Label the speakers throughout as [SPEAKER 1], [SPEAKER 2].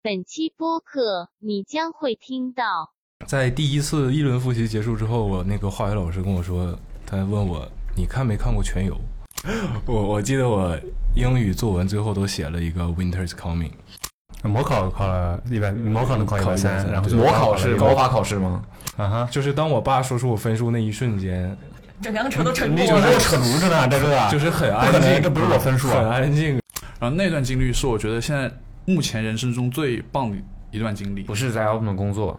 [SPEAKER 1] 本期播客你将会听到。
[SPEAKER 2] 在第一次一轮复习结束之后，我那个化学老师跟我说，他问我你看没看过《全游》 我？我记得我英语作文最后都写了一个 Winter's Coming。
[SPEAKER 3] 模考考了一百，模考能考一百三，然后就
[SPEAKER 4] 嗯模考是
[SPEAKER 3] 高
[SPEAKER 4] 高法考试吗？
[SPEAKER 3] 啊哈，
[SPEAKER 2] 就是当我爸说出我分数那一瞬间，
[SPEAKER 5] 整辆车都沉
[SPEAKER 3] 你
[SPEAKER 5] 默
[SPEAKER 3] 有
[SPEAKER 5] 了
[SPEAKER 3] 没。有扯犊子呢？在这啊
[SPEAKER 2] 就是 很
[SPEAKER 3] 不可
[SPEAKER 2] 安
[SPEAKER 3] 能
[SPEAKER 2] 静，
[SPEAKER 3] 这不是我分数
[SPEAKER 2] 很
[SPEAKER 3] 啊！
[SPEAKER 2] 安静。
[SPEAKER 6] 然后那段经历是我觉得现在目前人生中最棒的一段经历
[SPEAKER 4] 不。是在澳门工作，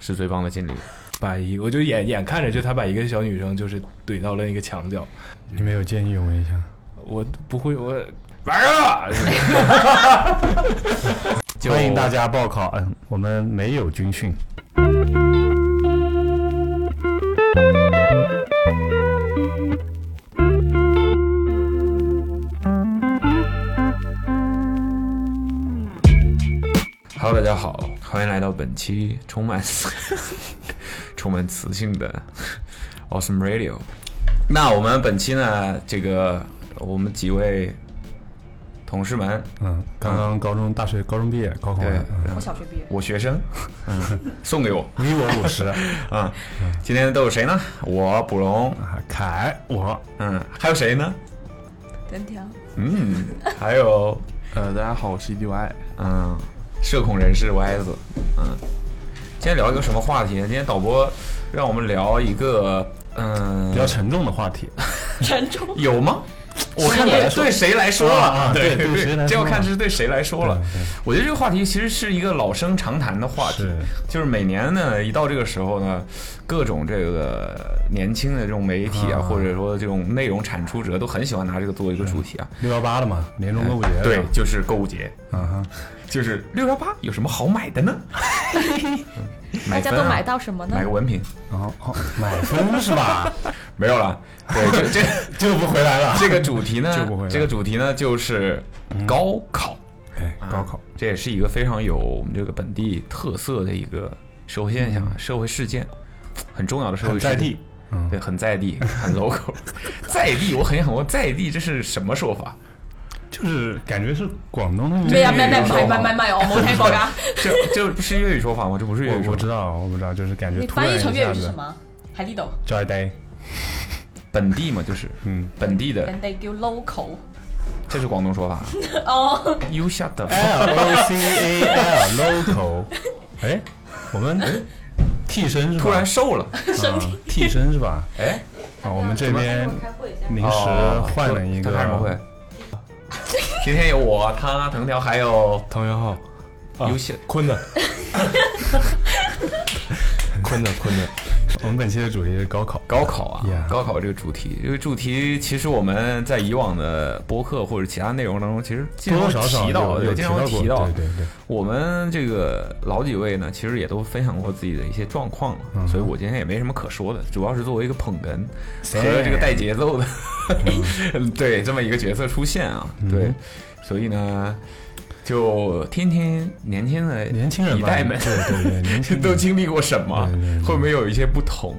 [SPEAKER 4] 是最棒的经历。
[SPEAKER 2] 把一，我就眼眼看着就他把一个小女生就是怼到了一个墙角，
[SPEAKER 3] 你没有见义勇为一下？
[SPEAKER 2] 我不会，我
[SPEAKER 4] 玩啊！就
[SPEAKER 3] 欢迎大家报考，嗯，我们没有军训。
[SPEAKER 4] Hello，大家好，欢迎来到本期充满 充满磁性的 Awesome Radio。那我们本期呢，这个我们几位同事们，
[SPEAKER 3] 嗯，刚刚高中、大学、高中毕业，高考
[SPEAKER 4] 对
[SPEAKER 3] 完，，嗯
[SPEAKER 5] 我小学毕业，
[SPEAKER 4] 我学生，嗯，送给我
[SPEAKER 3] 你我五十，
[SPEAKER 4] 啊、今天都有谁呢？我卜龙，
[SPEAKER 3] 啊凯我
[SPEAKER 4] 嗯，还有谁呢？
[SPEAKER 5] 真甜。
[SPEAKER 4] 嗯，还有
[SPEAKER 6] 呃，大家好，我是 EDY。
[SPEAKER 4] 嗯，社恐人士 Y 子，嗯，今天聊一个什么话题呢？今天导播让我们聊一个，嗯，
[SPEAKER 3] 比较沉重的话题，
[SPEAKER 5] 沉重。
[SPEAKER 4] 有吗？我看对对谁来说
[SPEAKER 3] 啊
[SPEAKER 4] 了
[SPEAKER 3] 啊，对对谁来说
[SPEAKER 4] 对，这要看
[SPEAKER 3] 了
[SPEAKER 4] 是对谁来说了
[SPEAKER 3] 对对。
[SPEAKER 4] 我觉得这个话题其实是一个老生常谈的话题
[SPEAKER 3] 是，
[SPEAKER 4] 就是每年呢一到这个时候呢，各种这个年轻的这种媒体啊，
[SPEAKER 3] 啊
[SPEAKER 4] 或者说这种内容产出者都很喜欢拿这个作为一个主题啊。
[SPEAKER 3] 六幺八了嘛，年终购物节了
[SPEAKER 4] 对，就是购物节，
[SPEAKER 3] 啊哈，
[SPEAKER 4] 就是六幺八有什么好买 的呢？
[SPEAKER 5] 大
[SPEAKER 4] 大
[SPEAKER 5] 家都买到什么呢
[SPEAKER 4] 买？个文凭
[SPEAKER 3] 然后哦买分是 吧？
[SPEAKER 4] 没有了。对，这 这
[SPEAKER 3] 救不回来了
[SPEAKER 4] 这个主题呢
[SPEAKER 3] 就不会，了
[SPEAKER 4] 这个主题呢就是高考。啊
[SPEAKER 3] 哎，高考
[SPEAKER 4] 这也是一个非常有我们这个本地特色的一个社会现象、社会事件，很重要的社
[SPEAKER 3] 嗯
[SPEAKER 4] 会
[SPEAKER 3] 很
[SPEAKER 4] 事件
[SPEAKER 3] 在地，，嗯
[SPEAKER 4] 对，很在地，很 local，在地。我很想问，在地这是什么说法？
[SPEAKER 3] 就是感觉是广东那边
[SPEAKER 5] 咩啊咩咩，唔係唔係唔係，我冇聽過㗎。
[SPEAKER 4] 这这不是粤语说法吗？这不是粤语
[SPEAKER 3] 我
[SPEAKER 4] 说
[SPEAKER 3] 不
[SPEAKER 4] 法，
[SPEAKER 3] 知道，我不知道，就是感觉
[SPEAKER 5] 你
[SPEAKER 3] 突
[SPEAKER 5] 翻
[SPEAKER 3] 然
[SPEAKER 5] 译
[SPEAKER 3] 一
[SPEAKER 5] 成粵
[SPEAKER 3] 下
[SPEAKER 5] 語是什
[SPEAKER 3] 子
[SPEAKER 5] 麼？喺呢度，
[SPEAKER 3] 在地，
[SPEAKER 4] 本地嘛，就是
[SPEAKER 3] 嗯，
[SPEAKER 4] 本地的，
[SPEAKER 5] 人哋叫 local。
[SPEAKER 4] 这是广 东说法。
[SPEAKER 5] 哦，
[SPEAKER 4] You shut the fuck
[SPEAKER 3] L O C A L local，哎，我们替身是吧？
[SPEAKER 4] 突然瘦了，
[SPEAKER 3] 啊 替身是吧？
[SPEAKER 4] 哎，
[SPEAKER 3] 啊，我们这边临时换了一个，
[SPEAKER 4] 哦哎他开什么会？今天有我，他藤条，还有
[SPEAKER 2] 唐元浩，啊
[SPEAKER 4] 游戏
[SPEAKER 2] 坤 的，坤的坤的，
[SPEAKER 3] 我们本期的主题是高考，
[SPEAKER 4] 高考啊
[SPEAKER 3] Yeah
[SPEAKER 4] 高考这个主题，这个主题其实我们在以往的播客或者其他内容当中，其实经
[SPEAKER 3] 多
[SPEAKER 4] 常
[SPEAKER 3] 多
[SPEAKER 4] 会
[SPEAKER 3] 少少
[SPEAKER 4] 提到，
[SPEAKER 3] 有
[SPEAKER 4] 对，
[SPEAKER 3] 有
[SPEAKER 4] 经常会
[SPEAKER 3] 过
[SPEAKER 4] 提到
[SPEAKER 3] 对。对对，
[SPEAKER 4] 我们这个老几位呢，其实也都分享过自己的一些状况了，
[SPEAKER 3] 嗯
[SPEAKER 4] 所以我今天也没什么可说的，主要是作为一个捧哏
[SPEAKER 3] 谁嗯
[SPEAKER 4] 和这个带节奏的， 对这么一个角色出现啊，对，所以呢，就听听年轻的
[SPEAKER 3] 年轻人
[SPEAKER 4] 一
[SPEAKER 3] 吧
[SPEAKER 4] 代们
[SPEAKER 3] 对对 对，年轻人
[SPEAKER 4] 都经历过什么
[SPEAKER 3] 对对，对
[SPEAKER 4] 会不会有一些不同？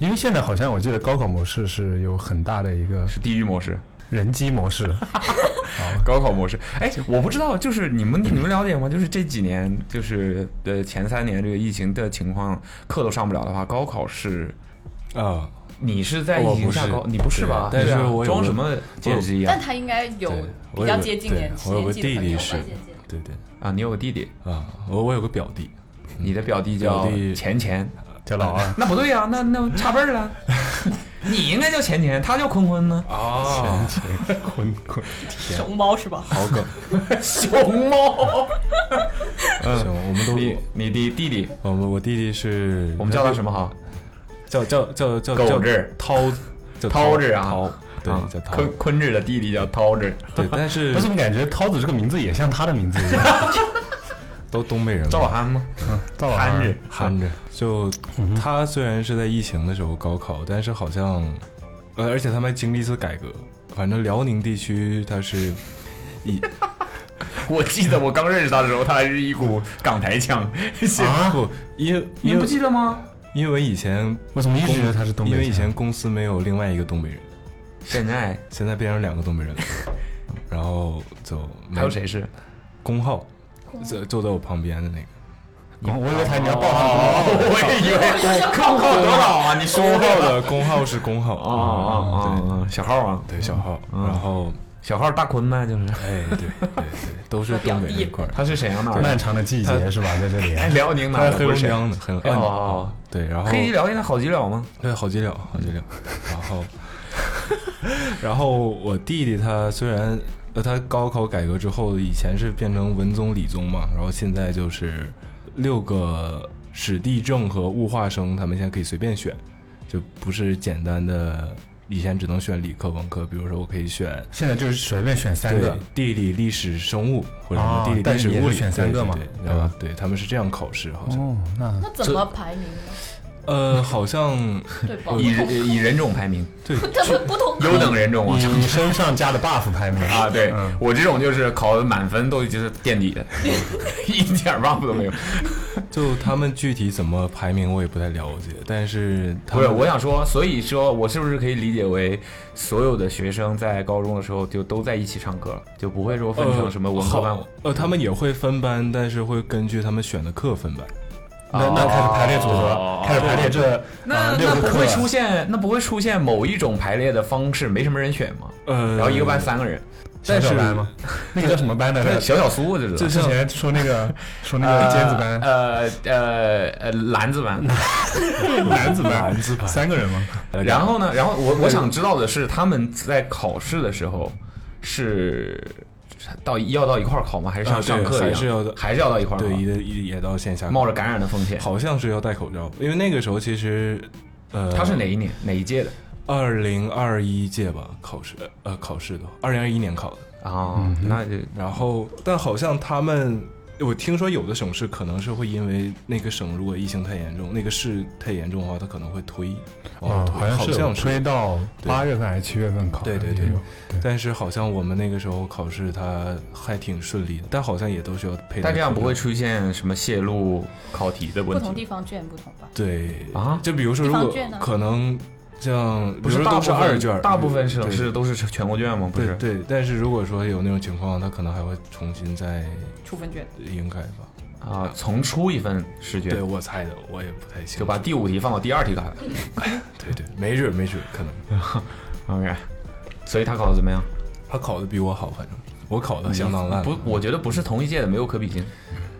[SPEAKER 3] 因为现在好像我记得高考模式是有很大的一个
[SPEAKER 4] 是地域模式。
[SPEAKER 3] 人机模式，
[SPEAKER 4] 高考模式，哎，我不知道，就是 你们你们了解吗？就是这几年，就是呃前三年这个疫情的情况，课都上不了的话，高考是
[SPEAKER 2] 啊，
[SPEAKER 4] 你是在
[SPEAKER 2] 我
[SPEAKER 4] 疫情
[SPEAKER 2] 不
[SPEAKER 4] 下
[SPEAKER 2] 是
[SPEAKER 4] 高，你不是吧？
[SPEAKER 2] 对
[SPEAKER 4] 对啊
[SPEAKER 2] 但是我有
[SPEAKER 4] 装
[SPEAKER 2] 个
[SPEAKER 4] 什么戒指一样
[SPEAKER 5] 但他應該有
[SPEAKER 2] 对
[SPEAKER 5] 比
[SPEAKER 2] 我
[SPEAKER 5] 較
[SPEAKER 2] 有个
[SPEAKER 5] 接近年
[SPEAKER 2] 对我有
[SPEAKER 5] 年
[SPEAKER 2] 个
[SPEAKER 5] 纪的
[SPEAKER 2] 弟
[SPEAKER 5] 朋
[SPEAKER 2] 弟
[SPEAKER 5] 友。
[SPEAKER 2] 是，对对
[SPEAKER 4] 啊？你有个弟弟，
[SPEAKER 2] 啊，我我有个表弟，
[SPEAKER 4] 你的表弟叫
[SPEAKER 2] 表弟
[SPEAKER 4] 钱钱，
[SPEAKER 3] 叫老 二，
[SPEAKER 4] 那不对呀、那那差辈 儿了。你应该叫钱钱，他叫坤坤呢。
[SPEAKER 2] 哦，
[SPEAKER 3] 滚滚，
[SPEAKER 5] 熊貓是吧？
[SPEAKER 2] 好 梗，
[SPEAKER 4] 熊 猫，
[SPEAKER 2] 行，我们
[SPEAKER 4] 嗯你
[SPEAKER 2] 都，
[SPEAKER 4] 你的弟弟，
[SPEAKER 2] 我们我弟弟是，
[SPEAKER 4] 我们叫他什么好？
[SPEAKER 2] 叫叫叫叫
[SPEAKER 4] 狗
[SPEAKER 2] 叫
[SPEAKER 4] 志
[SPEAKER 2] 涛，叫
[SPEAKER 4] 涛志啊
[SPEAKER 2] 涛，对
[SPEAKER 4] 啊，
[SPEAKER 2] 叫涛，
[SPEAKER 4] 坤坤志的弟弟叫涛志，
[SPEAKER 2] 对，但是
[SPEAKER 3] 我怎么感觉涛子这个名字也像他的名字一样？
[SPEAKER 2] 都东北人嘛，
[SPEAKER 4] 赵涵吗？啊
[SPEAKER 3] 到了
[SPEAKER 4] 憨日。
[SPEAKER 2] 含着。就
[SPEAKER 3] 嗯
[SPEAKER 2] 他虽然是在疫情的时候高考，但是好像，呃，而且他们还经历一次改革。反正辽宁地区他是以
[SPEAKER 4] 我记得我刚认识他的时候，他还是一股港台腔。
[SPEAKER 3] 啊，
[SPEAKER 2] 不因
[SPEAKER 4] 你
[SPEAKER 2] 因
[SPEAKER 4] 不
[SPEAKER 2] 为
[SPEAKER 4] 记得吗？
[SPEAKER 2] 因为以前
[SPEAKER 3] 我怎么一直
[SPEAKER 2] 公
[SPEAKER 3] 觉得他是东北
[SPEAKER 2] 因
[SPEAKER 3] 人？啊
[SPEAKER 2] 为以前公司没有另外一个东北人，
[SPEAKER 4] 现在
[SPEAKER 2] 现在变成两个东北人了。然后就没
[SPEAKER 4] 还有谁是？
[SPEAKER 2] 龚浩，坐坐在我旁边的那个。
[SPEAKER 7] 我以为他你要报上
[SPEAKER 4] 哦
[SPEAKER 7] 名，我也以 为靠靠多少啊？你说
[SPEAKER 2] 公号的公号是公号
[SPEAKER 4] 哦哦哦，哦，小号啊，
[SPEAKER 2] 对对小号，然后
[SPEAKER 4] 小号大坤呗，就是。
[SPEAKER 2] 哎对对对，都是东北那块儿，
[SPEAKER 4] 他是沈阳哪儿
[SPEAKER 7] 漫
[SPEAKER 4] 的？
[SPEAKER 7] 长的季节是吧？在这里，
[SPEAKER 4] 哎，辽宁哪
[SPEAKER 2] 他
[SPEAKER 4] 儿
[SPEAKER 2] 是
[SPEAKER 4] 的？
[SPEAKER 2] 黑
[SPEAKER 4] 不
[SPEAKER 2] 龙
[SPEAKER 4] 是沈
[SPEAKER 2] 江
[SPEAKER 4] 阳
[SPEAKER 2] 的，黑龙
[SPEAKER 4] 哦哦
[SPEAKER 2] 江
[SPEAKER 4] 哦，
[SPEAKER 2] 对，然后
[SPEAKER 4] 黑吉辽现在好吉辽吗？
[SPEAKER 2] 对，好基了，好基了。然后， 然后我弟弟他虽然呃，他高考改革之后，以前是变成文综、理综嘛，然后现在就是六个史地政和物化生，他们现在可以随便选，就不是简单的以前只能选理科文科，比如说我可以选。
[SPEAKER 7] 现在就是随便选三
[SPEAKER 2] 对
[SPEAKER 7] 个，
[SPEAKER 2] 地理、历史、生物，或者什
[SPEAKER 4] 啊
[SPEAKER 2] 么
[SPEAKER 7] 哦
[SPEAKER 2] 地理、
[SPEAKER 7] 但
[SPEAKER 2] 历史、
[SPEAKER 7] 是也
[SPEAKER 2] 物
[SPEAKER 7] 是
[SPEAKER 2] 理，
[SPEAKER 7] 选三
[SPEAKER 2] 对
[SPEAKER 7] 个嘛
[SPEAKER 2] 对
[SPEAKER 7] 对
[SPEAKER 4] 嗯
[SPEAKER 7] 吧
[SPEAKER 2] 对，他们是这样考试，好像，
[SPEAKER 7] 哦，那
[SPEAKER 5] 那怎么排名呢？
[SPEAKER 2] 呃，好像
[SPEAKER 5] 对吧？
[SPEAKER 4] 以人以人种排名，
[SPEAKER 2] 对，
[SPEAKER 5] 他们不同
[SPEAKER 4] 优等人种啊。
[SPEAKER 2] 嗯
[SPEAKER 7] 你身上加的 buff 排名
[SPEAKER 4] 啊，对
[SPEAKER 7] 嗯
[SPEAKER 4] 我这种就是考满分都已经是垫底的，一点 buff 都没有。
[SPEAKER 2] 就他们具体怎么排名，我也不太了解，但是他
[SPEAKER 4] 不是，
[SPEAKER 2] 们
[SPEAKER 4] 我想说，所以说我是不是可以理解为，所有的学生在高中的时候就都在一起唱歌，就不会说分成什么文科班
[SPEAKER 2] 呃好。呃，他们也会分班，但是会根据他们选的课分班。
[SPEAKER 7] 那那开始排列组合
[SPEAKER 4] 哦，
[SPEAKER 7] 开始排列这
[SPEAKER 4] 那
[SPEAKER 7] 呃六
[SPEAKER 4] 那
[SPEAKER 7] 个
[SPEAKER 4] 不
[SPEAKER 7] 课
[SPEAKER 2] 啊
[SPEAKER 4] 会，出现，那不会出现某一种排列的方式，没什么人选吗？
[SPEAKER 2] 呃，
[SPEAKER 4] 然后一个班三个人，
[SPEAKER 7] 小小班吗？那个叫什么班来着？
[SPEAKER 4] 小小苏这
[SPEAKER 7] 之
[SPEAKER 4] 是。
[SPEAKER 7] 前说那个说那
[SPEAKER 4] 呃
[SPEAKER 7] 个尖子班、
[SPEAKER 4] 呃呃呃，篮子 班。
[SPEAKER 7] 男子班、
[SPEAKER 2] 男字排，
[SPEAKER 7] 三个人吗？
[SPEAKER 4] 然后呢，然后我我想知道的是，他们在考试的时候是到要到一块儿考吗？还是像
[SPEAKER 2] 啊对
[SPEAKER 4] 上课一样？
[SPEAKER 2] 还是要到
[SPEAKER 4] 还是要到一块儿考
[SPEAKER 2] 对，？也也到线下
[SPEAKER 4] 啊冒着感染的风险。
[SPEAKER 2] 好像是要戴口罩，因为那个时候其实，呃，
[SPEAKER 4] 他是哪一年哪一届的
[SPEAKER 2] 二零二一届吧，考试呃考试的，二零二一年考的。
[SPEAKER 4] 啊？
[SPEAKER 2] 嗯
[SPEAKER 4] 那就
[SPEAKER 2] 然后，但好像他们，我听说有的省市可能是会因为那个省如果疫情太严重，那个市太严重的话，他可能会推，往后
[SPEAKER 7] 哦，好
[SPEAKER 2] 推
[SPEAKER 7] 像
[SPEAKER 2] 好
[SPEAKER 7] 是有
[SPEAKER 2] 像是
[SPEAKER 7] 推到八月份还是七月份考的，
[SPEAKER 2] 对对对
[SPEAKER 7] 也有对，
[SPEAKER 2] 但是好像我们那个时候考试，他还挺顺利的，但好像也都需要配。
[SPEAKER 4] 但这样不会出现什么泄露考题的
[SPEAKER 5] 不
[SPEAKER 4] 问
[SPEAKER 5] 同地
[SPEAKER 4] 题。
[SPEAKER 5] 方卷不同吧？
[SPEAKER 2] 对
[SPEAKER 4] 啊
[SPEAKER 2] 就比如说，如果
[SPEAKER 5] 地方卷呢
[SPEAKER 2] 可能像，比
[SPEAKER 4] 不
[SPEAKER 2] 如说
[SPEAKER 4] 是大
[SPEAKER 2] 都
[SPEAKER 4] 部
[SPEAKER 2] 是
[SPEAKER 4] 分
[SPEAKER 2] 二卷，
[SPEAKER 4] 大部分省
[SPEAKER 2] 对
[SPEAKER 4] 市都是全国卷吗？不
[SPEAKER 2] 对
[SPEAKER 4] 是，
[SPEAKER 2] 对，但是如果说有那种情况，他可能还会重新再
[SPEAKER 5] 处分卷。
[SPEAKER 2] 应该吧？
[SPEAKER 4] 啊，从出一份试
[SPEAKER 2] 对
[SPEAKER 4] 卷，
[SPEAKER 2] 我猜的，我也不太清楚。
[SPEAKER 4] 就把第五题放到第二题看。
[SPEAKER 2] 对对，没准儿没准儿可能
[SPEAKER 4] OK，所以他考的怎么样？
[SPEAKER 2] 他考的比我好，反正我考的相当烂。
[SPEAKER 4] 嗯不，我觉得不是同一届的，没有可比性。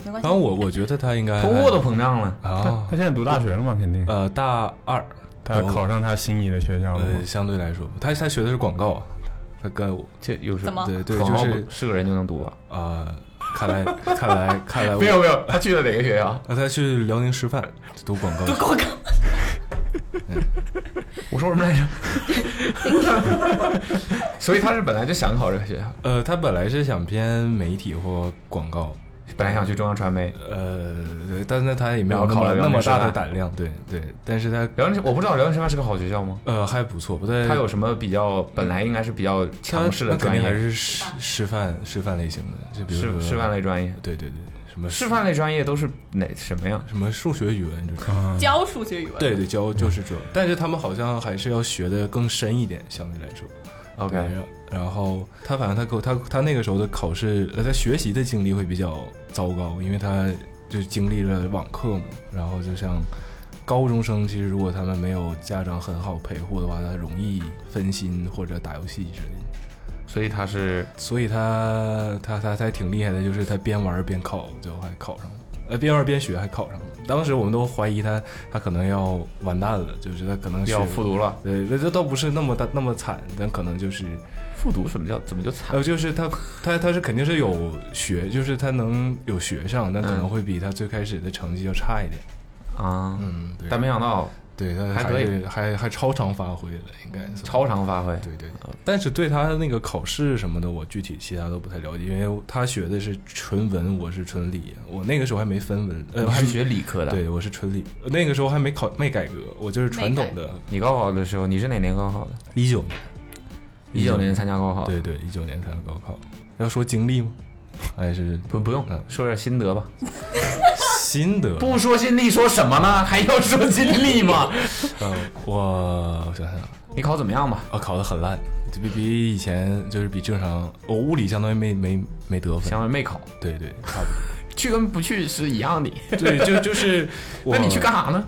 [SPEAKER 5] 没关
[SPEAKER 2] 反，
[SPEAKER 5] 系
[SPEAKER 2] 正我我觉得他应该
[SPEAKER 4] 通过都膨胀了，
[SPEAKER 2] 啊
[SPEAKER 7] 他，现在读大学了吗？肯定，
[SPEAKER 2] 呃，大二
[SPEAKER 7] 他考上他心仪的学
[SPEAKER 4] 嗯
[SPEAKER 7] 校了吗
[SPEAKER 2] 呃，。相对来说，他他学的是广告啊，他跟我
[SPEAKER 4] 这有什
[SPEAKER 5] 怎么
[SPEAKER 2] 对对，
[SPEAKER 4] 广
[SPEAKER 2] 就
[SPEAKER 4] 告
[SPEAKER 2] 是
[SPEAKER 4] 不是个人就能读啊？
[SPEAKER 2] 啊，看来看来看呃来我
[SPEAKER 4] 没有没有，他去了哪个学校？
[SPEAKER 2] 啊，他去辽宁师范读广告，
[SPEAKER 5] 广告
[SPEAKER 4] 我说什么来 着？所以他是本来就想考这个学校，
[SPEAKER 2] 呃，他本来是想偏媒体或广告，
[SPEAKER 4] 本来想去中央传媒。
[SPEAKER 2] 呃，对但是他也没有
[SPEAKER 4] 然
[SPEAKER 2] 那
[SPEAKER 4] 后考
[SPEAKER 2] 么
[SPEAKER 4] 了辽
[SPEAKER 2] 那
[SPEAKER 4] 宁
[SPEAKER 2] 么大
[SPEAKER 4] 师
[SPEAKER 2] 的
[SPEAKER 4] 范
[SPEAKER 2] 胆量，对对，但是他
[SPEAKER 4] 辽宁，我不知道辽宁师范是个好学校吗？
[SPEAKER 2] 呃还不错，不在
[SPEAKER 4] 它有什么比较本来应该是比较强势的
[SPEAKER 2] 那肯
[SPEAKER 4] 专
[SPEAKER 2] 定还
[SPEAKER 4] 业？
[SPEAKER 2] 是师师范师范类型的，就比如呃
[SPEAKER 4] 师
[SPEAKER 2] 说
[SPEAKER 4] 师范，类专业，
[SPEAKER 2] 对对对，什么
[SPEAKER 4] 师范类专业都是哪什么呀？
[SPEAKER 2] 什么数学、语文这种。
[SPEAKER 7] 啊
[SPEAKER 5] 教数学语文。
[SPEAKER 2] 对对，教就是这，但是他们好像还是要学的更深一点，相对来说。
[SPEAKER 4] OK
[SPEAKER 2] 对然然后他反正他给我他他那个时候的考试，呃，他学习的经历会比较糟糕，因为他就经历了网课嘛，然后就像高中生，其实如果他们没有家长很好陪护的话，他容易分心或者打游戏之类的。
[SPEAKER 4] 所以他是
[SPEAKER 2] 所以他他他他挺厉害的，就是他边玩儿边考，最后还考上了。呃，边玩儿边学还考上了。当时我们都怀疑他，他可能要完蛋了，就是他可能学
[SPEAKER 4] 要复读了。
[SPEAKER 2] 对，那这倒不是那么大那么惨，但可能就是，
[SPEAKER 4] 复读什么叫怎么就惨？
[SPEAKER 2] 呃，就是他他他是肯定是有学，就是他能有学上，但可能会比他最开始的成绩要差一点。
[SPEAKER 4] 啊？
[SPEAKER 2] 嗯，对，
[SPEAKER 4] 但没想到
[SPEAKER 2] 对他
[SPEAKER 4] 还
[SPEAKER 2] 还
[SPEAKER 4] 可以
[SPEAKER 2] 是还还超常发挥了，应该是。
[SPEAKER 4] 超常发挥。
[SPEAKER 2] 对对，呃但是对他那个考试什么的，我具体其他都不太了解，因为他学的是纯文，我是纯理，我那个时候还没分文，呃，
[SPEAKER 4] 你
[SPEAKER 2] 还
[SPEAKER 4] 是学理科的？，
[SPEAKER 2] 对我是纯理，那个时候还没考没改革，我就是传统的
[SPEAKER 4] 你高考的时候你是哪年高考的？
[SPEAKER 2] 一九年，
[SPEAKER 4] 一九年参加高考。，
[SPEAKER 2] 对对，一九年参加高考。要说经历吗？还是
[SPEAKER 4] 不不用
[SPEAKER 2] 嗯
[SPEAKER 4] 说点心得吧。
[SPEAKER 2] 心得？
[SPEAKER 4] 不说心力说什么呢？还要说心力吗？
[SPEAKER 2] 呃，我我想想，
[SPEAKER 4] 你考怎么样吧？
[SPEAKER 2] 啊，考得很烂，就比比以前就是比正常，我物理相当于没没没得分
[SPEAKER 4] 相，当于没考。
[SPEAKER 2] 对对，差不多。
[SPEAKER 4] 去跟不去是一样的。
[SPEAKER 2] 对，就就是我
[SPEAKER 4] 那你去干啥呢？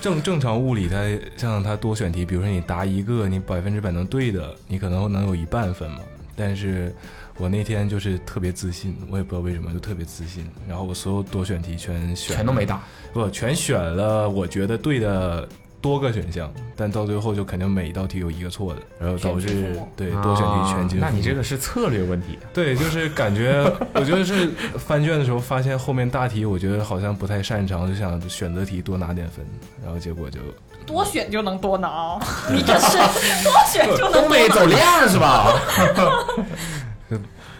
[SPEAKER 2] 正正常物理它，像它多选题，比如说你答一个你百分之百能对的，你可能能有一半分嘛。但是我那天就是特别自信，我也不知道为什么就特别自信，然后我所有多选题全选
[SPEAKER 4] 全都没答，
[SPEAKER 2] 不全选了，我觉得对的多个选项，但到最后就肯定每一道题有一个错的，然后导
[SPEAKER 5] 全军
[SPEAKER 2] 致
[SPEAKER 5] 覆没
[SPEAKER 2] 对多选题全军覆没、
[SPEAKER 4] 啊那你这个是策略问题。
[SPEAKER 2] 对，就是感觉，我觉得是翻卷的时候发现后面大题，我觉得好像不太擅长，就想选择题多拿点分，然后结果就
[SPEAKER 5] 多选就能多拿，你这是多选就能
[SPEAKER 4] 东
[SPEAKER 5] 多
[SPEAKER 4] 北
[SPEAKER 5] 拿。
[SPEAKER 4] 走量是吧？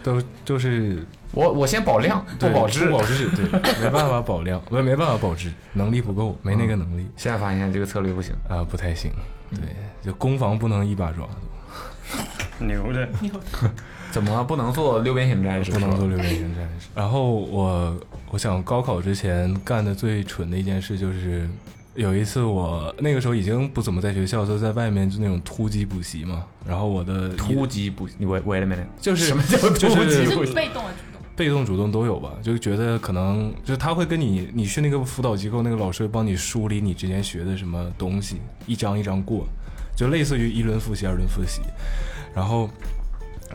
[SPEAKER 2] 都就是
[SPEAKER 4] 我我先保量，不
[SPEAKER 2] 对
[SPEAKER 4] 保质
[SPEAKER 2] 不。保 质，对，没办法保量，没没办法保质，能力不够，没那个能力
[SPEAKER 4] 现在发现这个策略不行，
[SPEAKER 2] 啊、不太行。对，
[SPEAKER 4] 嗯
[SPEAKER 2] 就攻防不能一把抓，
[SPEAKER 3] 牛的，
[SPEAKER 4] 怎么不能做六边形战士？
[SPEAKER 2] 不能做六边形战士。然后我我想高考之前干的最蠢的一件事就是，有一次我那个时候已经不怎么在学校，就在外面就那种突击补习嘛。然后我的
[SPEAKER 4] 突击补，你喂喂了没呢？
[SPEAKER 2] 就是
[SPEAKER 4] 什么叫
[SPEAKER 2] 就
[SPEAKER 4] 突击
[SPEAKER 2] 是
[SPEAKER 5] 你是被动的主动，
[SPEAKER 2] 被动主动都有吧，就觉得可能就是他会跟你，你去那个辅导机构，那个老师会帮你梳理你之前学的什么东西，一章一章过，就类似于一轮复习、二轮复习。然后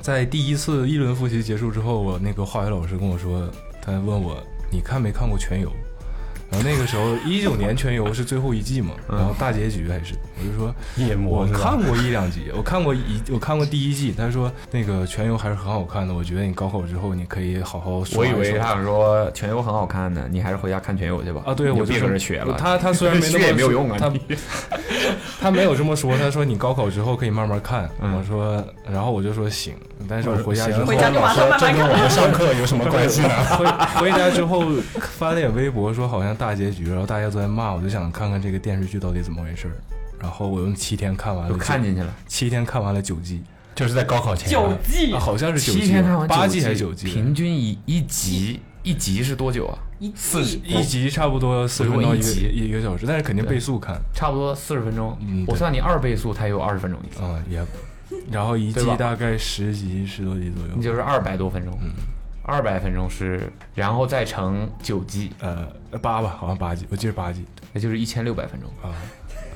[SPEAKER 2] 在第一次一轮复习结束之后，我那个化学老师跟我说，他问我你看没看过《全游》，然后那个时候一九年《全游》是最后一季嘛，然后大结局还是，我就说
[SPEAKER 3] 夜
[SPEAKER 2] 我
[SPEAKER 3] 魔是吧
[SPEAKER 2] 看？过一两集， 我看过一，我看过第一季。他说那个《全游》还是很好看的，我觉得你高考之后你可以好好
[SPEAKER 4] 我
[SPEAKER 2] 刷一
[SPEAKER 4] 以
[SPEAKER 2] 刷。
[SPEAKER 4] 为他想说全游很好看呢，你还是回家看全游去吧。
[SPEAKER 2] 啊，对，
[SPEAKER 4] 你
[SPEAKER 2] 我
[SPEAKER 4] 就
[SPEAKER 2] 就
[SPEAKER 4] 别搁
[SPEAKER 2] 是
[SPEAKER 4] 这学了。
[SPEAKER 2] 他他虽然 没那么
[SPEAKER 4] 学也没有用啊
[SPEAKER 2] 他他没有这么说，他说你高考之后可以慢慢看。
[SPEAKER 4] 嗯
[SPEAKER 2] 我说，然后我就说行，但是我回家之后
[SPEAKER 5] 回家就马上慢
[SPEAKER 3] 这
[SPEAKER 5] 慢
[SPEAKER 3] 跟我
[SPEAKER 5] 看。
[SPEAKER 3] 们上课有什么关系呢？
[SPEAKER 2] 回回家之后翻了眼微博，说好像大结局，然后大家都在骂，我就想看看这个电视剧到底怎么回事儿。然后我用七天看完
[SPEAKER 4] 就
[SPEAKER 2] 了，
[SPEAKER 4] 看进 去了，
[SPEAKER 2] 七天看完了九季，
[SPEAKER 3] 就是在高考前
[SPEAKER 5] 九
[SPEAKER 3] 啊，
[SPEAKER 5] 季
[SPEAKER 2] 啊，好像是九
[SPEAKER 4] 七
[SPEAKER 2] 季
[SPEAKER 4] 天看
[SPEAKER 2] 吧，
[SPEAKER 4] 完
[SPEAKER 2] 八
[SPEAKER 4] 季
[SPEAKER 2] 季还是九啊季？
[SPEAKER 4] 平均一一集一集是多久啊？
[SPEAKER 5] 一
[SPEAKER 4] 四十
[SPEAKER 5] 季，
[SPEAKER 2] 一集差不多四十分
[SPEAKER 4] 我
[SPEAKER 2] 到
[SPEAKER 4] 一
[SPEAKER 2] 一个
[SPEAKER 4] 集
[SPEAKER 2] 一个小时，但是肯定倍速看
[SPEAKER 4] 差不多四十分钟。
[SPEAKER 2] 嗯对
[SPEAKER 4] 我算你二倍速，它也有二十分钟一集，
[SPEAKER 2] 啊、也，然后一季
[SPEAKER 4] 对吧
[SPEAKER 2] 大概十集十多集左右
[SPEAKER 4] 你，就是二百多分
[SPEAKER 2] 嗯
[SPEAKER 4] 钟。二百分钟是，然后再乘九季，
[SPEAKER 2] 呃八吧，好像八集，我记得八集
[SPEAKER 4] 那就是一千六百分钟。
[SPEAKER 2] 啊，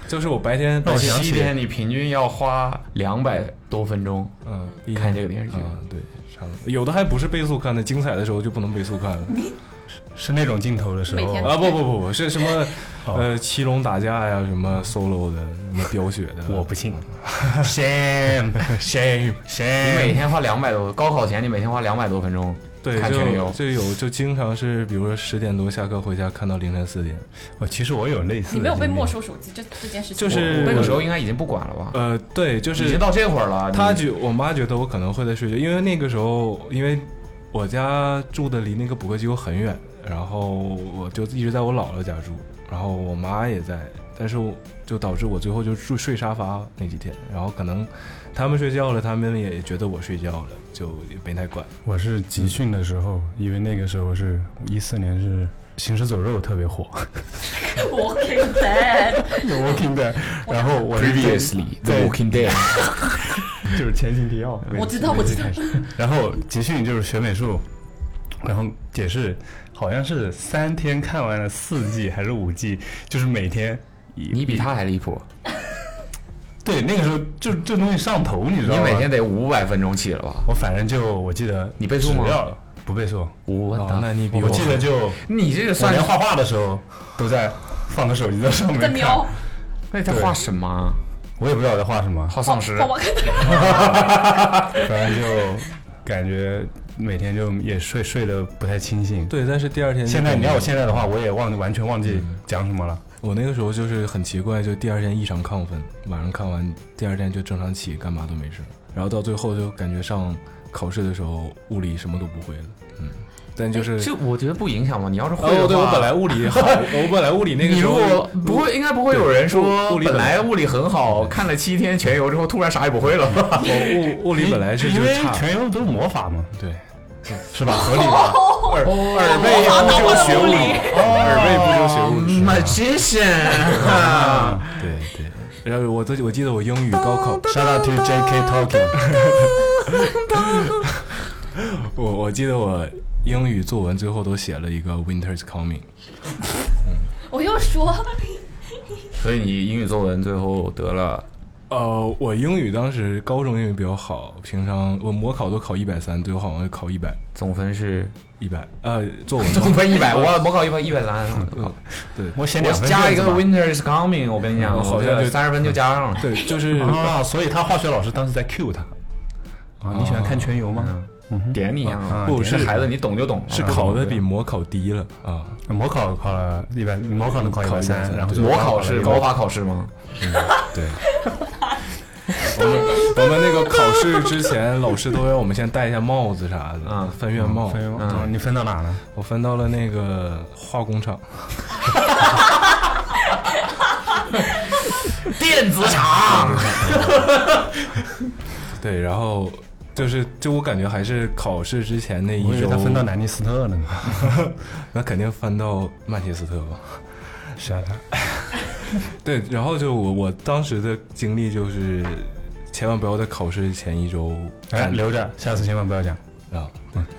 [SPEAKER 2] 就是我白天
[SPEAKER 4] 那
[SPEAKER 2] 白天
[SPEAKER 4] 七天你平均要花两百多分钟
[SPEAKER 2] 嗯一
[SPEAKER 4] 看这个电视剧，
[SPEAKER 2] 啊对，差不多有的还不是倍速看的，精彩的时候就不能倍速看了
[SPEAKER 3] 是那种镜头的时
[SPEAKER 5] 每天
[SPEAKER 3] 候，
[SPEAKER 2] 啊不不不不是什 么呃七龙打架呀，什么 solo 的，什么飙血的，
[SPEAKER 3] 我不 信。shame shame
[SPEAKER 4] 你
[SPEAKER 2] 哎
[SPEAKER 3] shame，
[SPEAKER 4] 每天花两百多，高考前你每天花两百多分钟
[SPEAKER 2] 对
[SPEAKER 4] 看全
[SPEAKER 2] 就
[SPEAKER 4] 游，
[SPEAKER 2] 就有就经常是比如说十点多下课回家看到凌晨四点，
[SPEAKER 3] 我其实我有类似的经历，
[SPEAKER 5] 你没有被没收手机这这件事情，
[SPEAKER 2] 就是
[SPEAKER 4] 那个时候应该已经不管了吧？
[SPEAKER 2] 呃对就
[SPEAKER 4] 已
[SPEAKER 2] 是
[SPEAKER 4] 经到这会儿了，
[SPEAKER 2] 他
[SPEAKER 4] 你
[SPEAKER 2] 觉我妈觉得我可能会在睡觉，因为那个时候，因为我家住的离那个补课机构很远，然后我就一直在我姥姥家住，然后我妈也在，但是我就导致我最后就住睡沙发那几天，然后可能他们睡觉了，他们也觉得我睡觉了，就也没太管。
[SPEAKER 3] 我是集训的时候，因为那个时候是一四年是。行尸走肉特别火
[SPEAKER 5] 我给 的，
[SPEAKER 3] ，The Walking Dead，然后我是
[SPEAKER 4] previously The
[SPEAKER 3] 对
[SPEAKER 4] Walking Dead，
[SPEAKER 3] 就是前情提要，
[SPEAKER 5] 我知道我知道
[SPEAKER 3] 开始。然后集训就是学美术，然后也是好像是三天看完了四季还是五季，就是每天一
[SPEAKER 4] 你比他还离谱，
[SPEAKER 3] 对那个时候就这东西上头，你知道
[SPEAKER 4] 你
[SPEAKER 3] 吗？
[SPEAKER 4] 每天得五百分钟起了吧？
[SPEAKER 3] 我反正就我记得
[SPEAKER 4] 你背书吗
[SPEAKER 3] 只要不背书，
[SPEAKER 4] 我
[SPEAKER 2] 哦，那你比
[SPEAKER 3] 我记得就
[SPEAKER 4] 你这个
[SPEAKER 3] 我
[SPEAKER 4] 算
[SPEAKER 3] 连画画的时候都在放个手机在上面
[SPEAKER 5] 在
[SPEAKER 3] 看
[SPEAKER 5] 瞄，
[SPEAKER 4] 那他画什么啊？
[SPEAKER 3] 我也不知道我在画什么，
[SPEAKER 4] 画丧尸
[SPEAKER 5] 我？我看到
[SPEAKER 3] 反正就感觉每天就也睡睡得不太清醒。
[SPEAKER 2] 对，但是第二天就
[SPEAKER 3] 现在
[SPEAKER 2] 感
[SPEAKER 3] 你
[SPEAKER 2] 觉
[SPEAKER 3] 要我现在的话，我也忘完全忘记讲什么了。
[SPEAKER 2] 我那个时候就是很奇怪，就第二天异常亢奋，晚上看完第二天就正常起，干嘛都没事儿，然后到最后就感觉上考试的时候物理什么都不会了，嗯，但就是
[SPEAKER 4] 这我觉得不影响吧？你要是哎会的话，
[SPEAKER 2] 哦，对我本来物理好， 我本来物理那个
[SPEAKER 4] 你
[SPEAKER 2] 时
[SPEAKER 4] 如
[SPEAKER 2] 候
[SPEAKER 4] 果不会，应该不会有人说
[SPEAKER 2] 物理
[SPEAKER 4] 本
[SPEAKER 2] 本
[SPEAKER 4] 来
[SPEAKER 2] 来
[SPEAKER 4] 物理很好，看了七天全游之后突然啥也不会了吧？
[SPEAKER 2] 我物物理本来是
[SPEAKER 3] 因
[SPEAKER 2] 就
[SPEAKER 3] 为
[SPEAKER 2] 是差，
[SPEAKER 3] 全游都是魔法嘛，
[SPEAKER 2] 对，
[SPEAKER 3] 是吧？合理吧？
[SPEAKER 4] 耳耳背
[SPEAKER 5] 我
[SPEAKER 4] 不
[SPEAKER 5] 看
[SPEAKER 4] 修
[SPEAKER 5] 到
[SPEAKER 4] 学
[SPEAKER 5] 我的
[SPEAKER 4] 物
[SPEAKER 5] 物
[SPEAKER 4] 理
[SPEAKER 5] 理，
[SPEAKER 3] 哦
[SPEAKER 2] 耳背不修学物理，
[SPEAKER 4] magician，
[SPEAKER 2] 对对。然后我自己我记得我英语高考，
[SPEAKER 3] Shout out to J.K. Tolkien，
[SPEAKER 2] 我我记得我英语作文最后都写了一个 Winter's coming。
[SPEAKER 8] 我又说，
[SPEAKER 3] 嗯
[SPEAKER 4] 所以你英语作文最后得了，
[SPEAKER 2] 呃，我英语当时高中英语比较好，平常我模考都考一百三，最后好像考一百，
[SPEAKER 4] 总分是
[SPEAKER 2] 一百，呃，作 文
[SPEAKER 4] 总分一百，我模考一百一百三，
[SPEAKER 2] 对
[SPEAKER 3] 我写
[SPEAKER 4] 我
[SPEAKER 3] 两分
[SPEAKER 4] 加一个
[SPEAKER 3] 卷子吧
[SPEAKER 4] Winter is coming，我跟你讲，
[SPEAKER 2] 嗯好像就
[SPEAKER 4] 三十分就加上了。
[SPEAKER 2] 对， 就是
[SPEAKER 3] 啊，所以他化学老师当时在 cue 他啊，你喜欢看全游吗？
[SPEAKER 4] 点你啊！
[SPEAKER 2] 不
[SPEAKER 4] 这
[SPEAKER 2] 是
[SPEAKER 4] 孩子，你懂就懂。
[SPEAKER 2] 是考的比模考低了啊，
[SPEAKER 3] 嗯模考考了一百，模考能考一百三，然后就
[SPEAKER 4] 模考是
[SPEAKER 3] 高
[SPEAKER 4] 高法考试吗？
[SPEAKER 2] 对。 我们我们那个考试之前，老师都要我们先戴一下帽子啥的，
[SPEAKER 4] 嗯
[SPEAKER 2] 分院帽。
[SPEAKER 3] 分吗？啊你分到哪了？
[SPEAKER 2] 我分到了那个化工厂，
[SPEAKER 4] 电子厂，
[SPEAKER 2] 对，然后就是就我感觉还是考试之前那
[SPEAKER 3] 我
[SPEAKER 2] 一
[SPEAKER 3] 以为
[SPEAKER 2] 周，
[SPEAKER 3] 他分到南尼斯特了呢。
[SPEAKER 2] 那肯定翻到曼彻斯特吧。
[SPEAKER 3] 是啊，
[SPEAKER 2] 对，然后就我我当时的经历就是，千万不要在考试前一周
[SPEAKER 3] 哎，
[SPEAKER 2] 干
[SPEAKER 3] 留着，下次千万不要讲。
[SPEAKER 2] 啊，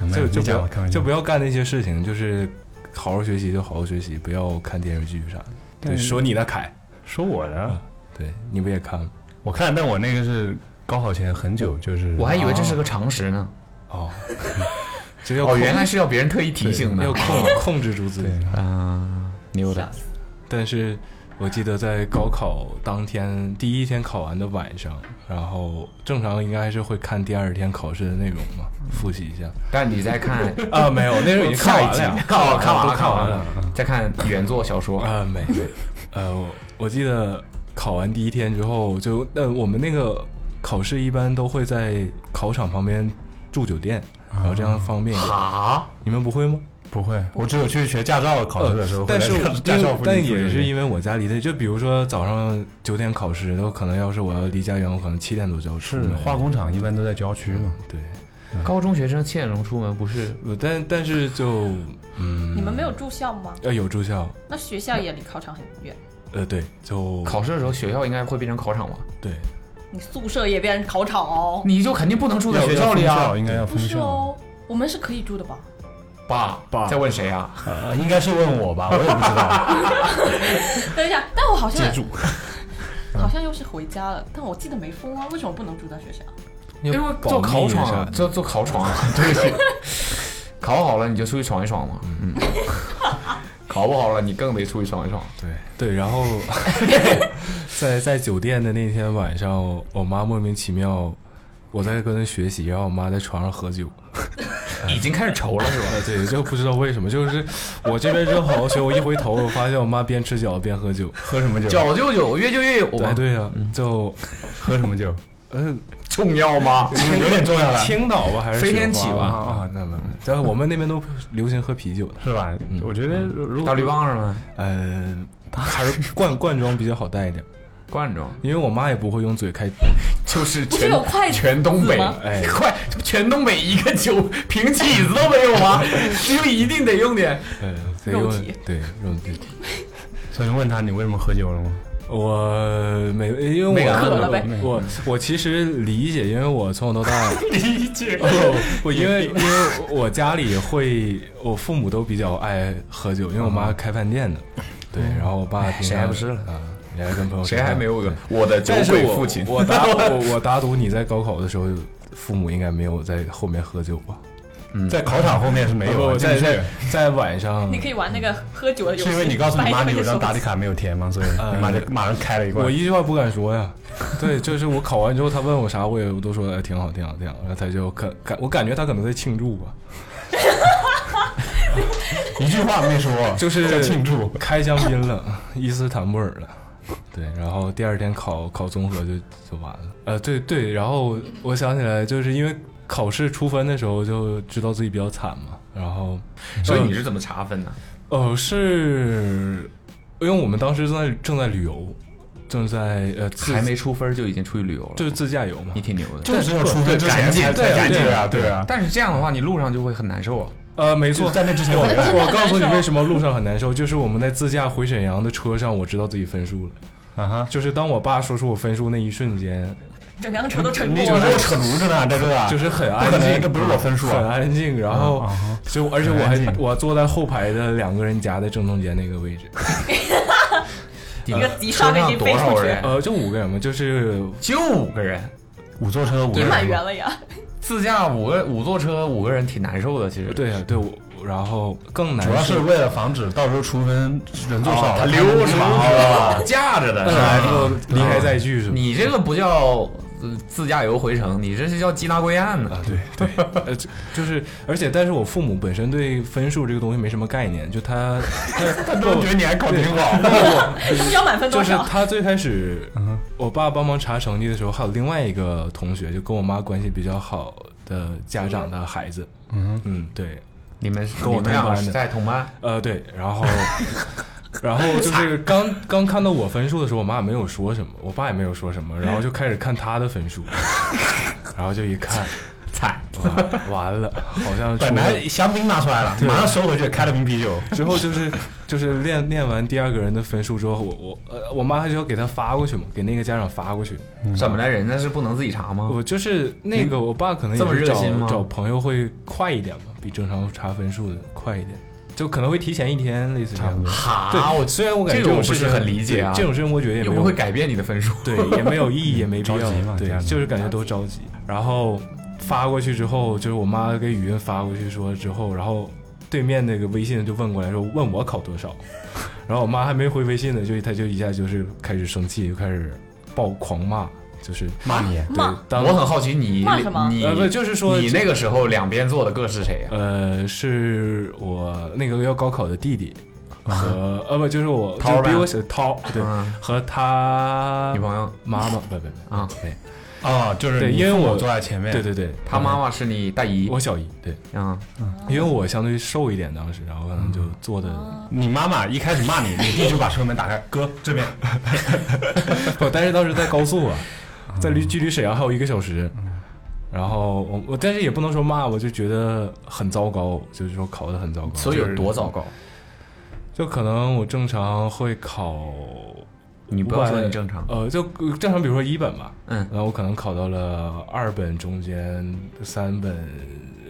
[SPEAKER 3] 没
[SPEAKER 2] 就
[SPEAKER 3] 有你
[SPEAKER 2] 就不
[SPEAKER 3] 讲吧，
[SPEAKER 2] 要
[SPEAKER 3] 开玩笑，
[SPEAKER 2] 就不要干那些事情，就是好好学习就好好学习，不要看电视剧啥的。对，说你的凯，
[SPEAKER 3] 说我的，
[SPEAKER 2] 对，你不也看吗？
[SPEAKER 3] 嗯我看，但我那个是高考前很久，就是
[SPEAKER 4] 我还以为这是个常识呢。
[SPEAKER 2] 哦， 就要
[SPEAKER 4] 哦，
[SPEAKER 2] 控
[SPEAKER 4] 原来是要别人特意提
[SPEAKER 2] 对
[SPEAKER 4] 醒的
[SPEAKER 2] 要。 控控制住自己。
[SPEAKER 4] 啊，牛的。
[SPEAKER 2] 但是我记得在高考当天第一天考完的晚上，然后正常应该还是会看第二天考试的内容嘛，复习一下。
[SPEAKER 4] 但你在看
[SPEAKER 2] 啊，没有，那时候已经看完了呀，
[SPEAKER 4] 看完看完
[SPEAKER 2] 都
[SPEAKER 4] 了，
[SPEAKER 2] 看完了。
[SPEAKER 4] 再看原作小说，
[SPEAKER 2] 啊，没没，呃，我我记得考完第一天之后，就呃，我们那个考试一般都会在考场旁边住酒店，然后这样方便一点。
[SPEAKER 4] 啊，
[SPEAKER 2] 你们不会吗？
[SPEAKER 3] 不会，我只有去学驾照考试的时候会
[SPEAKER 2] 但
[SPEAKER 3] 来
[SPEAKER 2] 是
[SPEAKER 3] 驾，驾
[SPEAKER 2] 因为
[SPEAKER 3] 照附近
[SPEAKER 2] 但
[SPEAKER 3] 住
[SPEAKER 2] 也
[SPEAKER 3] 一
[SPEAKER 2] 是
[SPEAKER 3] 下
[SPEAKER 2] 因为我家离的，就比如说早上九点考试，都可能要是我要离家远，我可能七点多就要出
[SPEAKER 3] 是
[SPEAKER 2] 门。
[SPEAKER 3] 化工厂一般都在郊区嘛，
[SPEAKER 2] 对，
[SPEAKER 4] 高中学生七点钟出门不是？
[SPEAKER 2] 我但但是就嗯，
[SPEAKER 5] 你们没有住校吗？
[SPEAKER 2] 呃有住校，
[SPEAKER 5] 那学校也离考场很远，
[SPEAKER 2] 呃对，就
[SPEAKER 4] 考试的时候学校应该会变成考场吧？
[SPEAKER 2] 对
[SPEAKER 5] 你宿舍也变成考场哦。
[SPEAKER 4] 你就肯定不能住在
[SPEAKER 3] 要
[SPEAKER 4] 学校里
[SPEAKER 3] 要封
[SPEAKER 4] 啊
[SPEAKER 3] 校！应该要
[SPEAKER 5] 不
[SPEAKER 3] 封
[SPEAKER 5] 是
[SPEAKER 3] 校，
[SPEAKER 5] 哦，我们是可以住的吧？
[SPEAKER 4] 爸
[SPEAKER 3] 爸
[SPEAKER 4] 在问谁啊？
[SPEAKER 3] 呃应该是问我吧，我也不知道。
[SPEAKER 5] 等一下，但我好像 好像又是回家了，但我记得没封啊，为什么不能住在学校？
[SPEAKER 4] 因为做考场，啊做做考床， 对不起，考好了你就出去爽一爽嘛，嗯， 考不好了你更得出去爽一爽。
[SPEAKER 2] 对对，然 后在在酒店的那天晚上，我我妈莫名其妙，我在跟她学习，然后我妈在床上喝酒，
[SPEAKER 4] 已经开始愁了是吧？
[SPEAKER 2] 啊 对，就不知道为什么，就是我这边正好好学，我一回头，我发现我妈边吃饺子边喝酒，
[SPEAKER 3] 喝什么酒？
[SPEAKER 4] 脚就有，越就越有
[SPEAKER 2] 哎
[SPEAKER 4] 吧，
[SPEAKER 2] 对呀、就
[SPEAKER 3] 喝什么酒？
[SPEAKER 4] 重要 吗？
[SPEAKER 3] 有点重要了，
[SPEAKER 2] 青岛吧还是
[SPEAKER 4] 飞
[SPEAKER 2] 雪
[SPEAKER 4] 天
[SPEAKER 2] 花
[SPEAKER 4] 起吧
[SPEAKER 2] 啊啊，那没有，但是我们那边都流行喝啤酒的，
[SPEAKER 3] 是吧？我觉得如
[SPEAKER 4] 大
[SPEAKER 3] 果
[SPEAKER 4] 绿棒是吗？
[SPEAKER 2] 嗯、还是罐罐装比较好带一点，
[SPEAKER 4] 罐 装
[SPEAKER 2] 因为我妈也不会用嘴开，
[SPEAKER 4] 就是
[SPEAKER 5] 不是
[SPEAKER 4] 全
[SPEAKER 5] 有筷子
[SPEAKER 4] 全东北
[SPEAKER 5] 吗，
[SPEAKER 2] 哎
[SPEAKER 4] 快全东北一个酒平起子都没有 吗？就一定得用点
[SPEAKER 2] 呃，得用
[SPEAKER 5] 肉体
[SPEAKER 2] 对肉体。
[SPEAKER 3] 所以问他你为什么喝酒了吗？
[SPEAKER 2] 我没，因为我
[SPEAKER 4] 没敢
[SPEAKER 5] 问了呗
[SPEAKER 2] 我我我其实理解，因为我从小到大，
[SPEAKER 4] 理 解。
[SPEAKER 2] 我因为因为我家里会，我父母都比较爱喝酒，因为我妈开饭店的，对，然后我爸平常
[SPEAKER 4] 啊谁还不是了
[SPEAKER 2] 啊？你还跟朋友吃
[SPEAKER 4] 谁
[SPEAKER 2] 饭
[SPEAKER 4] 还没有个我的酒
[SPEAKER 2] 但是
[SPEAKER 4] 鬼
[SPEAKER 2] 我
[SPEAKER 4] 父亲？
[SPEAKER 2] 我打我我打赌你在高考的时候，父母应该没有在后面喝酒吧？
[SPEAKER 3] 在考场后面是没有啊，
[SPEAKER 2] 不在
[SPEAKER 3] 进不去
[SPEAKER 2] 在在晚上
[SPEAKER 5] 你，可以玩那个喝酒的游戏。
[SPEAKER 3] 是因为你告诉你妈
[SPEAKER 5] 白
[SPEAKER 3] 你
[SPEAKER 5] 天
[SPEAKER 3] 有张
[SPEAKER 5] 就
[SPEAKER 3] 答题卡没有填吗？所以你妈就马上开了一罐
[SPEAKER 2] 我。一句话不敢说呀。 对，就是我考完之后，他问我啥，我也我都说哎挺好挺好挺好，然后他就可感我感觉他可能在庆祝吧，
[SPEAKER 3] 一句话没说，
[SPEAKER 2] 就是
[SPEAKER 3] 在庆祝。
[SPEAKER 2] 开香槟了， 伊斯坦布尔了。对，然后第二天考考综合就就完了。呃，对对，然后我想起来，就是因为考试出分的时候就知道自己比较惨嘛，然后
[SPEAKER 4] 所以你是怎么查分的？
[SPEAKER 2] 哦，是因为我们当时正在正在旅游，正在呃自
[SPEAKER 4] 还没出分就已经出去旅游了，
[SPEAKER 2] 就是自驾游嘛
[SPEAKER 4] 你。挺牛的。
[SPEAKER 3] 就是要出分之前
[SPEAKER 4] 赶紧
[SPEAKER 3] 才
[SPEAKER 2] 对啊
[SPEAKER 3] 赶紧
[SPEAKER 2] 对
[SPEAKER 3] 啊，对啊，
[SPEAKER 4] 但是这样的话，你路上就会很难受啊。
[SPEAKER 2] 呃，没错，
[SPEAKER 3] 在那之前
[SPEAKER 2] 我
[SPEAKER 3] 回来
[SPEAKER 2] 我告诉你为什么路上很难受，就是我们在自驾回沈阳的车上，我知道自己分数了。
[SPEAKER 3] 啊哈，
[SPEAKER 2] 就是当我爸说出我分数那一瞬间，
[SPEAKER 5] 整辆车都沉
[SPEAKER 3] 你
[SPEAKER 5] 默
[SPEAKER 3] 怎么
[SPEAKER 5] 了
[SPEAKER 3] 给我。扯犊子呢，大哥？
[SPEAKER 2] 就是很
[SPEAKER 3] 啊不
[SPEAKER 2] 安
[SPEAKER 3] 可能，
[SPEAKER 2] 静，
[SPEAKER 3] 这不是我分数
[SPEAKER 2] 很
[SPEAKER 3] 啊！
[SPEAKER 2] 安静。然后
[SPEAKER 3] 嗯嗯
[SPEAKER 2] 就而且我
[SPEAKER 3] 很安
[SPEAKER 2] 还
[SPEAKER 3] 静
[SPEAKER 2] 我坐在后排的两个人夹在正中间那个位置，
[SPEAKER 4] 一
[SPEAKER 5] 个急刹给你飞出去
[SPEAKER 4] 呃多少
[SPEAKER 3] 哎
[SPEAKER 4] 人？
[SPEAKER 2] 呃，就五个人嘛，就是
[SPEAKER 4] 就五个人，
[SPEAKER 3] 五座车，五
[SPEAKER 5] 你
[SPEAKER 3] 个
[SPEAKER 5] 满
[SPEAKER 3] 人
[SPEAKER 5] 员了呀？
[SPEAKER 4] 自驾五个五座车，五个人挺难受的。其实，
[SPEAKER 2] 对啊，对，我然后更难
[SPEAKER 3] 主要是
[SPEAKER 2] 受
[SPEAKER 3] 为了防止到时候除分人最少
[SPEAKER 4] 哦他
[SPEAKER 3] 了，
[SPEAKER 4] 溜
[SPEAKER 3] 是
[SPEAKER 4] 是
[SPEAKER 3] 吧
[SPEAKER 4] 吧？？架着的，是
[SPEAKER 2] 来之
[SPEAKER 4] 吧
[SPEAKER 3] 啊
[SPEAKER 2] 后离开载具是吧？
[SPEAKER 4] 你这个不叫呃自驾游回程，你这是叫缉拿归案呢。
[SPEAKER 2] 对对，呃，就就是，而且，但是我父母本身对分数这个东西没什么概念，就他他
[SPEAKER 3] 我觉得你还考挺好，
[SPEAKER 5] 你要满分
[SPEAKER 2] 就
[SPEAKER 5] 多
[SPEAKER 2] 是
[SPEAKER 5] 少？
[SPEAKER 2] 他最开始，
[SPEAKER 3] 嗯
[SPEAKER 2] 我爸帮忙查成绩的时候，还有另外一个同学，就跟我妈关系比较好的家长的孩子，嗯对，
[SPEAKER 4] 你们是
[SPEAKER 2] 跟我
[SPEAKER 4] 你们俩
[SPEAKER 2] 同班的
[SPEAKER 4] 是在同班，
[SPEAKER 2] 呃对，然 后，然后就是刚刚看到我分数的时候，我妈也没有说什么，我爸也没有说什么，然后就开始看他的 分数，然后就一看，
[SPEAKER 4] 惨。
[SPEAKER 2] 完完了，好像
[SPEAKER 3] 本
[SPEAKER 2] 出了
[SPEAKER 3] 来香槟拿出来了，马上收回去，开了瓶啤酒。
[SPEAKER 2] 之后就是就是练练完第二个人的分数之后，我我呃我妈还是要给他发过去嘛，给那个家长发过去。
[SPEAKER 4] 怎么了？人家是不能自己查吗？
[SPEAKER 2] 嗯我就是那个我爸可能
[SPEAKER 4] 哦这么
[SPEAKER 2] 也是
[SPEAKER 4] 热
[SPEAKER 2] 找
[SPEAKER 4] 心吗
[SPEAKER 2] 找朋友会快一点嘛，比正常查分数的快一点，就可能会提前一天类似这样的。对
[SPEAKER 4] 啊哈，我
[SPEAKER 2] 虽然我感觉
[SPEAKER 4] 这个我
[SPEAKER 2] 种
[SPEAKER 4] 不
[SPEAKER 2] 事
[SPEAKER 4] 是
[SPEAKER 2] 情
[SPEAKER 4] 很理解啊
[SPEAKER 2] 对这种事情我觉得也没
[SPEAKER 4] 有没有
[SPEAKER 2] 有
[SPEAKER 4] 会改变你的分数？
[SPEAKER 2] 对，也没有意义，也没必
[SPEAKER 3] 着急嘛
[SPEAKER 2] 要，对
[SPEAKER 3] 家，长
[SPEAKER 2] 就是感觉都着急。然后发过去之后，就是我妈给语音发过去说之后，然后对面那个微信就问过来说问我考多少，然后我妈还没回微信呢，就她就一下就是开始生气，就开始暴狂骂，就是
[SPEAKER 3] 骂你，
[SPEAKER 2] 对
[SPEAKER 5] 骂，
[SPEAKER 2] 当
[SPEAKER 4] 我很好奇你
[SPEAKER 5] 骂什么
[SPEAKER 4] 你
[SPEAKER 2] 呃不就是说
[SPEAKER 4] 你那个时候两边坐的各是谁呀？
[SPEAKER 2] 呃是我那个要高考的弟弟。和呃不就是我，
[SPEAKER 4] 啊涛
[SPEAKER 2] 就是比
[SPEAKER 4] 呗
[SPEAKER 2] 我小涛对，
[SPEAKER 4] 嗯
[SPEAKER 2] 和他
[SPEAKER 4] 女朋友
[SPEAKER 2] 妈妈不不不
[SPEAKER 4] 啊哎
[SPEAKER 2] 对
[SPEAKER 3] 啊，就是
[SPEAKER 2] 对
[SPEAKER 3] 你
[SPEAKER 2] 因为
[SPEAKER 3] 父母
[SPEAKER 2] 我
[SPEAKER 3] 坐在前面，
[SPEAKER 2] 对对对，
[SPEAKER 4] 她妈妈是你大姨
[SPEAKER 2] 我小姨对，
[SPEAKER 4] 啊，嗯
[SPEAKER 2] 因为我相对瘦一点，当时，然后可能就坐的，
[SPEAKER 3] 你妈妈一开始骂你，你弟就把车门打开，哥这边，
[SPEAKER 2] 不但是当时在高速啊，在离距离沈阳还有一个小时，
[SPEAKER 4] 嗯
[SPEAKER 2] 然后我我但是也不能说骂，我就觉得很糟糕，就是说考的很糟糕，
[SPEAKER 4] 所以有多
[SPEAKER 2] 糟？
[SPEAKER 4] 糟糕？
[SPEAKER 2] 就可能我正常会考，
[SPEAKER 4] 你不要说你正常，
[SPEAKER 2] 呃，就呃正常，比如说一本吧，
[SPEAKER 4] 嗯
[SPEAKER 2] 然后我可能考到了二本中间三本，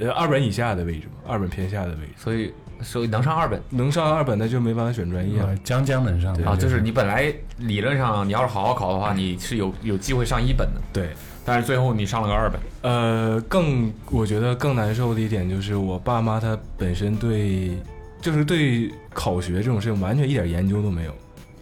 [SPEAKER 2] 呃，二本以下的位置吧，二本偏下的位置，
[SPEAKER 4] 所以所以能上二本
[SPEAKER 2] 能上二本那就没办法选专
[SPEAKER 4] 嗯
[SPEAKER 2] 业了。
[SPEAKER 3] 将将能上
[SPEAKER 4] 啊，就是你本来理论上你要是好好考的话，你是有有机会上一本的，
[SPEAKER 2] 对，
[SPEAKER 4] 但是最后你上了个二本，
[SPEAKER 2] 呃，更我觉得更难受的一点就是我爸妈他本身对，就是对考学这种事情完全一点研究都没有，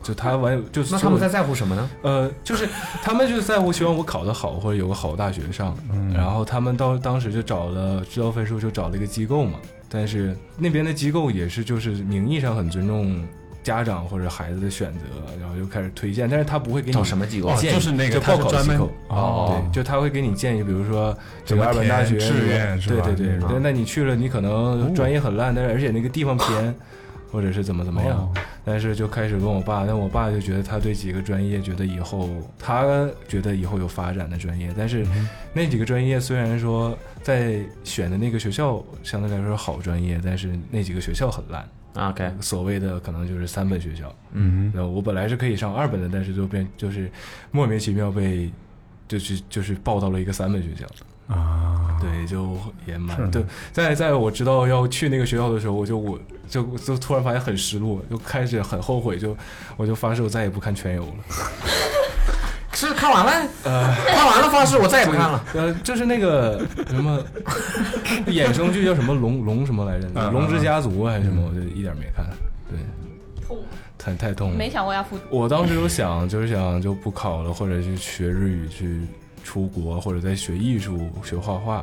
[SPEAKER 2] 就他完就是
[SPEAKER 4] 那他们在在乎什么呢？
[SPEAKER 2] 呃，就是他们就在乎希望我考得好或者有个好大学上，然后他们到当时就找了知道分数就找了一个机构嘛，但是那边的机构也是就是名义上很尊重家长或者孩子的选择，然后就开始推荐，但是他不会给你
[SPEAKER 4] 找什么机构啊
[SPEAKER 3] 哦？
[SPEAKER 2] 建议
[SPEAKER 3] 就是那个
[SPEAKER 2] 就
[SPEAKER 3] 他
[SPEAKER 2] 报
[SPEAKER 3] 是
[SPEAKER 2] 考
[SPEAKER 3] 专
[SPEAKER 2] 机
[SPEAKER 3] 门
[SPEAKER 2] 构
[SPEAKER 4] 哦
[SPEAKER 2] 对，就他会给你建议，比如说这
[SPEAKER 3] 怎么
[SPEAKER 2] 个二本大学
[SPEAKER 3] 填志愿是
[SPEAKER 2] 对
[SPEAKER 3] 吧
[SPEAKER 2] 对对
[SPEAKER 3] 那种
[SPEAKER 2] 对，那你去了，你可能专业很烂，但是而且那个地方偏，或者是怎么怎么样
[SPEAKER 3] 哦，
[SPEAKER 2] 但是就开始问我爸，但我爸就觉得他对几个专业觉得以后他觉得以后有发展的专业，但是那几个专业虽然说在选的那个学校相对来说是好专业，但是那几个学校很烂，
[SPEAKER 4] 啊 OK，
[SPEAKER 2] 所谓的可能就是三本学校。
[SPEAKER 4] 嗯，
[SPEAKER 2] 那我本来是可以上二本的，但是就变就是莫名其妙被就是就是报到了一个三本学校，
[SPEAKER 3] 啊，
[SPEAKER 2] 对，就也蛮
[SPEAKER 3] 是
[SPEAKER 2] 对。在在我知道要去那个学校的时候，我就我就就突然发现很失落，就开始很后悔，就我就发誓我再也不看全游了。
[SPEAKER 4] 是看完了，看完了发誓我再也不看了。
[SPEAKER 2] 呃，就是那个什 么衍生剧叫什么龙龙什么来着？
[SPEAKER 3] 嗯
[SPEAKER 2] 龙之家族啊还是什么？我就一点没看，对，
[SPEAKER 5] 痛，
[SPEAKER 2] 太太痛了。
[SPEAKER 5] 没想过要复
[SPEAKER 2] 我当时有想，就是想就不考了，或者去学日语，去出国，或者在学艺术、学画画。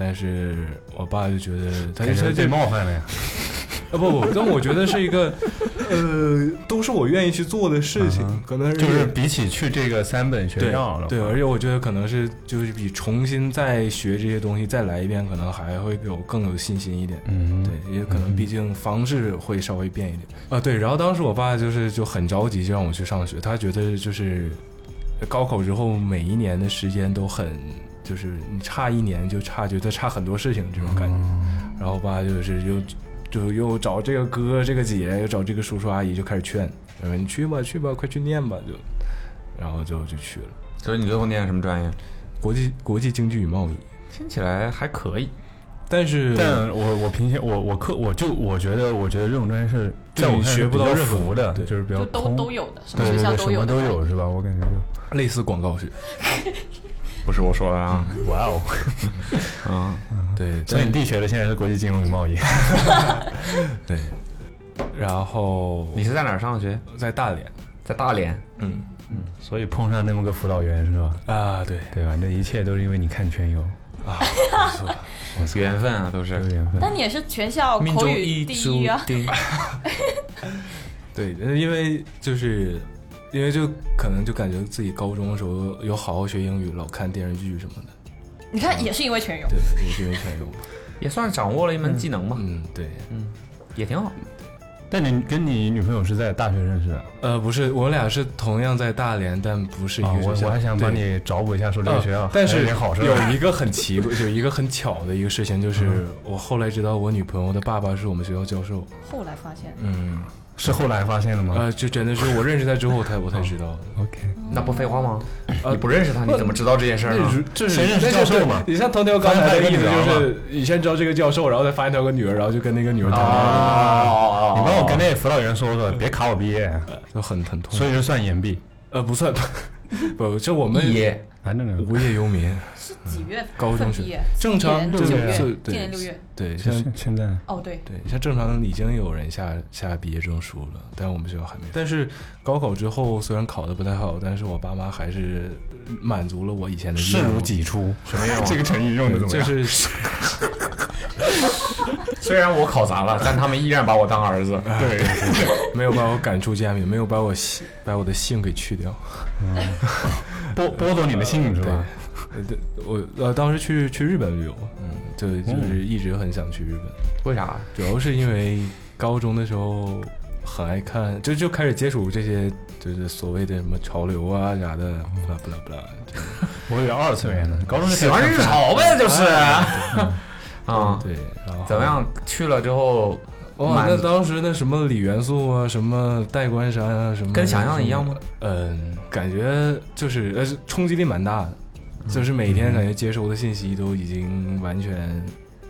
[SPEAKER 2] 但是我爸就觉得他
[SPEAKER 3] 感觉
[SPEAKER 2] 他
[SPEAKER 3] 被
[SPEAKER 2] 这啊呃
[SPEAKER 3] 冒犯了呀。
[SPEAKER 2] 不不，但我觉得是一个， 呃，都是我愿意去做的事情，可能
[SPEAKER 3] 就是比起去这个三本学
[SPEAKER 2] 对
[SPEAKER 3] 校了，
[SPEAKER 2] 对，而且我觉得可能是就是比重新再学这些东西再来一遍，可能还会有更有信心一点。
[SPEAKER 3] 嗯，
[SPEAKER 2] 对，也可能毕竟方式会稍微变一点啊。对，然后当时我爸就是就很着急，就让我去上学，他觉得就是高考之后每一年的时间都很，就是你差一年就差，觉得差很多事情这种感觉。
[SPEAKER 3] 嗯
[SPEAKER 2] 然后我爸就是又就又找这个哥这个姐，又找这个叔叔阿姨，就开始劝，说你去吧去吧，快去念吧就，然后就就去了。
[SPEAKER 4] 所以你最后念什么专业？
[SPEAKER 2] 国际国际经济与贸易，
[SPEAKER 4] 听起来还可以。
[SPEAKER 2] 但是，
[SPEAKER 3] 但我我平时我我课我就我觉得我觉得这种专业是
[SPEAKER 2] 对
[SPEAKER 3] 在我
[SPEAKER 2] 你
[SPEAKER 3] 看来
[SPEAKER 2] 学
[SPEAKER 3] 是
[SPEAKER 2] 不
[SPEAKER 3] 比
[SPEAKER 2] 到
[SPEAKER 3] 较
[SPEAKER 2] 任何
[SPEAKER 3] 服的，
[SPEAKER 2] 对
[SPEAKER 3] 就是比较
[SPEAKER 5] 就都
[SPEAKER 3] 通
[SPEAKER 5] 都有的，什么
[SPEAKER 3] 对
[SPEAKER 5] 学
[SPEAKER 3] 对
[SPEAKER 5] 校
[SPEAKER 3] 对，
[SPEAKER 5] 都
[SPEAKER 3] 什
[SPEAKER 5] 有
[SPEAKER 3] 么
[SPEAKER 5] 的
[SPEAKER 3] 都有是吧？我感觉就
[SPEAKER 2] 类似广告学，
[SPEAKER 4] 不是我说的啊，
[SPEAKER 3] 哇哦！
[SPEAKER 4] 嗯，
[SPEAKER 2] 对，
[SPEAKER 3] 所以
[SPEAKER 2] 但
[SPEAKER 3] 你弟学的现在是国际金融与贸 易，
[SPEAKER 2] 对。然后
[SPEAKER 4] 你是在哪儿上的学？
[SPEAKER 2] 在大连，
[SPEAKER 4] 在大连。
[SPEAKER 2] 嗯
[SPEAKER 3] 所以碰上那么个辅导员是吧？
[SPEAKER 2] 啊，对
[SPEAKER 3] 对吧？这一切都是因为你看全游，
[SPEAKER 2] 啊，不错，
[SPEAKER 4] 缘分啊，都
[SPEAKER 3] 都是
[SPEAKER 4] 是。
[SPEAKER 3] 缘分。
[SPEAKER 5] 但你也是全校
[SPEAKER 4] 命
[SPEAKER 5] 哦口
[SPEAKER 4] 中
[SPEAKER 5] 语
[SPEAKER 4] 已
[SPEAKER 5] 第
[SPEAKER 4] 注
[SPEAKER 5] 一啊，
[SPEAKER 4] 定。
[SPEAKER 2] 对，因为就是因为就可能就感觉自己高中的时候有好好学英语，老看电视剧什么的，
[SPEAKER 5] 你看也是因为全游，
[SPEAKER 2] 对，也是因为全游，
[SPEAKER 4] 也算掌握了一门技能吧，
[SPEAKER 2] 嗯，对，
[SPEAKER 4] 也挺好。
[SPEAKER 3] 但你跟你女朋友是在大学认识的啊？
[SPEAKER 2] 呃，不是，我们俩是同样在大连，但不是一个
[SPEAKER 3] 哦我
[SPEAKER 2] 学校。
[SPEAKER 3] 我还想
[SPEAKER 2] 对呃
[SPEAKER 3] 帮你找补一下，说这个学校
[SPEAKER 2] 但
[SPEAKER 3] 还
[SPEAKER 2] 是
[SPEAKER 3] 有点好事儿。
[SPEAKER 2] 有一个很奇 怪，有一个很巧的一个事情，就是
[SPEAKER 3] 嗯
[SPEAKER 2] 我后来知道我女朋友的爸爸是我们学校教授。
[SPEAKER 5] 后来发现
[SPEAKER 2] 嗯，
[SPEAKER 3] 是后来发现的吗
[SPEAKER 2] 呃，就真的是我认识他之后，我才我才知道的。
[SPEAKER 3] ？OK，
[SPEAKER 4] 那不废话吗？
[SPEAKER 2] 呃
[SPEAKER 4] 你不认识他，你怎么知道这件事儿
[SPEAKER 3] 啊
[SPEAKER 4] 呢？
[SPEAKER 2] 这
[SPEAKER 3] 谁认识教授嘛
[SPEAKER 2] 你像头条刚才那个意思
[SPEAKER 3] 发现
[SPEAKER 2] 就
[SPEAKER 3] 他有个
[SPEAKER 2] 是，你先知道这个教授，然后再发现他有个女儿，然后就跟那个女儿谈恋爱，啊
[SPEAKER 4] 哦
[SPEAKER 3] 啊你帮我跟那辅导员说说，别卡我毕业，
[SPEAKER 2] 就很很痛。
[SPEAKER 3] 所以就算延毕。
[SPEAKER 2] 呃，不算， 不，就我们
[SPEAKER 4] 一爷，
[SPEAKER 3] 反正
[SPEAKER 2] 无业游民，
[SPEAKER 5] 是几月
[SPEAKER 2] 高
[SPEAKER 5] 份
[SPEAKER 2] 中
[SPEAKER 5] 毕
[SPEAKER 2] 学
[SPEAKER 5] 业？
[SPEAKER 2] 正常
[SPEAKER 5] 今
[SPEAKER 2] 就就
[SPEAKER 3] 对
[SPEAKER 5] 年九月，今
[SPEAKER 2] 对
[SPEAKER 5] 年六月。
[SPEAKER 2] 对，像
[SPEAKER 3] 现现在
[SPEAKER 5] 哦，对，
[SPEAKER 2] 对，像正常已经有人下下毕业证书了，但是我们学校还没。但是高考之后虽然考得不太好，但是我爸妈还是满足了我以前的
[SPEAKER 3] 视
[SPEAKER 2] 愿
[SPEAKER 3] 如
[SPEAKER 2] 望
[SPEAKER 3] 己出，
[SPEAKER 4] 什么愿望？
[SPEAKER 3] 这个成语用的怎么
[SPEAKER 2] 就
[SPEAKER 3] 样？
[SPEAKER 2] 是
[SPEAKER 4] 虽然我考砸了，但他们依然把我当儿子。
[SPEAKER 2] 哎
[SPEAKER 3] 对，
[SPEAKER 2] 没有把我赶出家门，没有把我姓把我的姓给去掉。
[SPEAKER 3] 剥剥夺你的性是
[SPEAKER 2] 对
[SPEAKER 3] 吧？，
[SPEAKER 2] 呃对我呃当时去去日本旅游，嗯，
[SPEAKER 4] 哦
[SPEAKER 2] 对，就是一直很想去日本，
[SPEAKER 4] 为啥？
[SPEAKER 2] 主要是因为高中的时候很爱看，就就开始接触这些就是所谓的什么潮流啊啥的，
[SPEAKER 4] 嗯
[SPEAKER 2] 不啦不啦不啦。
[SPEAKER 3] 我有二次元的，高中就
[SPEAKER 4] 喜欢日潮呗， 就是。啊，
[SPEAKER 2] 对，然后
[SPEAKER 4] 怎么样？去了之后，
[SPEAKER 2] 哇，
[SPEAKER 4] 满
[SPEAKER 2] 那当时那什么李元素啊，什么戴冠山啊，什么
[SPEAKER 4] 跟想象的一样吗？
[SPEAKER 2] 嗯，感觉就是呃，冲击力蛮大的，
[SPEAKER 4] 嗯
[SPEAKER 2] 就是每天感觉接收的信息都已经完全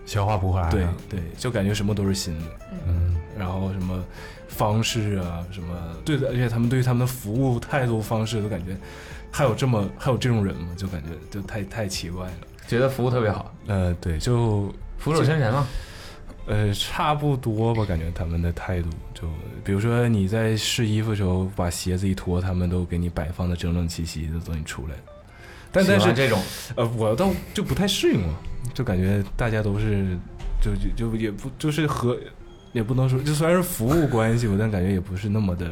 [SPEAKER 3] 消化不回啊来。
[SPEAKER 2] 对对，就感觉什么都是新的，哎嗯，然后什么方式啊，什么对的，而且他们对于他们的服务态度方式都感觉还有这么还有这种人吗？就感觉就太太奇怪了。
[SPEAKER 4] 觉得服务特别好，
[SPEAKER 2] 呃，对，就
[SPEAKER 4] 俯首称臣嘛。
[SPEAKER 2] 呃，差不多吧，感觉他们的态度就，比如说你在试衣服的时候，把鞋子一脱，他们都给你摆放的整整齐齐的，等你出来了。但但
[SPEAKER 4] 喜欢
[SPEAKER 2] 是
[SPEAKER 4] 这种
[SPEAKER 2] 呃，我倒就不太适应了，就感觉大家都是，就就就也不就是和，也不能说，就虽然是服务关系吧，但感觉也不是那么的，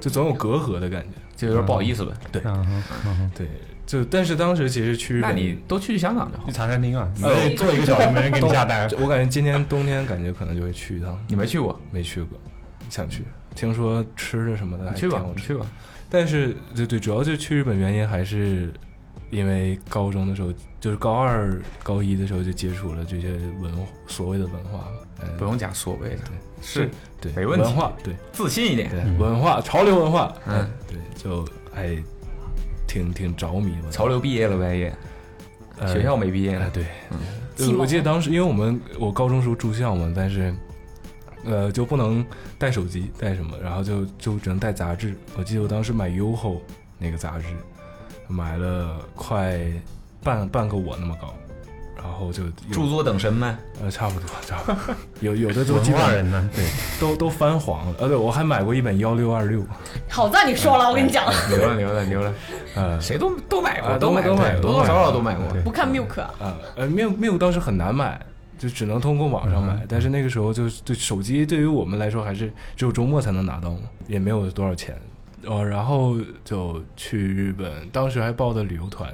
[SPEAKER 2] 就总有隔阂的感觉。
[SPEAKER 4] 就有点不好意思呗。
[SPEAKER 3] 嗯哼，嗯哼，
[SPEAKER 2] 对，就但是当时其实去日
[SPEAKER 4] 那
[SPEAKER 2] 本，
[SPEAKER 4] 你都去香港就好
[SPEAKER 3] 去。茶餐厅啊，你
[SPEAKER 2] 呃
[SPEAKER 3] 得坐一个小时没人给你下单。
[SPEAKER 2] 我感觉今年冬天感觉可能就会去一趟，
[SPEAKER 4] 你没去过，
[SPEAKER 2] 没去过，想去。听说吃的什么的还
[SPEAKER 4] 你去
[SPEAKER 2] 哎挺
[SPEAKER 4] 吧，
[SPEAKER 2] 好
[SPEAKER 4] 你
[SPEAKER 2] 吃，
[SPEAKER 4] 去吧。
[SPEAKER 2] 但是对对，主要就去日本原因还是因为高中的时候，就是高二、高一的时候就接触了这些文化所谓的文化嘛，呃
[SPEAKER 4] 不用讲所谓的，是
[SPEAKER 2] 对
[SPEAKER 4] 没问题
[SPEAKER 2] 文化，对
[SPEAKER 4] 自信一点。
[SPEAKER 2] 对文化潮流文化，
[SPEAKER 4] 嗯
[SPEAKER 2] 嗯，对，就还挺挺着迷吧，
[SPEAKER 4] 潮流毕业了呗也，
[SPEAKER 2] 呃
[SPEAKER 4] 学校嗯没毕业
[SPEAKER 2] 啊
[SPEAKER 4] 呢，
[SPEAKER 2] 对，
[SPEAKER 5] 启
[SPEAKER 2] 呃我
[SPEAKER 5] 蒙
[SPEAKER 2] 记得当时因为我们我高中时候住校嘛，但是。呃，就不能带手机，带什么，然后就就只能带杂志。我记得我当时买 YOHO 那个杂志，买了快半半个我那么高，然后就有
[SPEAKER 4] 著作等身呗。
[SPEAKER 2] 呃差不多差不多， 有有的都
[SPEAKER 3] 文
[SPEAKER 2] 基
[SPEAKER 3] 化
[SPEAKER 2] 本
[SPEAKER 3] 人呢？
[SPEAKER 2] 对都都翻黄了。呃，对我还买过一本幺六二六，
[SPEAKER 5] 好在你说了，我跟你讲，
[SPEAKER 2] 嗯
[SPEAKER 4] 留了留了留了，
[SPEAKER 2] 呃，
[SPEAKER 4] 谁都都买过，
[SPEAKER 2] 啊都
[SPEAKER 4] 买
[SPEAKER 2] 都买过
[SPEAKER 4] 过，多多少少都买过。
[SPEAKER 5] 不看 milk 啊，
[SPEAKER 2] 啊，呃，Miu Miu 当时很难买，就只能通过网上买。但是那个时候就是对手机对于我们来说还是只有周末才能拿到嘛，也没有多少钱。呃，然后就去日本，当时还报的旅游团，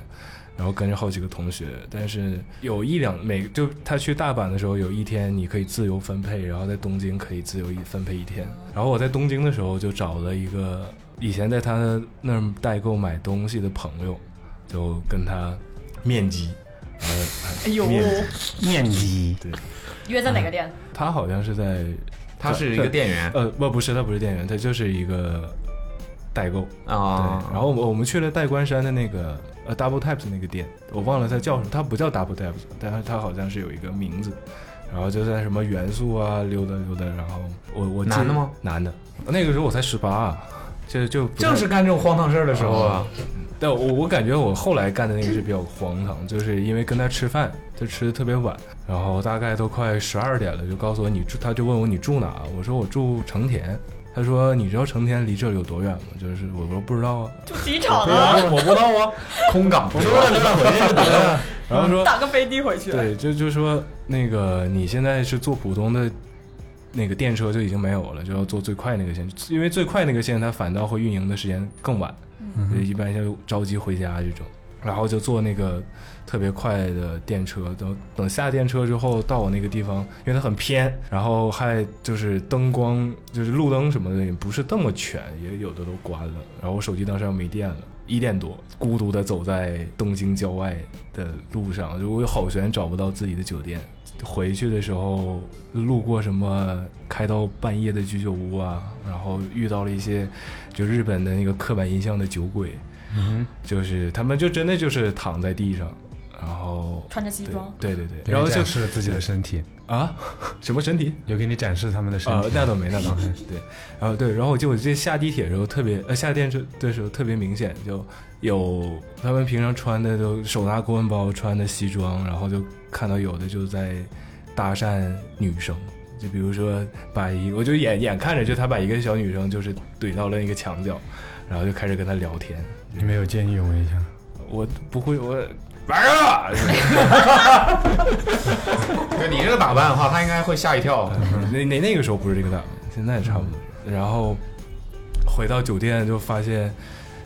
[SPEAKER 2] 然后跟着好几个同学。但是有一两每就他去大阪的时候，有一天你可以自由分配，然后在东京可以自由一分配一天。然后我在东京的时候就找了一个以前在他那儿代购买东西的朋友，就跟他面基。呃
[SPEAKER 5] 哎呦，
[SPEAKER 3] 面基
[SPEAKER 5] 约在哪个店？
[SPEAKER 2] 他好像是在，
[SPEAKER 4] 他是一个店员，
[SPEAKER 2] 呃，不，不是，他不是店员，他就是一个代购
[SPEAKER 4] 啊
[SPEAKER 2] 对，然后我们我们去了代官山的那个呃 Double Taps 那个店，我忘了它叫什么，它不叫 Double Taps，但是它好像是有一个名字。然后就在什么元素啊溜达溜达，然后我我记得
[SPEAKER 4] 男的吗？
[SPEAKER 2] 男的，那个时候我才十八、啊就就不太
[SPEAKER 4] 正是干这种荒唐事儿的时候啊。
[SPEAKER 2] 但我我感觉我后来干的那个是比较荒唐，就是因为跟他吃饭，就吃的特别晚，然后大概都快十二点了，就告诉我你住，他就问我你住哪，我说我住成田，他说你知道成田离这里有多远吗？就是我说不知道啊，
[SPEAKER 5] 就机场
[SPEAKER 2] 我
[SPEAKER 5] 了，
[SPEAKER 2] 说我不知道啊，空港不知道，然后说
[SPEAKER 5] 打个飞的回去。
[SPEAKER 2] 啊对，就就说那个你现在是坐普通的那个电车就已经没有了，就要坐最快那个线，因为最快那个线它反倒会运营的时间更晚，所以一般就着急回家这种，然后就坐那个特别快的电车，等等下电车之后到我那个地方，因为它很偏，然后还就是灯光就是路灯什么的也不是那么全，也有的都关了，然后我手机当时要没电了。一点多，孤独的走在东京郊外的路上，就我有好悬找不到自己的酒店。回去的时候路过什么开到半夜的居酒屋啊，然后遇到了一些就日本的那个刻板印象的酒鬼，
[SPEAKER 4] 嗯，
[SPEAKER 2] 就是他们就真的就是躺在地上，然后
[SPEAKER 5] 穿着西装，
[SPEAKER 2] 对对对对，然
[SPEAKER 3] 然后
[SPEAKER 2] 后就
[SPEAKER 3] 展示了自己的身体，
[SPEAKER 2] 啊什么身体。
[SPEAKER 3] 有给你展示他们的身
[SPEAKER 2] 啊、
[SPEAKER 3] 体。
[SPEAKER 2] 那倒没，那倒没。对，然后对，然后我记得我记得下地铁的时候特别，呃，下电车的时候特别明显，就有他们平常穿的都手拿公文包，穿的西装，然后就看到有的就在搭讪女生，就比如说把一，我就眼眼看着就他把一个小女生就是怼到了一个墙角，然后就开始跟她聊天，
[SPEAKER 3] 你没有见义勇为一下？
[SPEAKER 2] 我不会，我玩儿啊！
[SPEAKER 4] 对你这个打扮的话，他应该会吓一 跳。
[SPEAKER 2] 那那那个时候不是这个档，现在也差不多。然后回到酒店就发现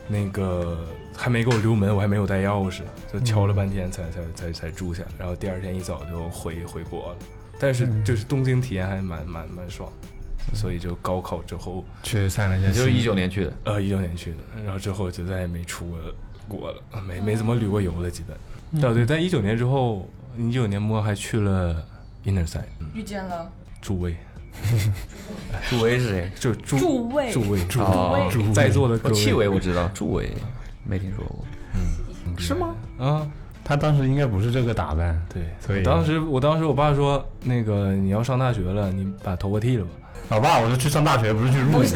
[SPEAKER 2] 那个还没给我留门，我还没有带钥匙，就敲了半天才、才才才住下。然后第二天一早就回回国了，但是就是东京体验还蛮蛮蛮爽，所以就高考之后，
[SPEAKER 3] 去散了一下
[SPEAKER 4] 也
[SPEAKER 3] 心，
[SPEAKER 4] 就是一九年去的，
[SPEAKER 2] 呃一九年去的，然后之后就再也没出过国了，没没怎么旅过游了，基本。啊对对，但一九年之后，一九年末还去了 Inner Side，嗯，
[SPEAKER 5] 遇见了
[SPEAKER 2] 诸位。
[SPEAKER 4] 祝威是谁？
[SPEAKER 2] 就是诸
[SPEAKER 5] 诸位
[SPEAKER 2] 诸位啊诸
[SPEAKER 4] 哦
[SPEAKER 2] 位，在座的各
[SPEAKER 4] 我
[SPEAKER 2] 位，
[SPEAKER 4] 戚薇我知道，祝威没听说过。
[SPEAKER 5] 是吗？
[SPEAKER 2] 啊，
[SPEAKER 3] 他当时应该不是这个打扮，
[SPEAKER 2] 对，
[SPEAKER 3] 所以
[SPEAKER 2] 我当时我当时我爸说，那个你要上大学了，你把头发剃了吧，
[SPEAKER 3] 老爸，我是去上大学，不是去入营。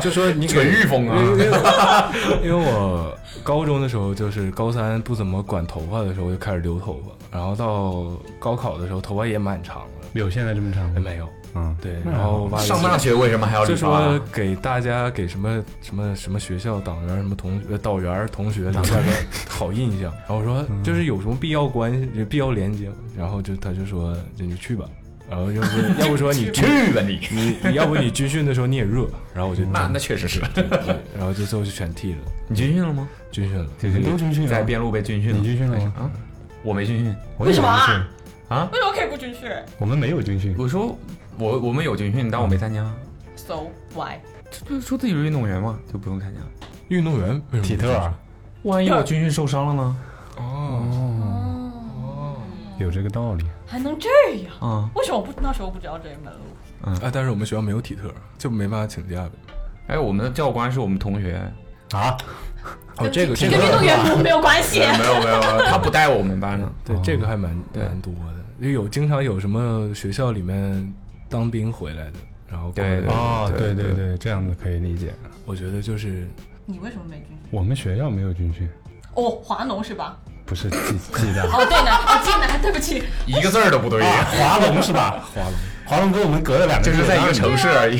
[SPEAKER 2] 就说你
[SPEAKER 4] 纯欲风啊！
[SPEAKER 2] 因为我高中的时候就是高三不怎么管头发的时候就开始留头发，然后到高考的时候头发也蛮长了，
[SPEAKER 3] 有现在这么长
[SPEAKER 2] 哎
[SPEAKER 3] 吗？
[SPEAKER 2] 没有，
[SPEAKER 3] 嗯，
[SPEAKER 2] 对，然后我爸就
[SPEAKER 4] 上大学为什么还要啊理
[SPEAKER 2] 就
[SPEAKER 4] 发
[SPEAKER 2] 说给大家给什么什么什么学校党员什么同呃导员同学留下个 好印象。然后我说
[SPEAKER 4] 嗯
[SPEAKER 2] 就是有什么必要关系有必要连接吗，然后就他就说就你去吧，然后就是 要不说你军
[SPEAKER 4] 去吧你！
[SPEAKER 2] 你你要不你军训的时候你也热，然后我就
[SPEAKER 4] 那那确实是，
[SPEAKER 2] 对然后就最后就全剃了
[SPEAKER 4] 你军训了吗？
[SPEAKER 2] 军训了。
[SPEAKER 3] 姐姐都军训了，
[SPEAKER 4] 在边路被军训啊了？
[SPEAKER 3] 你军训了吗
[SPEAKER 4] 啊？我没军训
[SPEAKER 3] 我也
[SPEAKER 5] 为什么啊
[SPEAKER 3] 军训
[SPEAKER 4] 啊！
[SPEAKER 5] 为什么可以不军训
[SPEAKER 3] 我们没有军训，
[SPEAKER 4] 我说我我们有军训，但我没参加。
[SPEAKER 5] ？So why？
[SPEAKER 4] 不是说自己是运动员吗？就不用参加。
[SPEAKER 2] 运动员为什么
[SPEAKER 3] 体特儿
[SPEAKER 4] 万一我军训受伤了呢？哦
[SPEAKER 3] 哦
[SPEAKER 5] 哦
[SPEAKER 3] 有这个道理。
[SPEAKER 5] 还能这样？
[SPEAKER 4] 啊，
[SPEAKER 5] 为什么我不那时候不知道这一门路？
[SPEAKER 2] 啊？但是我们学校没有体特，就没办法请假了。
[SPEAKER 4] 哎，我们的教官是我们同学，
[SPEAKER 3] 啊，
[SPEAKER 2] 哦，这个嗯这
[SPEAKER 5] 跟运动
[SPEAKER 2] 个
[SPEAKER 5] 员没有关系。
[SPEAKER 4] 没有没有，没有他不带我们 班的。
[SPEAKER 2] 对这个还蛮
[SPEAKER 4] 哦对
[SPEAKER 2] 蛮多的，就有经常有什么学校里面当兵回来的，然后过来
[SPEAKER 4] 对对
[SPEAKER 3] 哦，对
[SPEAKER 4] 对对
[SPEAKER 3] 对对，这样子可以理解。
[SPEAKER 2] 我觉得就是
[SPEAKER 5] 你为什么没军训？
[SPEAKER 3] 我们学校没有军训，
[SPEAKER 5] 哦，华农是吧？
[SPEAKER 3] 不是 记记 得
[SPEAKER 5] 哦，对呢，我记得，对不起，
[SPEAKER 4] 一个字儿都不对，
[SPEAKER 3] 华龙是吧？华龙，华龙跟我们隔了两个
[SPEAKER 4] 就
[SPEAKER 3] 月，
[SPEAKER 4] 是在一个城市而已。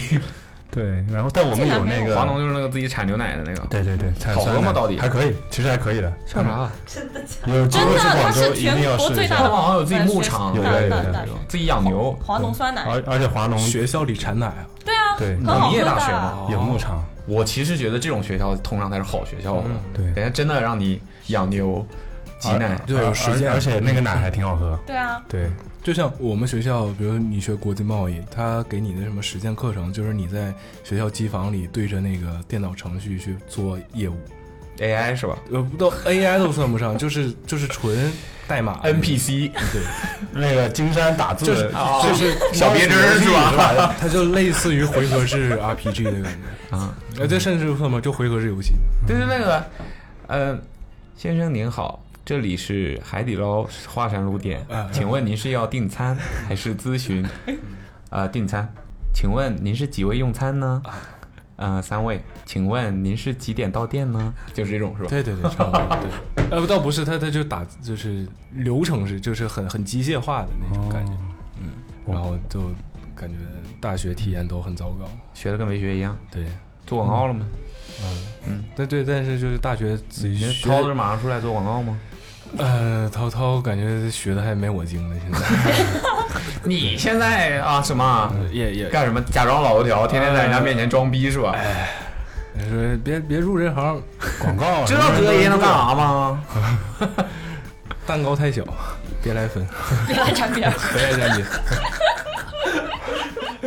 [SPEAKER 3] 对，然后但我们有那个
[SPEAKER 4] 华农就是那个自己产牛奶的那个，
[SPEAKER 3] 对对对，产
[SPEAKER 4] 好
[SPEAKER 3] 酸
[SPEAKER 4] 喝吗
[SPEAKER 3] 奶
[SPEAKER 4] 到底
[SPEAKER 3] 还可以，其实还可以的。
[SPEAKER 4] 叫啥？
[SPEAKER 3] 有机
[SPEAKER 5] 真
[SPEAKER 3] 会
[SPEAKER 5] 的，
[SPEAKER 3] 去
[SPEAKER 5] 他
[SPEAKER 3] 广州
[SPEAKER 5] 是
[SPEAKER 3] 一定
[SPEAKER 5] 全
[SPEAKER 3] 要
[SPEAKER 5] 国
[SPEAKER 3] 试一
[SPEAKER 5] 最大
[SPEAKER 3] 下
[SPEAKER 4] 他
[SPEAKER 5] 的。
[SPEAKER 4] 们好像有自己牧场啊
[SPEAKER 5] 大
[SPEAKER 3] 有的有
[SPEAKER 5] 大
[SPEAKER 3] 的
[SPEAKER 5] 大学
[SPEAKER 4] 自己养牛。
[SPEAKER 5] 华农酸
[SPEAKER 2] 嗯
[SPEAKER 5] 奶，
[SPEAKER 3] 而而且华农
[SPEAKER 2] 学校里产奶啊，
[SPEAKER 5] 对啊，
[SPEAKER 3] 对
[SPEAKER 5] 很好
[SPEAKER 4] 农业
[SPEAKER 5] 喝
[SPEAKER 4] 大学
[SPEAKER 5] 的
[SPEAKER 4] 嘛。
[SPEAKER 3] 有牧场，
[SPEAKER 4] 我其实觉得这种学校通常才是好学校的，
[SPEAKER 3] 对
[SPEAKER 4] 人家真的让你养牛、挤
[SPEAKER 3] 啊
[SPEAKER 4] 奶，
[SPEAKER 2] 对，有实践
[SPEAKER 3] 而。且那个奶还挺好喝。
[SPEAKER 5] 对啊，
[SPEAKER 3] 对，
[SPEAKER 2] 就像我们学校，比如你学国际贸易，他给你的什么实践课程，就是你在学校机房里对着那个电脑程序去做业务，
[SPEAKER 4] AI 是吧？
[SPEAKER 2] 呃，不都 AI 都算不上，就是就是纯代
[SPEAKER 3] 啊
[SPEAKER 2] 码
[SPEAKER 7] NPC
[SPEAKER 2] 对，
[SPEAKER 3] 那个金山打字
[SPEAKER 2] 就是 就是
[SPEAKER 4] 小别针儿是吧？
[SPEAKER 2] 吧？ 它就类似于回合式 RPG 的感觉
[SPEAKER 4] 啊，
[SPEAKER 2] 呃，这甚至算吗？就回合式游戏，
[SPEAKER 4] 就是那个，呃，先生您好，这里是海底捞华山路店，
[SPEAKER 2] 啊
[SPEAKER 4] 请问您是要订餐还是 咨询？啊、订餐，请问您是几位用餐呢？呃，三位，请问您是几点到店呢？就是这种是吧？
[SPEAKER 2] 对对对，差不多对。呃，倒不是，它它就打就是流程是就是很很机械化的那种感觉，
[SPEAKER 4] 哦
[SPEAKER 2] 嗯，然后就感觉大学体验都很糟糕，
[SPEAKER 4] 学的跟没学一样，
[SPEAKER 2] 对。
[SPEAKER 4] 做广告了吗？
[SPEAKER 2] 嗯但对，但是就是大学自己
[SPEAKER 4] 你
[SPEAKER 2] 学，
[SPEAKER 4] 涛子马上出来做广告吗？
[SPEAKER 2] 呃，涛涛感觉学的还没我精呢，现在
[SPEAKER 4] 你现在啊什么啊
[SPEAKER 2] 嗯也也哎
[SPEAKER 4] 干什么？假装老油条，天天在人家面前装逼是吧？
[SPEAKER 2] 说别别入这行，
[SPEAKER 3] 广告，啊
[SPEAKER 4] 知道哥爷能干啥吗？
[SPEAKER 2] 嗯蛋糕太小，别来分，
[SPEAKER 5] 别来沾边儿。
[SPEAKER 2] 别来沾边。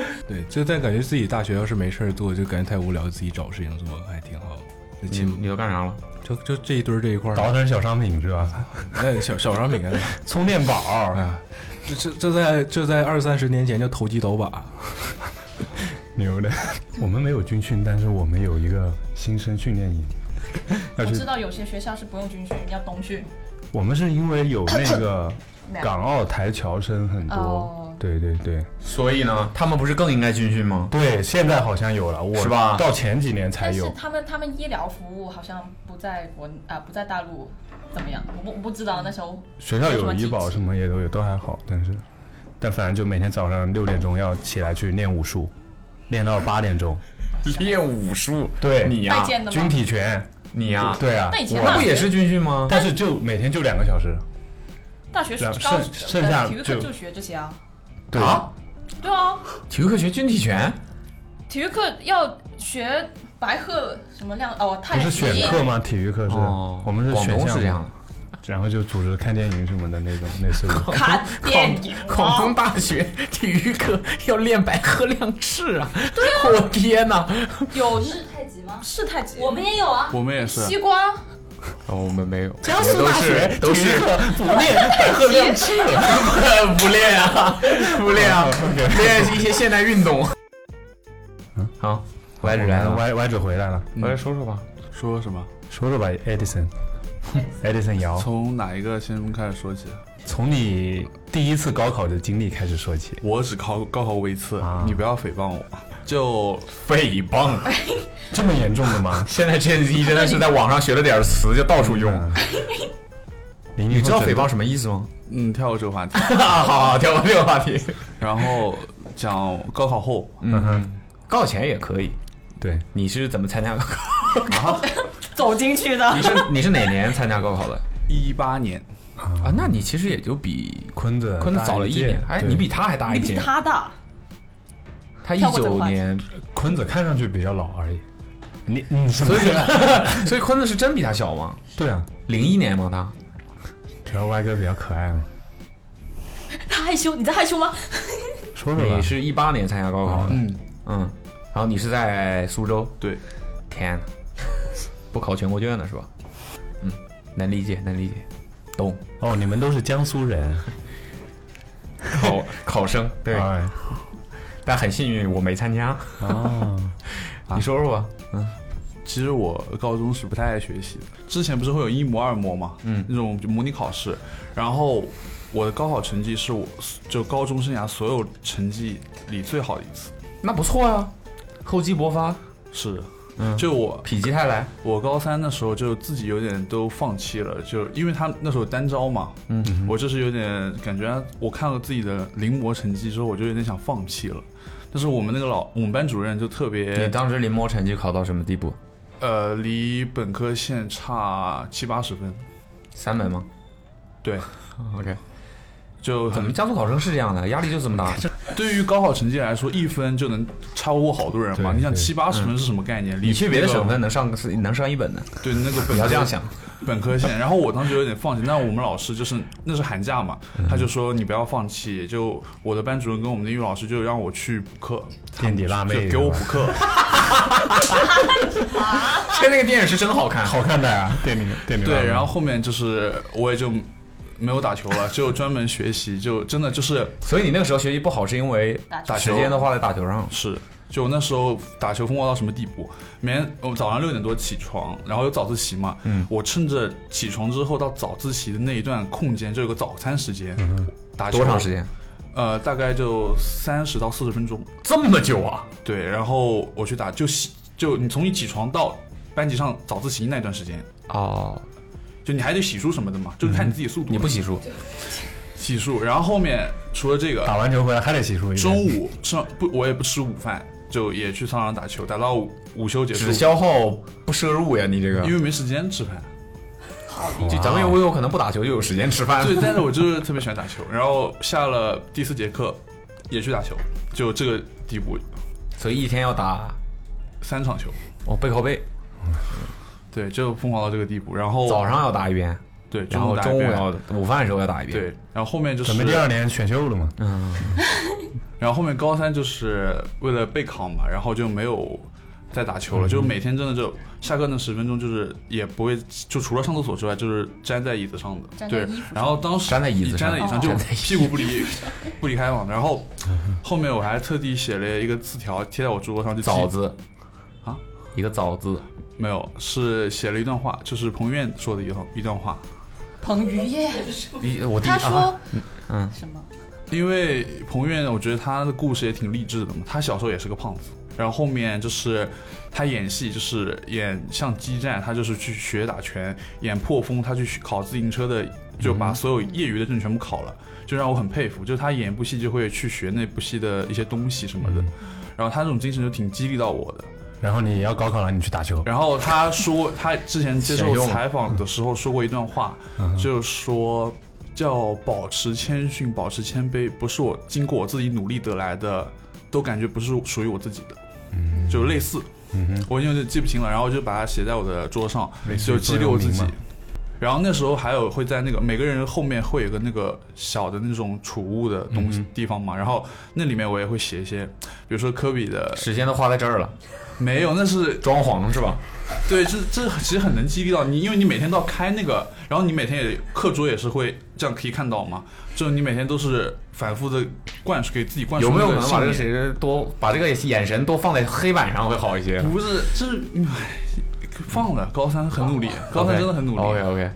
[SPEAKER 2] 对，就但感觉自己大学要是没事儿做，就感觉太无聊，自己找事情做还挺好。就
[SPEAKER 4] 你
[SPEAKER 2] 起码
[SPEAKER 4] 嗯你都干啥了？
[SPEAKER 2] 就就这一堆儿这一块
[SPEAKER 3] 搞
[SPEAKER 2] 儿，
[SPEAKER 3] 点小商品是吧？哎
[SPEAKER 2] 哎，小小商品啊，
[SPEAKER 3] 啊 充电宝，
[SPEAKER 2] 啊，这这这在这在二三十年前叫投机倒把，
[SPEAKER 3] 牛的。 我们没有军训，但是我们有一个新生训练 营，要
[SPEAKER 5] 我
[SPEAKER 3] 去
[SPEAKER 5] 知道有些学校是不用军训，要冬训。
[SPEAKER 3] 我们是因为有那 个
[SPEAKER 5] 没有
[SPEAKER 3] 港澳台侨生很多
[SPEAKER 5] 哦，
[SPEAKER 3] 对对对
[SPEAKER 4] 所以呢，他们不是更应该军训吗？
[SPEAKER 3] 对，现在好像有了，我
[SPEAKER 4] 是吧
[SPEAKER 3] 到前几年才
[SPEAKER 5] 但是
[SPEAKER 3] 有，
[SPEAKER 5] 他们他们医疗服务好像不在国啊、不在大陆怎么样？我不我不知道那时候
[SPEAKER 3] 学校
[SPEAKER 5] 什
[SPEAKER 3] 有
[SPEAKER 5] 么
[SPEAKER 3] 医
[SPEAKER 5] 体
[SPEAKER 3] 保
[SPEAKER 5] 制
[SPEAKER 3] 什么也都有，都还好，但是但反正就每天早上六点钟要起来去练武术，练到八点 钟，
[SPEAKER 4] 练武术，
[SPEAKER 3] 对
[SPEAKER 4] 你呀、
[SPEAKER 5] 拜见的
[SPEAKER 3] 军
[SPEAKER 5] 吗？
[SPEAKER 3] 体拳，
[SPEAKER 4] 你呀、
[SPEAKER 3] 对啊
[SPEAKER 5] 那，以前
[SPEAKER 4] 我
[SPEAKER 5] 大
[SPEAKER 4] 不
[SPEAKER 5] 学
[SPEAKER 4] 也是军训吗？
[SPEAKER 3] 但是就每天就两个小时，
[SPEAKER 5] 大学是
[SPEAKER 3] 然后
[SPEAKER 5] 高
[SPEAKER 3] 剩剩下
[SPEAKER 5] 呃体育课
[SPEAKER 3] 就
[SPEAKER 5] 就学这些啊。
[SPEAKER 3] 对，
[SPEAKER 4] 啊，
[SPEAKER 5] 对啊，
[SPEAKER 4] 体育课学军体拳，
[SPEAKER 5] 体育课要学白鹤什么亮哦，太
[SPEAKER 3] 不
[SPEAKER 5] 阳
[SPEAKER 3] 是选
[SPEAKER 5] 第一
[SPEAKER 3] 课吗？体育课是，
[SPEAKER 4] 哦
[SPEAKER 3] 我们是
[SPEAKER 4] 广
[SPEAKER 3] 选
[SPEAKER 4] 东
[SPEAKER 3] 项
[SPEAKER 4] 是这样
[SPEAKER 3] 目，然后就组织看电影什么的那种 类 似于。
[SPEAKER 5] 看电影
[SPEAKER 4] 广
[SPEAKER 5] 啊
[SPEAKER 4] 东大学体育课要练白鹤亮翅啊！我天哪！
[SPEAKER 5] 有日
[SPEAKER 8] 太极吗？
[SPEAKER 5] 是太极，
[SPEAKER 8] 我们也有啊，
[SPEAKER 6] 我们也是，
[SPEAKER 5] 西 瓜
[SPEAKER 4] 哦，我们没有，
[SPEAKER 3] 江苏大学
[SPEAKER 4] 都是
[SPEAKER 3] 不练白鹤亮翅，
[SPEAKER 4] 不练啊，不练啊， 练一些现代运动。好，嗯歪着来了，
[SPEAKER 3] 歪歪着回来了，
[SPEAKER 4] 我来说说吧。
[SPEAKER 6] 说什么？
[SPEAKER 3] 说说吧，Edison，Edison 姚，
[SPEAKER 6] 从哪一个先开始说起？
[SPEAKER 3] 从你第一次高考的经历开始说起。
[SPEAKER 6] 我只考高考过一次，你不要诽谤我。就
[SPEAKER 4] 诽谤，？
[SPEAKER 3] 这么严重的吗
[SPEAKER 4] 现在 Gen Z 真的是在网上学了点词就到处用。
[SPEAKER 3] 零零
[SPEAKER 4] 你知道
[SPEAKER 3] 后
[SPEAKER 4] 诽
[SPEAKER 3] 整
[SPEAKER 4] 谤什么意思吗？
[SPEAKER 6] 嗯，跳过这个话题，
[SPEAKER 4] 啊， 好好，跳过这个话题。
[SPEAKER 6] 然后讲高考后，
[SPEAKER 4] 嗯哼，高考前也可以。
[SPEAKER 3] 对，
[SPEAKER 4] 你是怎么参加高考？
[SPEAKER 5] 走进去的
[SPEAKER 4] 你。是你是哪年参加高考的？
[SPEAKER 6] 一八年，
[SPEAKER 4] 啊，那你其实也就比
[SPEAKER 3] 坤子
[SPEAKER 4] 坤子早了一
[SPEAKER 3] 大届
[SPEAKER 4] 年，哎，
[SPEAKER 3] 对
[SPEAKER 4] 你比他还大一
[SPEAKER 5] 你比
[SPEAKER 4] 届。
[SPEAKER 5] 他大，
[SPEAKER 4] 他一
[SPEAKER 5] 跳过这个
[SPEAKER 4] 九
[SPEAKER 5] 话题
[SPEAKER 4] 年，
[SPEAKER 3] 坤子看上去比较老而已。你你什么
[SPEAKER 4] 所以？ 所以坤子是真比他小吗？
[SPEAKER 3] 对啊，
[SPEAKER 4] 零一年吗？他
[SPEAKER 3] 主要歪哥比较可爱嘛。
[SPEAKER 5] 他害羞，你在害羞吗？
[SPEAKER 3] 说说吧
[SPEAKER 4] 你，是一八年参加高考的，
[SPEAKER 6] 嗯，
[SPEAKER 4] 嗯，然后你是在苏州，
[SPEAKER 6] 对，
[SPEAKER 4] 天呐，不考全国卷了是吧？嗯，能理解，能理 解，懂。
[SPEAKER 3] 哦，你们都是江苏人，
[SPEAKER 4] 考考生 对，
[SPEAKER 3] 哎
[SPEAKER 4] 但很幸运我没参加。
[SPEAKER 3] 哦，
[SPEAKER 4] 啊 你说说吧，
[SPEAKER 6] 其实我高中是不太爱学习的，之前不是会有一模二模嘛，嗯，那种就模拟考试，然后我的高考成绩是我就高中生涯所有成绩里最好的一次，
[SPEAKER 4] 那不错啊，厚积薄发，
[SPEAKER 6] 是的，
[SPEAKER 4] 嗯
[SPEAKER 6] 就我
[SPEAKER 4] 否极泰来。
[SPEAKER 6] 我高三的时候就自己有点都放弃了，就因为他那时候单招嘛，嗯，我就是有点感觉，我看了自己的临摹成绩之后，我就有点想放弃了。但是我们那个老我们班主任就特
[SPEAKER 4] 你
[SPEAKER 6] 别，
[SPEAKER 4] 当时临摹成绩考到什么地步？
[SPEAKER 6] 呃，离本科线差七八十分，
[SPEAKER 4] 三本吗
[SPEAKER 6] 对，
[SPEAKER 4] ？OK，
[SPEAKER 6] 就
[SPEAKER 4] 怎
[SPEAKER 6] 很
[SPEAKER 4] 么江苏考生是这样的，压力就这么大？
[SPEAKER 6] 对于高考成绩来说，一分就能超过好多人嘛。
[SPEAKER 3] 对
[SPEAKER 6] 你想
[SPEAKER 3] 对
[SPEAKER 6] 七八十分是什么概念？
[SPEAKER 4] 嗯你去别的
[SPEAKER 6] 那个
[SPEAKER 4] 省份能上个能上一本的，
[SPEAKER 6] 对那个本科
[SPEAKER 4] 你要这样 想。
[SPEAKER 6] 本科线。然后我当时有点放弃，但我们老师就是那是寒假嘛，
[SPEAKER 4] 嗯
[SPEAKER 6] 他就说你不要放弃。就我的班主任跟我们的英语老师就让我去补课，
[SPEAKER 3] 垫底辣妹
[SPEAKER 6] 就给我
[SPEAKER 3] 是
[SPEAKER 6] 补课。
[SPEAKER 4] 其实那个电影是真好看，
[SPEAKER 3] 好看的呀，电影电影。
[SPEAKER 6] 对，然后后面就是我也就没有打球了，就专门学习，就真的就是，
[SPEAKER 4] 所以你那个时候学习不好是因为
[SPEAKER 6] 打
[SPEAKER 4] 时
[SPEAKER 6] 球
[SPEAKER 4] 间都花在打球上。
[SPEAKER 6] 是，就那时候打球疯狂到什么地步？每天我早上六点多起床，然后有早自习嘛，嗯，我趁着起床之后到早自习的那一段空间，就有个早餐时间，打球
[SPEAKER 4] 嗯多长时？间？
[SPEAKER 6] 呃，大概就三十到四十分钟。
[SPEAKER 4] 这么久啊？
[SPEAKER 6] 对，然后我去打，就洗就你从你起床到班级上早自习那段时间，
[SPEAKER 4] 哦，
[SPEAKER 6] 就你还得洗漱什么的嘛，就看你自己速度嘛、
[SPEAKER 4] 嗯你不洗漱，
[SPEAKER 6] 洗漱，然后后面除了这个，
[SPEAKER 3] 打完球回来还得洗漱一遍。
[SPEAKER 6] 中午吃完不我也不吃午饭，就也去操场打球，打到午午休结束
[SPEAKER 4] 只，消耗不摄入呀，你这个
[SPEAKER 6] 因。为没时间吃 饭。
[SPEAKER 4] 就咱们有有可能不打球就有时间吃饭。
[SPEAKER 6] 对，但是我就是特别喜欢打球，然后下了第四节课也去打球，就这个地步，
[SPEAKER 4] 所以一天要打
[SPEAKER 6] 三场球，
[SPEAKER 4] 哦背靠背，
[SPEAKER 6] 对，就疯狂到这个地步。然后
[SPEAKER 4] 早上要打一遍，
[SPEAKER 6] 对，
[SPEAKER 4] 然后
[SPEAKER 6] 哦打一
[SPEAKER 4] 中午
[SPEAKER 6] 遍
[SPEAKER 4] 要午饭的时候要打一遍。
[SPEAKER 6] 对，然后后面就是
[SPEAKER 3] 准备第二年选秀了嘛？
[SPEAKER 4] 嗯
[SPEAKER 6] 然后后面高三就是为了备考嘛，然后就没有再打
[SPEAKER 4] 嗯
[SPEAKER 6] 球了，就每天真的就下课那十分钟就是也不会，就除了上厕所之外，就是粘在椅子上的，
[SPEAKER 5] 粘在
[SPEAKER 6] 对
[SPEAKER 5] 衣服上。
[SPEAKER 6] 然后当时
[SPEAKER 4] 粘在椅子上
[SPEAKER 6] 粘在椅子上
[SPEAKER 5] 哦
[SPEAKER 6] 就屁股不离不离开嘛。然后后面我还特地写了一个字条贴在我桌上，就
[SPEAKER 4] 枣子
[SPEAKER 6] 啊，
[SPEAKER 4] 一个枣字，
[SPEAKER 6] 没有，是写了一段话，就是彭于晏说的一段一段话，
[SPEAKER 5] 彭于晏，
[SPEAKER 4] 一我第一
[SPEAKER 5] 他
[SPEAKER 4] 啊，
[SPEAKER 5] 说，
[SPEAKER 4] 嗯
[SPEAKER 5] 什么？
[SPEAKER 6] 因为彭于晏，我觉得他的故事也挺励志的嘛。他小时候也是个胖子，然后后面就是他演戏，就是演像激战，他就是去学打拳；演破风，他去学考自行车的，就把所有业余的证全部考了，就让我很佩服。就是他演一部戏就会去学那部戏的一些东西什么的，然后他这种精神就挺激励到我的。
[SPEAKER 3] 然后你要高考了，你去打球。
[SPEAKER 6] 然后他说，他之前接
[SPEAKER 4] 显
[SPEAKER 6] 受
[SPEAKER 4] 用了
[SPEAKER 6] 采访的时候说过一段话，就是说叫保持谦逊，保持谦卑，不是我经过我自己努力得来的，都感觉不是属于我自己的，就类似。我已经有点记不清了，然后就把它写在我的桌上
[SPEAKER 3] 类，似于
[SPEAKER 6] 就激励我自己
[SPEAKER 3] 座右铭嘛。
[SPEAKER 6] 然后那时候还有会在那个每个人后面会有个那个小的那种储物的东西、地方嘛，然后那里面我也会写一些，比如说科比的
[SPEAKER 4] 时间都花在这儿了，
[SPEAKER 6] 没有，那是
[SPEAKER 4] 装潢是吧？
[SPEAKER 6] 对，这这其实很能激励到你，因为你每天都要开那个，然后你每天也课桌也是会这样可以看到嘛，就是你每天都是反复的灌输给自己灌输
[SPEAKER 4] 有没有可
[SPEAKER 6] 那
[SPEAKER 4] 能
[SPEAKER 6] 信
[SPEAKER 4] 把这个
[SPEAKER 6] 念
[SPEAKER 4] 谁多把这个眼神多放在黑板上会好一些？
[SPEAKER 6] 不是，这是唉放了高三很努力，高三真的很努力。
[SPEAKER 4] OK OK，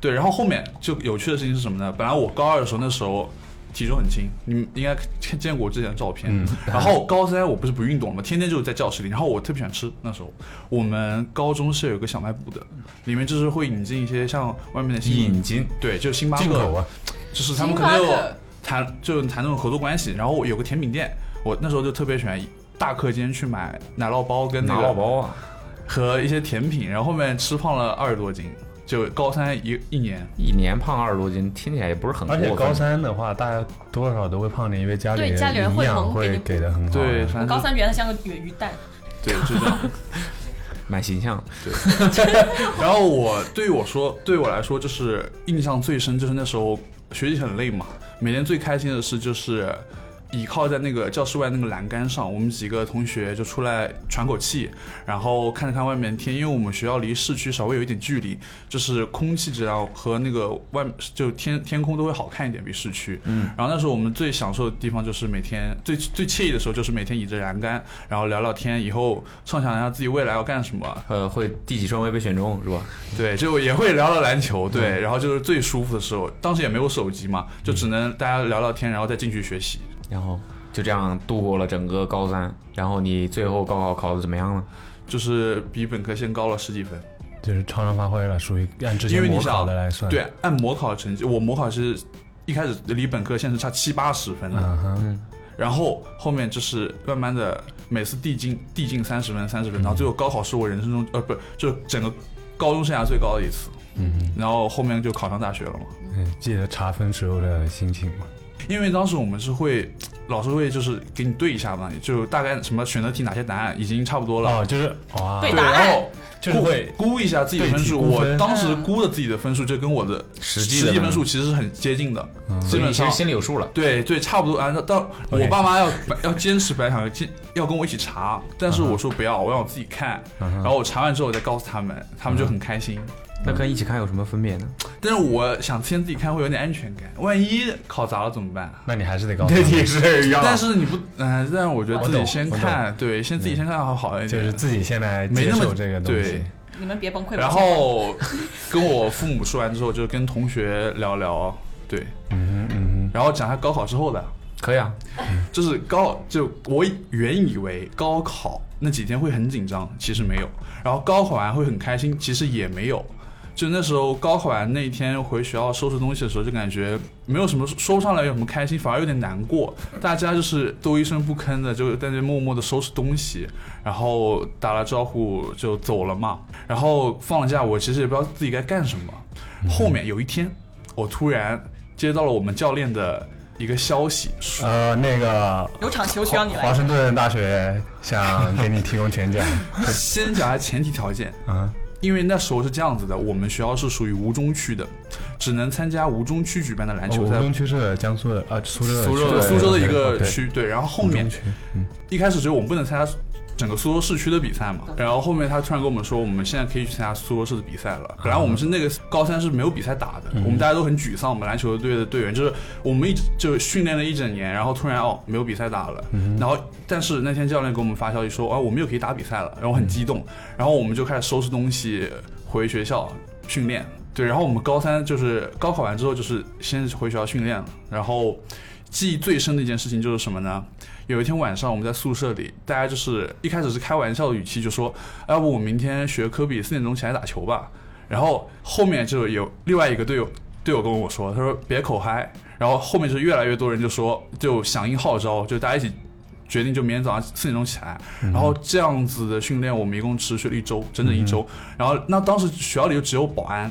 [SPEAKER 6] 对，然后后面就有趣的事情是什么呢？本来我高二的时候，那时候体重很轻，你们应该看见过我之前的照片。然后高三我不是不运动嘛，天天就是在教室里。然后我特别喜欢吃，那时候我们高中是有一个小卖部的，里面就是会引进一些像外面的新
[SPEAKER 4] 引进
[SPEAKER 6] 对，就是星巴克，
[SPEAKER 3] 进口啊，
[SPEAKER 6] 就是他们可
[SPEAKER 5] 星巴
[SPEAKER 6] 能
[SPEAKER 5] 克
[SPEAKER 6] 有谈就谈那种合作关系。然后我有个甜品店，我那时候就特别喜欢大课间去买奶酪包跟那
[SPEAKER 4] 拿
[SPEAKER 6] 个
[SPEAKER 4] 老包啊，
[SPEAKER 6] 和一些甜品，然后后面吃胖了二十多斤，就高三一一年。
[SPEAKER 4] 一年胖二十多斤，听起来也不是很过
[SPEAKER 3] 而
[SPEAKER 4] 分。
[SPEAKER 3] 且高三的话，大家多少都会胖点，因为家里
[SPEAKER 5] 对家里人
[SPEAKER 3] 营
[SPEAKER 5] 会
[SPEAKER 3] 养
[SPEAKER 5] 蒙给
[SPEAKER 3] 会
[SPEAKER 5] 你
[SPEAKER 3] 给的很好。
[SPEAKER 6] 对，
[SPEAKER 5] 我
[SPEAKER 6] 反正啊
[SPEAKER 5] 高
[SPEAKER 6] 就
[SPEAKER 5] 三觉得他像个鱼鱼蛋，
[SPEAKER 6] 对就这样。
[SPEAKER 4] 蛮形象，
[SPEAKER 6] 然后我对于我说，对我来说就是印象最深，就是那时候学习很累嘛，每天最开心的事就是倚靠在那个教室外那个栏杆上，我们几个同学就出来喘口气，然后看了看外面的天，因为我们学校离市区稍微有一点距离，就是空气质量和那个外就天天空都会好看一点，比市区。嗯。然后那时候我们最享受的地方就是每天最最惬意的时候，就是每天倚着栏杆，然后聊聊天，以后畅想一下自己未来要干什么，
[SPEAKER 4] 呃，会第几顺位被选中是吧？
[SPEAKER 6] 对，就也会聊聊篮球，对，
[SPEAKER 3] 嗯
[SPEAKER 6] 然后就是最舒服的时候，当时也没有手机嘛，就只能大家聊聊天，然后再进去学习。
[SPEAKER 4] 然后就这样度过了整个高三。然后你最后高考考的怎么样呢？
[SPEAKER 6] 就是比本科线高了十几分，
[SPEAKER 3] 就是超常发挥了，属于按之
[SPEAKER 6] 因
[SPEAKER 3] 前
[SPEAKER 6] 为你
[SPEAKER 3] 模
[SPEAKER 6] 想
[SPEAKER 3] 考的来算。，
[SPEAKER 6] 对，按模考成绩，我模考是一开始离本科线是差七八十分的，
[SPEAKER 3] 嗯哼，
[SPEAKER 6] 然后后面就是慢慢的每次递进递进三十分三十分，
[SPEAKER 3] 嗯
[SPEAKER 6] 然后最后高考是我人生中呃不就整个高中生涯最高的一次，
[SPEAKER 3] 嗯，
[SPEAKER 6] 然后后面就考上大学了嘛。
[SPEAKER 3] 嗯，记得查分时候的心情嘛。
[SPEAKER 6] 因为当时我们是会，老师会就是给你对一下嘛，就大概什么选择题哪些答案已经差不多了，
[SPEAKER 3] 哦，就是哇，
[SPEAKER 5] 对
[SPEAKER 6] 对，
[SPEAKER 5] 答案
[SPEAKER 6] 然后
[SPEAKER 3] 就是会
[SPEAKER 6] 估一下自己的分数。
[SPEAKER 3] 对估
[SPEAKER 6] 我
[SPEAKER 3] 分
[SPEAKER 6] 当时估的自己的分数，就跟我的
[SPEAKER 4] 实际的
[SPEAKER 6] 实际分
[SPEAKER 4] 呢
[SPEAKER 6] 数其实是很接近的，基
[SPEAKER 4] 所以
[SPEAKER 6] 本
[SPEAKER 4] 你其
[SPEAKER 6] 上
[SPEAKER 4] 实心里有数了。
[SPEAKER 6] 对对，差不多。按照到我
[SPEAKER 3] OK
[SPEAKER 6] 爸妈要要坚持白想坚要跟我一起查，但是我说不要，我让我自己看。然后我查完之后我再告诉他们，他们就很开心。
[SPEAKER 4] 那跟一起看有什么分别呢？
[SPEAKER 6] 但是我想先自己看会有点安全感，万一考砸了怎么办？啊
[SPEAKER 3] 那你还是得 告诉他们，
[SPEAKER 4] 是要
[SPEAKER 6] 但是你不，嗯、但是我觉得自己先
[SPEAKER 3] 我懂嗯
[SPEAKER 6] 看，对，先自己先看好好一点，
[SPEAKER 3] 就是自己先来
[SPEAKER 6] 没
[SPEAKER 3] 接
[SPEAKER 6] 那么
[SPEAKER 3] 受这个东西
[SPEAKER 6] 对。。
[SPEAKER 5] 你们别崩溃。
[SPEAKER 6] 然后跟我父母说完之后，就跟同学聊聊，对，
[SPEAKER 3] 嗯嗯
[SPEAKER 6] 然后讲下高考之后的，
[SPEAKER 4] 可以啊，
[SPEAKER 6] 就是高就我原以为高考那几天会很紧张，其实没有。然后高考完会很开心，其实也没有。就那时候高考完那一天回学校收拾东西的时候，就感觉没有什么说不上来有什么开心，反而有点难过。大家就是都一声不吭的，就在那默默的收拾东西，然后打了招呼就走了嘛。然后放了假，我其实也不知道自己该干什么。后面有一天，我突然接到了我们教练的一个消息，说
[SPEAKER 3] 呃，那个
[SPEAKER 5] 有场球需要你
[SPEAKER 3] 华
[SPEAKER 5] 来。
[SPEAKER 3] 盛顿大学想给你提供全 奖
[SPEAKER 6] 先讲下前提条件，
[SPEAKER 3] 啊，
[SPEAKER 6] 因为那时候是这样子的，我们学校是属于吴中区的，只能参加吴中区举办的篮球
[SPEAKER 3] 哦吴
[SPEAKER 6] 赛。
[SPEAKER 3] 中区是江苏的啊，苏州的
[SPEAKER 6] 苏州
[SPEAKER 3] 对
[SPEAKER 6] 苏州的一个
[SPEAKER 3] 对
[SPEAKER 6] 区，对，然后后面
[SPEAKER 3] 嗯
[SPEAKER 6] 一开始只有我们不能参加整个苏州市区的比赛嘛，然后后面他突然跟我们说，我们现在可以去参加苏州市的比赛了。
[SPEAKER 3] 啊
[SPEAKER 6] 本来我们是那个高三是没有比赛打
[SPEAKER 3] 嗯
[SPEAKER 6] 的，我们大家都很沮丧。我们篮球队的队员就是我们一直就训练了一整年，然后突然哦没有比赛打了，
[SPEAKER 3] 嗯
[SPEAKER 6] 然后但是那天教练给我们发消息说啊我们又可以打比赛了，然后我很激动，
[SPEAKER 3] 嗯
[SPEAKER 6] 然后我们就开始收拾东西回学校训练。对，然后我们高三就是高考完之后，就是先回学校训练了。然后记忆最深的一件事情就是什么呢？有一天晚上我们在宿舍里，大家就是一开始是开玩笑的语气，就说：“要不我明天学科比四点钟起来打球吧。”然后后面就有另外一个队友队友跟我说，他说：“别口嗨。”然后后面就越来越多人就说，就响应号召，就大家一起决定就明天早上四点钟起来，然后这样子的训练我们一共持续了一周，整整一周。然后那当时学校里就只有保安，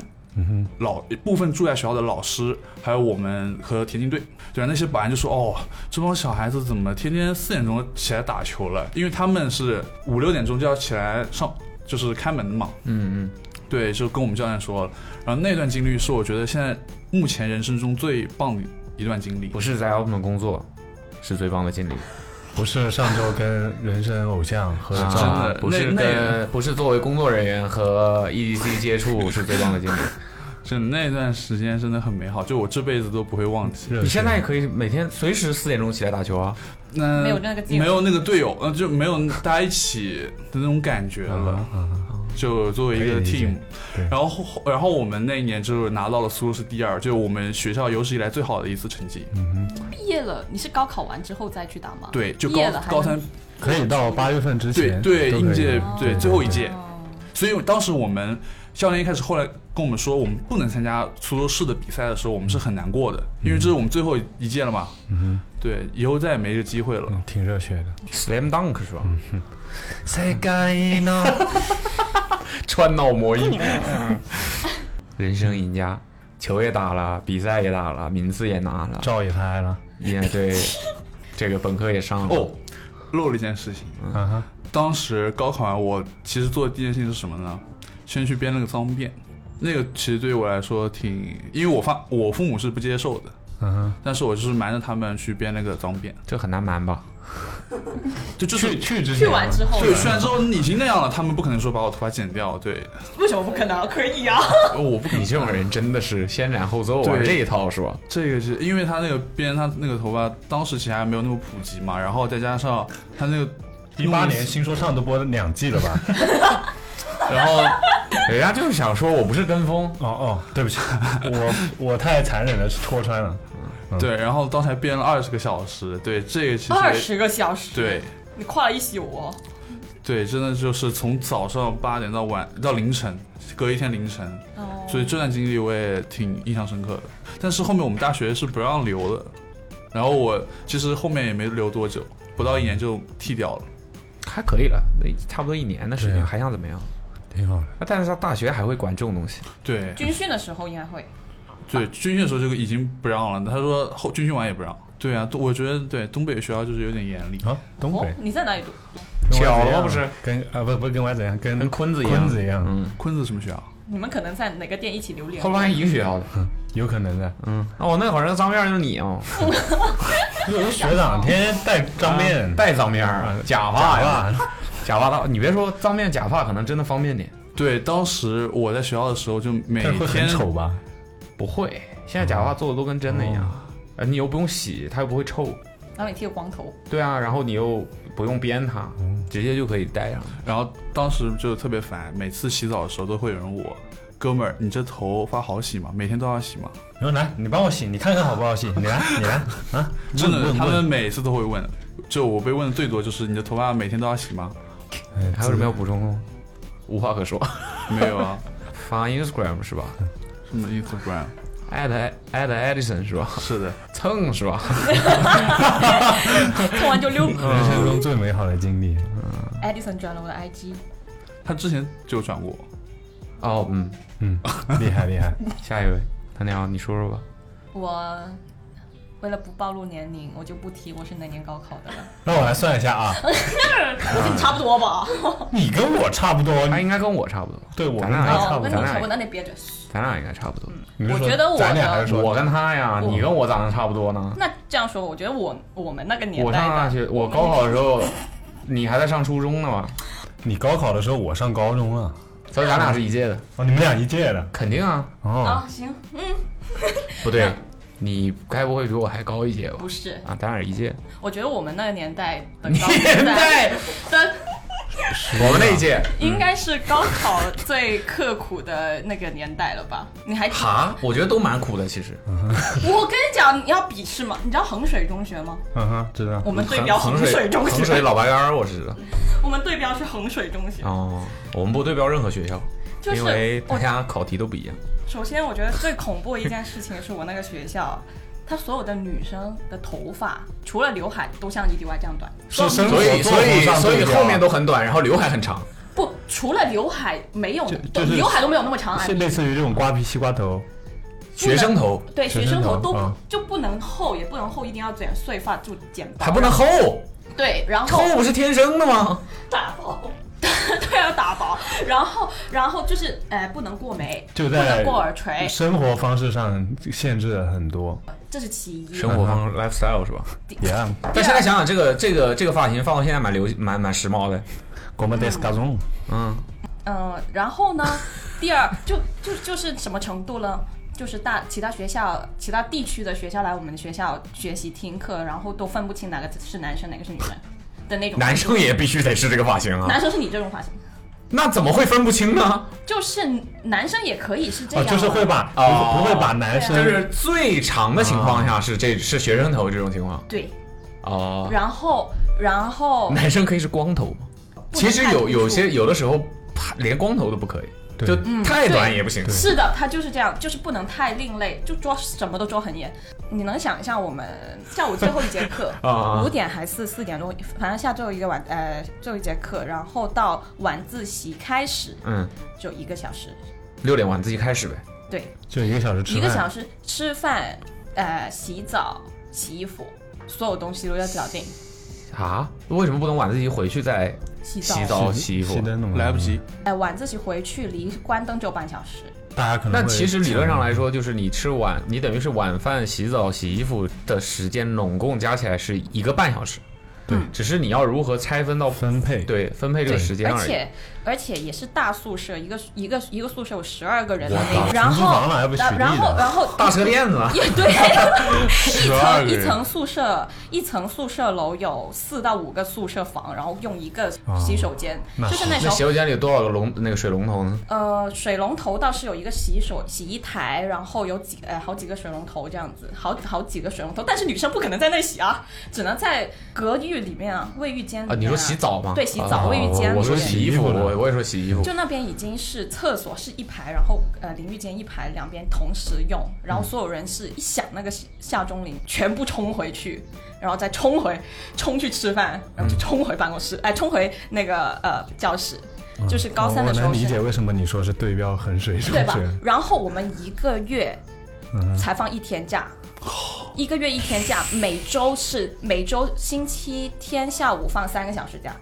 [SPEAKER 6] 老部分住在学校的老师，还有我们和田径队，对啊，那些保安就说：“哦，这帮小孩子怎么天天四点钟起来打球了？因为他们是五六点钟就要起来上，就是开门嘛。”
[SPEAKER 4] 嗯
[SPEAKER 6] 对，就跟我们教练说了。然后那段经历是我觉得现在目前人生中最棒的一段经历
[SPEAKER 4] 嗯，。不是在 Open 工作，是最棒的经历。
[SPEAKER 3] 不是上周跟人生偶像合
[SPEAKER 4] 啊
[SPEAKER 3] 照，
[SPEAKER 6] 真的
[SPEAKER 4] 不是
[SPEAKER 6] 那那
[SPEAKER 4] 跟不是作为工作人员和 EDC 接触是最棒的经 历。
[SPEAKER 6] 真的那段时间真的很美好，就我这辈子都不会忘记。
[SPEAKER 3] 热
[SPEAKER 4] 你
[SPEAKER 3] 血
[SPEAKER 4] 现在也可以每天随时四点钟起来打球啊，
[SPEAKER 6] 那
[SPEAKER 5] 没有那个劲
[SPEAKER 6] 没有那个队友，呃，就没有大家一起的那种感觉了。
[SPEAKER 3] 嗯
[SPEAKER 6] 就作为一
[SPEAKER 3] 可
[SPEAKER 6] 个
[SPEAKER 3] 以理解
[SPEAKER 6] team，
[SPEAKER 3] 对
[SPEAKER 6] 然后后然后我们那一年就是拿到了苏州市第二，就是我们学校有史以来最好的一次成绩。
[SPEAKER 3] 嗯
[SPEAKER 5] 毕业了，你是高考完之后再去打吗？
[SPEAKER 6] 对，就
[SPEAKER 5] 毕业
[SPEAKER 6] 高
[SPEAKER 5] 了还
[SPEAKER 6] 高
[SPEAKER 5] 能
[SPEAKER 6] 三，
[SPEAKER 3] 可以到八月份之
[SPEAKER 6] 对
[SPEAKER 3] 前，
[SPEAKER 6] 对
[SPEAKER 3] 都可以
[SPEAKER 6] 应届
[SPEAKER 3] 的
[SPEAKER 6] 对最后一届，
[SPEAKER 5] 哦
[SPEAKER 6] 所以当时我们教练一开始后来跟我们说，我们不能参加苏州市的比赛的时候，我们是很难过的，
[SPEAKER 3] 嗯
[SPEAKER 6] 因为这是我们最后一届了嘛。对，以后再也没这机会了。
[SPEAKER 3] 嗯挺热血的。
[SPEAKER 4] slam dunk 是吧？
[SPEAKER 3] 世界呢？
[SPEAKER 4] 穿脑膜衣， 人生赢家，球也打了，比赛也打了，名次也拿了，
[SPEAKER 3] 照也拍了，
[SPEAKER 4] 也对 这个本科也上了。
[SPEAKER 6] 哦，漏了一件事情，
[SPEAKER 3] 啊哈，
[SPEAKER 6] 当时高考完，我其实做的第一件事情是什么呢？先去编了个脏辫，那个其实对于我来说挺，因为我发我父母是不接受的，
[SPEAKER 3] 嗯哼，
[SPEAKER 6] 但是我就是瞒着他们去编了个脏辫，
[SPEAKER 4] 这很难瞒吧？
[SPEAKER 6] 就就
[SPEAKER 3] 去
[SPEAKER 6] 是
[SPEAKER 3] 去之前
[SPEAKER 5] 去完之后呢，
[SPEAKER 6] 对，虽然之后已经那样了，他们不可能说把我头发剪掉，对，
[SPEAKER 5] 为什么不可能？可以啊！
[SPEAKER 6] 我不可
[SPEAKER 4] 你
[SPEAKER 6] 能。
[SPEAKER 4] 这种人真的是先斩后奏玩
[SPEAKER 6] 对
[SPEAKER 4] 这一套是吧？
[SPEAKER 6] 这个是因为他那个编他那个头发，当时其实还没有那么普及嘛，然后再加上他那个
[SPEAKER 3] 一八年新说唱都播了两季了吧？
[SPEAKER 4] 然后人家就是想说我不是跟风，
[SPEAKER 3] 哦哦，对不起，我我太残忍了，戳穿了。嗯
[SPEAKER 6] 对，然后当时还编了二十个小时，对，这个其实
[SPEAKER 5] 二十个小时，
[SPEAKER 6] 对，
[SPEAKER 5] 你跨了一宿哦。
[SPEAKER 6] 对，真的就是从早上八点到晚到凌晨，隔一天凌晨，
[SPEAKER 5] 哦
[SPEAKER 6] 所以这段经历我也挺印象深刻的。但是后面我们大学是不让留的，然后我其实后面也没留多久，不到一年就剃掉了。
[SPEAKER 4] 还可以了，那差不多一年的时
[SPEAKER 3] 对
[SPEAKER 4] 间，
[SPEAKER 3] 啊
[SPEAKER 4] 还想怎么样？
[SPEAKER 3] 挺好的，
[SPEAKER 4] 啊但是他大学还会管这种东西，
[SPEAKER 6] 对
[SPEAKER 5] 军训的时候应该会，
[SPEAKER 6] 对，军训的时候就已经不让了，他说后军训完也不让。对啊，我觉得对东北学校就是有点严厉。
[SPEAKER 3] 啊，东
[SPEAKER 5] 哦
[SPEAKER 3] 北，
[SPEAKER 5] 你在哪里读？
[SPEAKER 4] 巧了不是？
[SPEAKER 3] 跟啊不不跟我怎样？跟
[SPEAKER 4] 跟坤子一样
[SPEAKER 3] 坤子一样，
[SPEAKER 4] 嗯，
[SPEAKER 6] 坤子什么学校？
[SPEAKER 5] 你们可能在哪个店一起榴莲
[SPEAKER 4] 后？边还一个学校的。
[SPEAKER 3] 有可能的。
[SPEAKER 4] 嗯，哦，那会儿那脏面儿就是你哦，
[SPEAKER 3] 有的学长天天带脏面，
[SPEAKER 4] 带脏面儿
[SPEAKER 3] 啊，
[SPEAKER 4] 嗯假发呀， 假发到，你别说脏面假发，可能真的方便点。
[SPEAKER 6] 对，当时我在学校的时候，就每
[SPEAKER 3] 但是会很
[SPEAKER 6] 天
[SPEAKER 3] 丑吧？
[SPEAKER 4] 不会，现在假发做的都跟真的一样，呃，你又不用洗，它又不会臭。
[SPEAKER 5] 然后你剃个光头，
[SPEAKER 4] 对啊，然后你又不用编它，直接就可以戴上。
[SPEAKER 6] 然后当时就特别烦，每次洗澡的时候都会有人问我：“哥们儿，你这头发好洗吗？每天都要洗吗
[SPEAKER 3] 然后来，你帮我洗，你看看好不好洗？你来，你来啊！？”
[SPEAKER 6] 真的，
[SPEAKER 3] 问
[SPEAKER 6] 他
[SPEAKER 3] 问
[SPEAKER 6] 们
[SPEAKER 3] 问，
[SPEAKER 6] 每次都会问。就我被问的最多就是你的头发每天都要洗吗？
[SPEAKER 4] 还有什么要补充的吗？无话可说。嗯
[SPEAKER 6] 没有啊，
[SPEAKER 4] 发 Instagram 是吧？
[SPEAKER 6] 什么 Instagram？
[SPEAKER 4] 艾特艾特 Edison 是吧？
[SPEAKER 6] 是的，
[SPEAKER 4] 蹭是吧？
[SPEAKER 5] 蹭完就溜。
[SPEAKER 6] 嗯
[SPEAKER 3] 人生中最美好的经历，
[SPEAKER 5] Edison 转了我的 IG，
[SPEAKER 6] 他之前就转过。
[SPEAKER 4] 哦，嗯，
[SPEAKER 3] 嗯，厉害厉害。
[SPEAKER 4] 下一位，唐鸟，你说说吧。
[SPEAKER 5] 我为了不暴露年龄，我就不提我是哪年高考的了，
[SPEAKER 3] 那我来算一下啊，
[SPEAKER 5] 我跟你差不多吧？
[SPEAKER 3] 你跟我差不多，
[SPEAKER 4] 他应该跟我差不多，
[SPEAKER 3] 对我
[SPEAKER 4] 咱
[SPEAKER 3] 跟
[SPEAKER 4] 俩
[SPEAKER 3] 他
[SPEAKER 4] 也哎差
[SPEAKER 5] 哦，
[SPEAKER 4] 不
[SPEAKER 5] 跟
[SPEAKER 4] 多，
[SPEAKER 5] 你差
[SPEAKER 4] 咱俩
[SPEAKER 5] 不多，
[SPEAKER 4] 也
[SPEAKER 5] 那你别转。
[SPEAKER 4] 咱俩应该差不多。
[SPEAKER 3] 你是说
[SPEAKER 5] 我觉得我的
[SPEAKER 3] 咱俩还是说
[SPEAKER 4] 我跟他呀，
[SPEAKER 5] 我
[SPEAKER 4] 你跟我咋能差不多呢？
[SPEAKER 5] 那这样说，我觉得我我们那个年
[SPEAKER 4] 我
[SPEAKER 5] 代
[SPEAKER 4] 上
[SPEAKER 5] 的
[SPEAKER 4] 大学，我高考的时候，你还在上初中呢吧？
[SPEAKER 3] 你高考的时候我上高中啊了，
[SPEAKER 4] 所以咱俩是一届的，
[SPEAKER 3] 哦，你们俩一届的
[SPEAKER 4] 肯定啊。
[SPEAKER 3] 哦，
[SPEAKER 5] 啊，行，
[SPEAKER 4] 不对，你该不会比我还高一届吧
[SPEAKER 5] 不？是，
[SPEAKER 4] 啊，咱俩是一届，
[SPEAKER 5] 我觉得我们那个年代的高
[SPEAKER 4] 年代，
[SPEAKER 5] 的
[SPEAKER 4] 我们那一届
[SPEAKER 5] 应该是高考最刻苦的那个年代了吧？你还记
[SPEAKER 4] 哈，我觉得都蛮苦的，其实。
[SPEAKER 5] 我跟你讲，你要鄙视吗？你知道衡水中学吗？
[SPEAKER 3] 嗯哼，知道
[SPEAKER 5] 我们对标衡水中
[SPEAKER 4] 衡水
[SPEAKER 5] 学，
[SPEAKER 4] 老白干儿我知道。
[SPEAKER 5] 我们对标是衡水中学。
[SPEAKER 4] 哦，我们不对标任何学校，
[SPEAKER 5] 就是
[SPEAKER 4] 因为
[SPEAKER 5] 我
[SPEAKER 4] 大家考题都不一样。
[SPEAKER 5] 首先，我觉得最恐怖的一件事情是我那个学校，它所有的女生的头发除了刘海都像 EDY 这样短，
[SPEAKER 3] 是生活
[SPEAKER 4] 所以，
[SPEAKER 3] 作
[SPEAKER 4] 所
[SPEAKER 3] 风
[SPEAKER 4] 以，
[SPEAKER 3] 上
[SPEAKER 4] 所以
[SPEAKER 3] 对
[SPEAKER 4] 后面
[SPEAKER 3] 标
[SPEAKER 4] 都很短，然后刘海很长。
[SPEAKER 5] 不，除了刘海没有，
[SPEAKER 3] 就是
[SPEAKER 5] 刘海都没有那么长。啊
[SPEAKER 3] 是类似于这种瓜皮西瓜头，
[SPEAKER 4] 学生头
[SPEAKER 5] 对，
[SPEAKER 3] 学
[SPEAKER 5] 学生
[SPEAKER 3] 生
[SPEAKER 5] 头
[SPEAKER 3] 头
[SPEAKER 5] 都不
[SPEAKER 3] 啊
[SPEAKER 5] 就不能厚，也不能厚，一定要剪碎发就剪薄，
[SPEAKER 4] 还不能厚，
[SPEAKER 5] 对，然后
[SPEAKER 4] 厚不是天生的吗？
[SPEAKER 5] 打薄， 对，要打薄，然后然后就是呃，不能过眉，
[SPEAKER 3] 就
[SPEAKER 5] 不能
[SPEAKER 3] 在
[SPEAKER 5] 过耳垂，
[SPEAKER 3] 生活方式上限制了很多，
[SPEAKER 5] 这是其一。
[SPEAKER 4] 生活方 lifestyle 是吧？
[SPEAKER 3] 也按
[SPEAKER 4] 但现在想想，这个这个这个发型放到现在蛮流蛮蛮时髦的。
[SPEAKER 3] 国门 des 嘎中，
[SPEAKER 4] 嗯，
[SPEAKER 5] 嗯、然后呢，第二就就就是什么程度呢？就是大其他学校、其他地区的学校来我们学校学习听课，然后都分不清哪个是男生哪个是女生的那种。
[SPEAKER 4] 男生也必须得是这个发型啊
[SPEAKER 5] 男，生是你这种发型，
[SPEAKER 4] 那怎么会分不清呢？
[SPEAKER 5] 就是男生也可以是这
[SPEAKER 3] 哦，
[SPEAKER 5] 样、
[SPEAKER 3] 就是会把不
[SPEAKER 4] 哦
[SPEAKER 3] 不会把男
[SPEAKER 4] 就
[SPEAKER 5] 嗯
[SPEAKER 3] 生
[SPEAKER 4] 是最长的情
[SPEAKER 5] 啊
[SPEAKER 4] 况下是这是学生头这种情况
[SPEAKER 5] 对，
[SPEAKER 4] 哦，
[SPEAKER 5] 然后然后
[SPEAKER 4] 男生可以是光头吗？
[SPEAKER 5] 不能
[SPEAKER 4] 其实有
[SPEAKER 5] 看
[SPEAKER 4] 有些
[SPEAKER 5] 清
[SPEAKER 4] 有的时候啪连光头都不可以，
[SPEAKER 3] 对
[SPEAKER 4] 就太短
[SPEAKER 5] 对
[SPEAKER 4] 也不行。
[SPEAKER 5] 是的，他就是这样，就是不能太另类，就抓什么都抓很严。你能想象我们下午最后一 节课
[SPEAKER 4] 啊啊，
[SPEAKER 5] 五点还是四点钟，反正下最后一个晚呃最后一节课，然后到晚自习开始
[SPEAKER 4] 嗯，
[SPEAKER 5] 就一个小时，
[SPEAKER 4] 六点晚自习开始呗。
[SPEAKER 5] 对，
[SPEAKER 3] 就一个小时吃
[SPEAKER 5] 一个小
[SPEAKER 3] 饭，
[SPEAKER 5] 时吃饭、呃洗澡、洗衣服，所有东西都要搞定。
[SPEAKER 4] 啊？为什么不能晚自习回去再
[SPEAKER 5] 洗澡，
[SPEAKER 4] 洗澡洗衣服
[SPEAKER 3] 熄？灯了吗
[SPEAKER 6] 来不及，
[SPEAKER 5] 呃，晚自习回去离关灯就半小时，
[SPEAKER 3] 大家可能
[SPEAKER 4] 那
[SPEAKER 3] 会
[SPEAKER 4] 其实理论上来说，就是你吃晚，你等于是晚饭、洗澡、洗衣服的时间拢共加起来是一个半小时。
[SPEAKER 3] 对
[SPEAKER 4] 只是你要如何拆分到
[SPEAKER 3] 分配，
[SPEAKER 4] 对分配这个时间
[SPEAKER 5] 而
[SPEAKER 4] 而已。
[SPEAKER 5] 且而且也是大宿舍，一个一个一个宿舍有十二个人
[SPEAKER 3] 我靠，
[SPEAKER 5] 然
[SPEAKER 3] 出租
[SPEAKER 5] 后
[SPEAKER 3] 房了还不取
[SPEAKER 5] 然
[SPEAKER 3] 缔
[SPEAKER 5] 后
[SPEAKER 3] 的，
[SPEAKER 5] 然后
[SPEAKER 4] 大车店子啊，
[SPEAKER 5] 也 对，一
[SPEAKER 6] 12
[SPEAKER 5] 层
[SPEAKER 6] 个
[SPEAKER 5] 一
[SPEAKER 6] 人
[SPEAKER 5] 层宿舍，一层宿舍楼有四到五个宿舍房，然后用一个洗手间，
[SPEAKER 3] 那
[SPEAKER 5] 就是
[SPEAKER 3] 是
[SPEAKER 5] 那时
[SPEAKER 4] 那洗
[SPEAKER 5] 候。
[SPEAKER 4] 手间里有多少个龙那个水龙头呢？
[SPEAKER 5] 呃，水龙头倒是有一个洗手洗衣台，然后有几呃好几个水龙头这样子，好好几个水龙头，但是女生不可能在那洗啊，只能在隔浴里面啊，卫浴间里
[SPEAKER 4] 啊，
[SPEAKER 5] 面
[SPEAKER 4] 你说洗澡吗？
[SPEAKER 5] 对，洗
[SPEAKER 4] 啊
[SPEAKER 5] 澡、卫浴间里面。
[SPEAKER 4] 我说洗衣服，
[SPEAKER 3] 对
[SPEAKER 4] 我我也说洗衣服。
[SPEAKER 5] 就那边已经是厕所是一排，然后呃淋浴间一排，两边同时用，然后
[SPEAKER 3] 嗯
[SPEAKER 5] 所有人是一响那个下钟铃，全部冲回去，然后再冲回 冲去吃饭，
[SPEAKER 3] 嗯
[SPEAKER 5] 然后就冲回办公室，哎、冲回那个呃教室，就是高三的时
[SPEAKER 3] 嗯哦我能
[SPEAKER 5] 候
[SPEAKER 3] 理
[SPEAKER 5] 是，
[SPEAKER 3] 解为什么你说是对标衡水中
[SPEAKER 5] 对吧
[SPEAKER 3] 学，？
[SPEAKER 5] 然后我们一个月
[SPEAKER 3] 嗯
[SPEAKER 5] 才放一天假。一个月一天假，每周是每周星期天下午放三个小时假，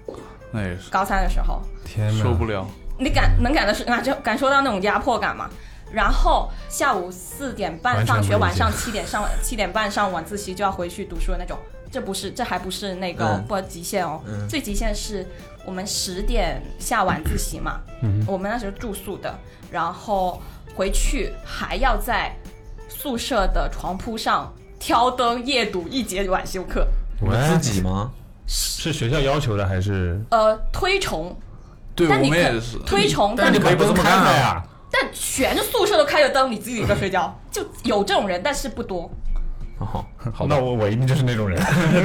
[SPEAKER 6] 那也是
[SPEAKER 5] 高三的时候，
[SPEAKER 3] 天
[SPEAKER 6] 受不了。
[SPEAKER 5] 你感能感的是感就感受到那种压迫感嘛。然后下午四点半
[SPEAKER 3] 完全
[SPEAKER 5] 放
[SPEAKER 3] 不
[SPEAKER 5] 学，
[SPEAKER 3] 理
[SPEAKER 5] 晚
[SPEAKER 3] 解
[SPEAKER 5] 上七点上 七点半上晚自习就要回去读书的那种。这不是，这还不是那个、
[SPEAKER 4] 嗯
[SPEAKER 5] 不极限哦，
[SPEAKER 4] 嗯
[SPEAKER 5] 最极限是我们十点下晚自习嘛，
[SPEAKER 3] 嗯
[SPEAKER 5] 我们那时候住宿的，然后回去还要在宿舍的床铺上挑灯夜读一节晚修课，
[SPEAKER 4] 你们自己吗？
[SPEAKER 3] 是学校要求的还是？
[SPEAKER 5] 呃，推崇，
[SPEAKER 6] 对，
[SPEAKER 5] 但
[SPEAKER 6] 我
[SPEAKER 5] 你
[SPEAKER 6] 们
[SPEAKER 5] 可
[SPEAKER 6] 也是。
[SPEAKER 5] 推崇，但
[SPEAKER 4] 你可以不这么干
[SPEAKER 3] 哎
[SPEAKER 4] 啊！
[SPEAKER 3] 呀，
[SPEAKER 5] 但全宿舍都开着灯，你自己一个睡觉， 就有这种人，但是不多，
[SPEAKER 4] 哦，好
[SPEAKER 3] 那
[SPEAKER 4] 吧，
[SPEAKER 3] 我我一定就是那种 人。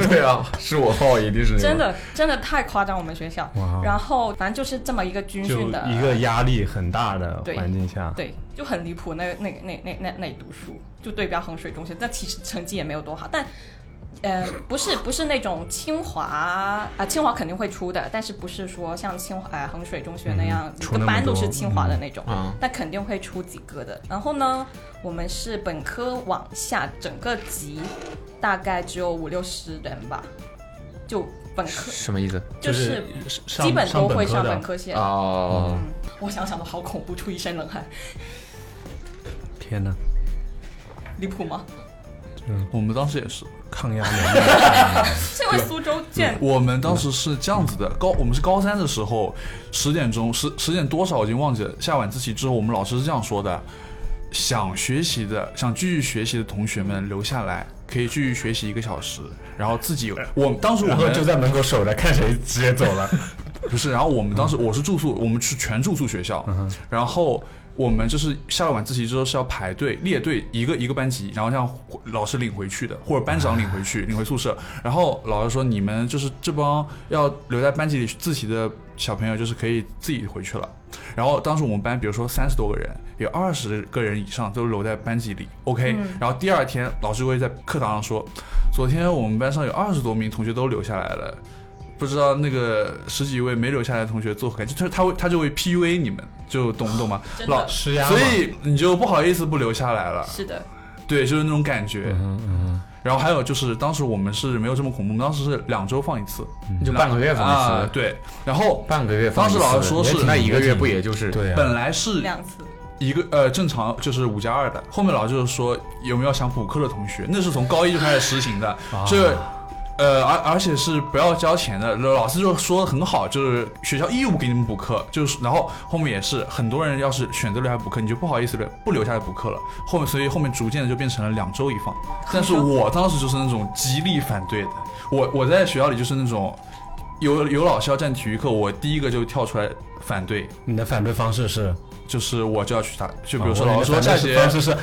[SPEAKER 4] 对啊，是我报一定是
[SPEAKER 5] 真的真的太夸张，我们学校
[SPEAKER 3] 哇。
[SPEAKER 5] 然后反正就是这么一个军
[SPEAKER 3] 就
[SPEAKER 5] 训的，
[SPEAKER 3] 一个压力很大的
[SPEAKER 5] 对
[SPEAKER 3] 环境下，
[SPEAKER 5] 对，就很离谱。那那那那那那里读书，就对标衡水中学，但其实成绩也没有多好，但。呃，不是不是那种清华啊、清华肯定会出的，但是不是说像清华、呃、衡水中学那样、
[SPEAKER 3] 嗯出那
[SPEAKER 5] 一个
[SPEAKER 3] 么
[SPEAKER 5] 班都是
[SPEAKER 3] 多啊
[SPEAKER 5] 清华的那种，
[SPEAKER 4] 嗯
[SPEAKER 5] 但肯定会出几个的。然后呢，我们是本科往下整个级大概只有五六十人吧，就本科
[SPEAKER 4] 什么意思？
[SPEAKER 5] 就是
[SPEAKER 3] 上
[SPEAKER 5] 基本都会
[SPEAKER 3] 上
[SPEAKER 5] 上本
[SPEAKER 3] 本科啊
[SPEAKER 5] 科线。
[SPEAKER 4] 哦，
[SPEAKER 5] 我想想都好恐怖，出一身冷汗，
[SPEAKER 3] 的。天哪，
[SPEAKER 5] 离谱吗？
[SPEAKER 6] 嗯我们当时也是，
[SPEAKER 3] 抗压能力
[SPEAKER 5] 是因为苏州建
[SPEAKER 6] 我们当时是这样子的，高我们是高三的时候，十点钟十十点多少我已经忘记了。下晚自习之后，我们老师是这样说的：想学习的、想继续学习的同学们留下来，可以继续学习一个小时。然后自己，我当时
[SPEAKER 3] 哎
[SPEAKER 6] 我
[SPEAKER 3] 然后
[SPEAKER 6] 们
[SPEAKER 3] 就在门口守着，看谁直接走 了。
[SPEAKER 6] 不是，然后我们当时我是住宿，我们是全住宿学校，然后我们就是下了晚自习之后是要排队列队，一个一个班级，然后让老师领回去的，或者班长领回去，领回宿舍。然后老师说你们就是这帮要留在班级里自习的小朋友，就是可以自己回去了。然后当时我们班，比如说三十多个人，有二十个人以上都留在班级里，OK、然后第二天，老师会在课堂上说，昨天我们班上有二十多名同学都留下来了，不知道那个十几位没留下来的同学做何感，就他他会他就会 PUA 你们，就懂不懂吗？
[SPEAKER 5] 真的
[SPEAKER 6] 老
[SPEAKER 3] 施压嘛
[SPEAKER 6] 所以你就不好意思不留下来了，
[SPEAKER 5] 是的，
[SPEAKER 6] 对，就是那种感觉。
[SPEAKER 3] 嗯嗯，
[SPEAKER 6] 然后还有就是，当时我们是没有这么恐怖，我们当时是两周放一次，
[SPEAKER 4] 就半个月放一
[SPEAKER 6] 啊，
[SPEAKER 4] 次，
[SPEAKER 6] 对。然后
[SPEAKER 4] 半个月放一次。
[SPEAKER 6] 当时老师说是
[SPEAKER 4] 也挺那一个月不也就是
[SPEAKER 3] 对啊，
[SPEAKER 6] 本来是
[SPEAKER 5] 两次。
[SPEAKER 6] 一个呃正常就是五加二的，后面老师就是说有没有想补课的同学，那是从高一就开始实行的，这。呃，而而且是不要交钱的，老师就说得很好，就是学校义务给你们补课，就是然后后面也是很多人要是选择留下来补课，你就不好意思留不留下来补课了。后面所以后面逐渐的就变成了两周一放，但是我当时就是那种极力反对的，我我在学校里就是那种有有老师要占体育课，我第一个就跳出来反对，
[SPEAKER 3] 你的反对方式是，啊
[SPEAKER 6] 就是我就要去打，就比如说
[SPEAKER 3] 哦我的
[SPEAKER 6] 老师说
[SPEAKER 3] 反对
[SPEAKER 6] 下节
[SPEAKER 3] 方式是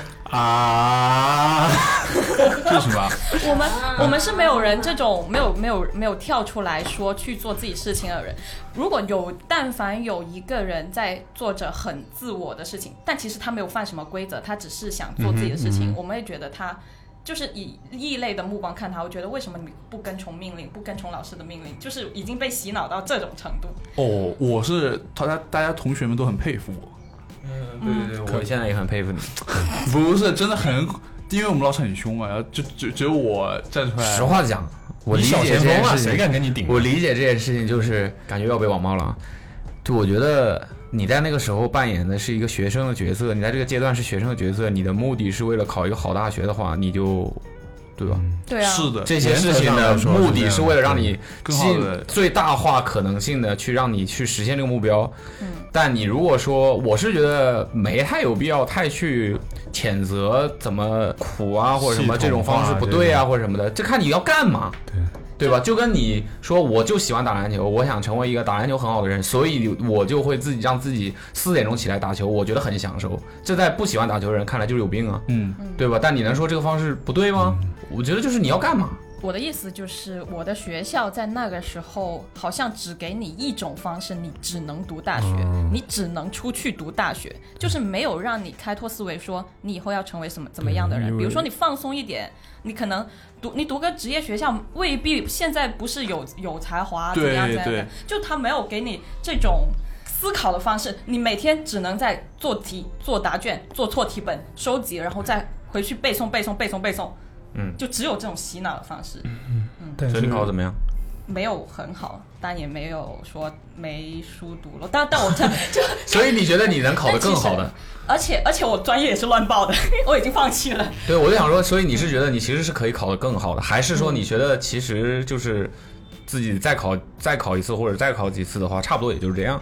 [SPEAKER 3] 啊，
[SPEAKER 6] 为什么？
[SPEAKER 5] 我们我们是没有人这种没有没有没有跳出来说去做自己事情的人。如果有但凡有一个人在做着很自我的事情，但其实他没有犯什么规则，他只是想做自己的事
[SPEAKER 3] 嗯
[SPEAKER 5] 情，我们会觉得他。就是以异类的目光看他，我觉得为什么你不跟从命令，不跟从老师的命令，就是已经被洗脑到这种程度。
[SPEAKER 6] 哦，我是大家大家同学们都很佩服我，
[SPEAKER 5] 嗯
[SPEAKER 4] 对对对，我现在也很佩服你。
[SPEAKER 6] 不是真的很，因为我们老师很凶嘛，然后就就只有我站出来
[SPEAKER 4] 实，话讲，我理
[SPEAKER 3] 你
[SPEAKER 4] 解
[SPEAKER 3] 小
[SPEAKER 4] 这
[SPEAKER 3] 前锋
[SPEAKER 4] 件
[SPEAKER 3] 啊，
[SPEAKER 4] 事情
[SPEAKER 3] 谁，敢跟你顶？
[SPEAKER 4] 我理解这件事情就是感觉要被网暴了啊。就我觉得你在那个时候扮演的是一个学生的角色，你在这个阶段是学生的角色，你的目的是为了考一个好大学的话，你就。对吧？
[SPEAKER 5] 对啊，
[SPEAKER 6] 是的，
[SPEAKER 4] 这些事情
[SPEAKER 3] 原则嗯上
[SPEAKER 4] 的
[SPEAKER 3] 来说
[SPEAKER 4] 目的是为了让你
[SPEAKER 6] 更好
[SPEAKER 4] 尽
[SPEAKER 6] 的
[SPEAKER 4] 最大化可能性的去让你去实现这个目标。但你如果说，我是觉得没太有必要太去谴责怎么苦啊，或者什么
[SPEAKER 3] 系
[SPEAKER 4] 这种
[SPEAKER 3] 统化
[SPEAKER 4] 方式不对啊，
[SPEAKER 3] 这
[SPEAKER 4] 或者什么的，这看你要干嘛。对吧？就跟你说，我就喜欢打篮球，我想成为一个打篮球很好的人，所以我就会自己让自己四点钟起来打球，我觉得很享受。这在不喜欢打球的人看来就是有病啊，
[SPEAKER 6] 嗯，
[SPEAKER 4] 对吧？但你能说这个方式不对吗？我觉得就是你要干嘛，
[SPEAKER 5] 我的意思就是，我的学校在那个时候好像只给你一种方式，你只能读大学，
[SPEAKER 6] 嗯
[SPEAKER 5] 你只能出去读大学，就是没有让你开拓思维，说你以后要成为什么怎么样的
[SPEAKER 6] 嗯
[SPEAKER 3] 因
[SPEAKER 5] 人。
[SPEAKER 3] 为
[SPEAKER 5] 比如说你放松一点，你可能读你读个职业学校，未必现在不是有有才华怎
[SPEAKER 6] 对
[SPEAKER 5] 么样怎么样
[SPEAKER 6] 对
[SPEAKER 5] 的，就他没有给你这种。思考的方式，你每天只能在做题、做答卷、做错题本、收集，然后再回去背诵、背诵、背诵、背诵，
[SPEAKER 4] 嗯
[SPEAKER 5] 就只有这种洗脑的方式。
[SPEAKER 3] 但
[SPEAKER 4] 所
[SPEAKER 3] 是
[SPEAKER 4] 以你考得怎么样？
[SPEAKER 5] 没有很好，但也没有说没书读了。但 但我这就
[SPEAKER 4] 所以你觉得你能考得更好
[SPEAKER 5] 但
[SPEAKER 4] 的
[SPEAKER 5] 其？实而且而且我专业也是乱报的， 我已经放弃了。
[SPEAKER 4] 对，我就想说，所以你是觉得你其实是可以考得更好的，还是说你觉得其实就是自己再考再考一次或者再考几次的话，差不多也就是这样？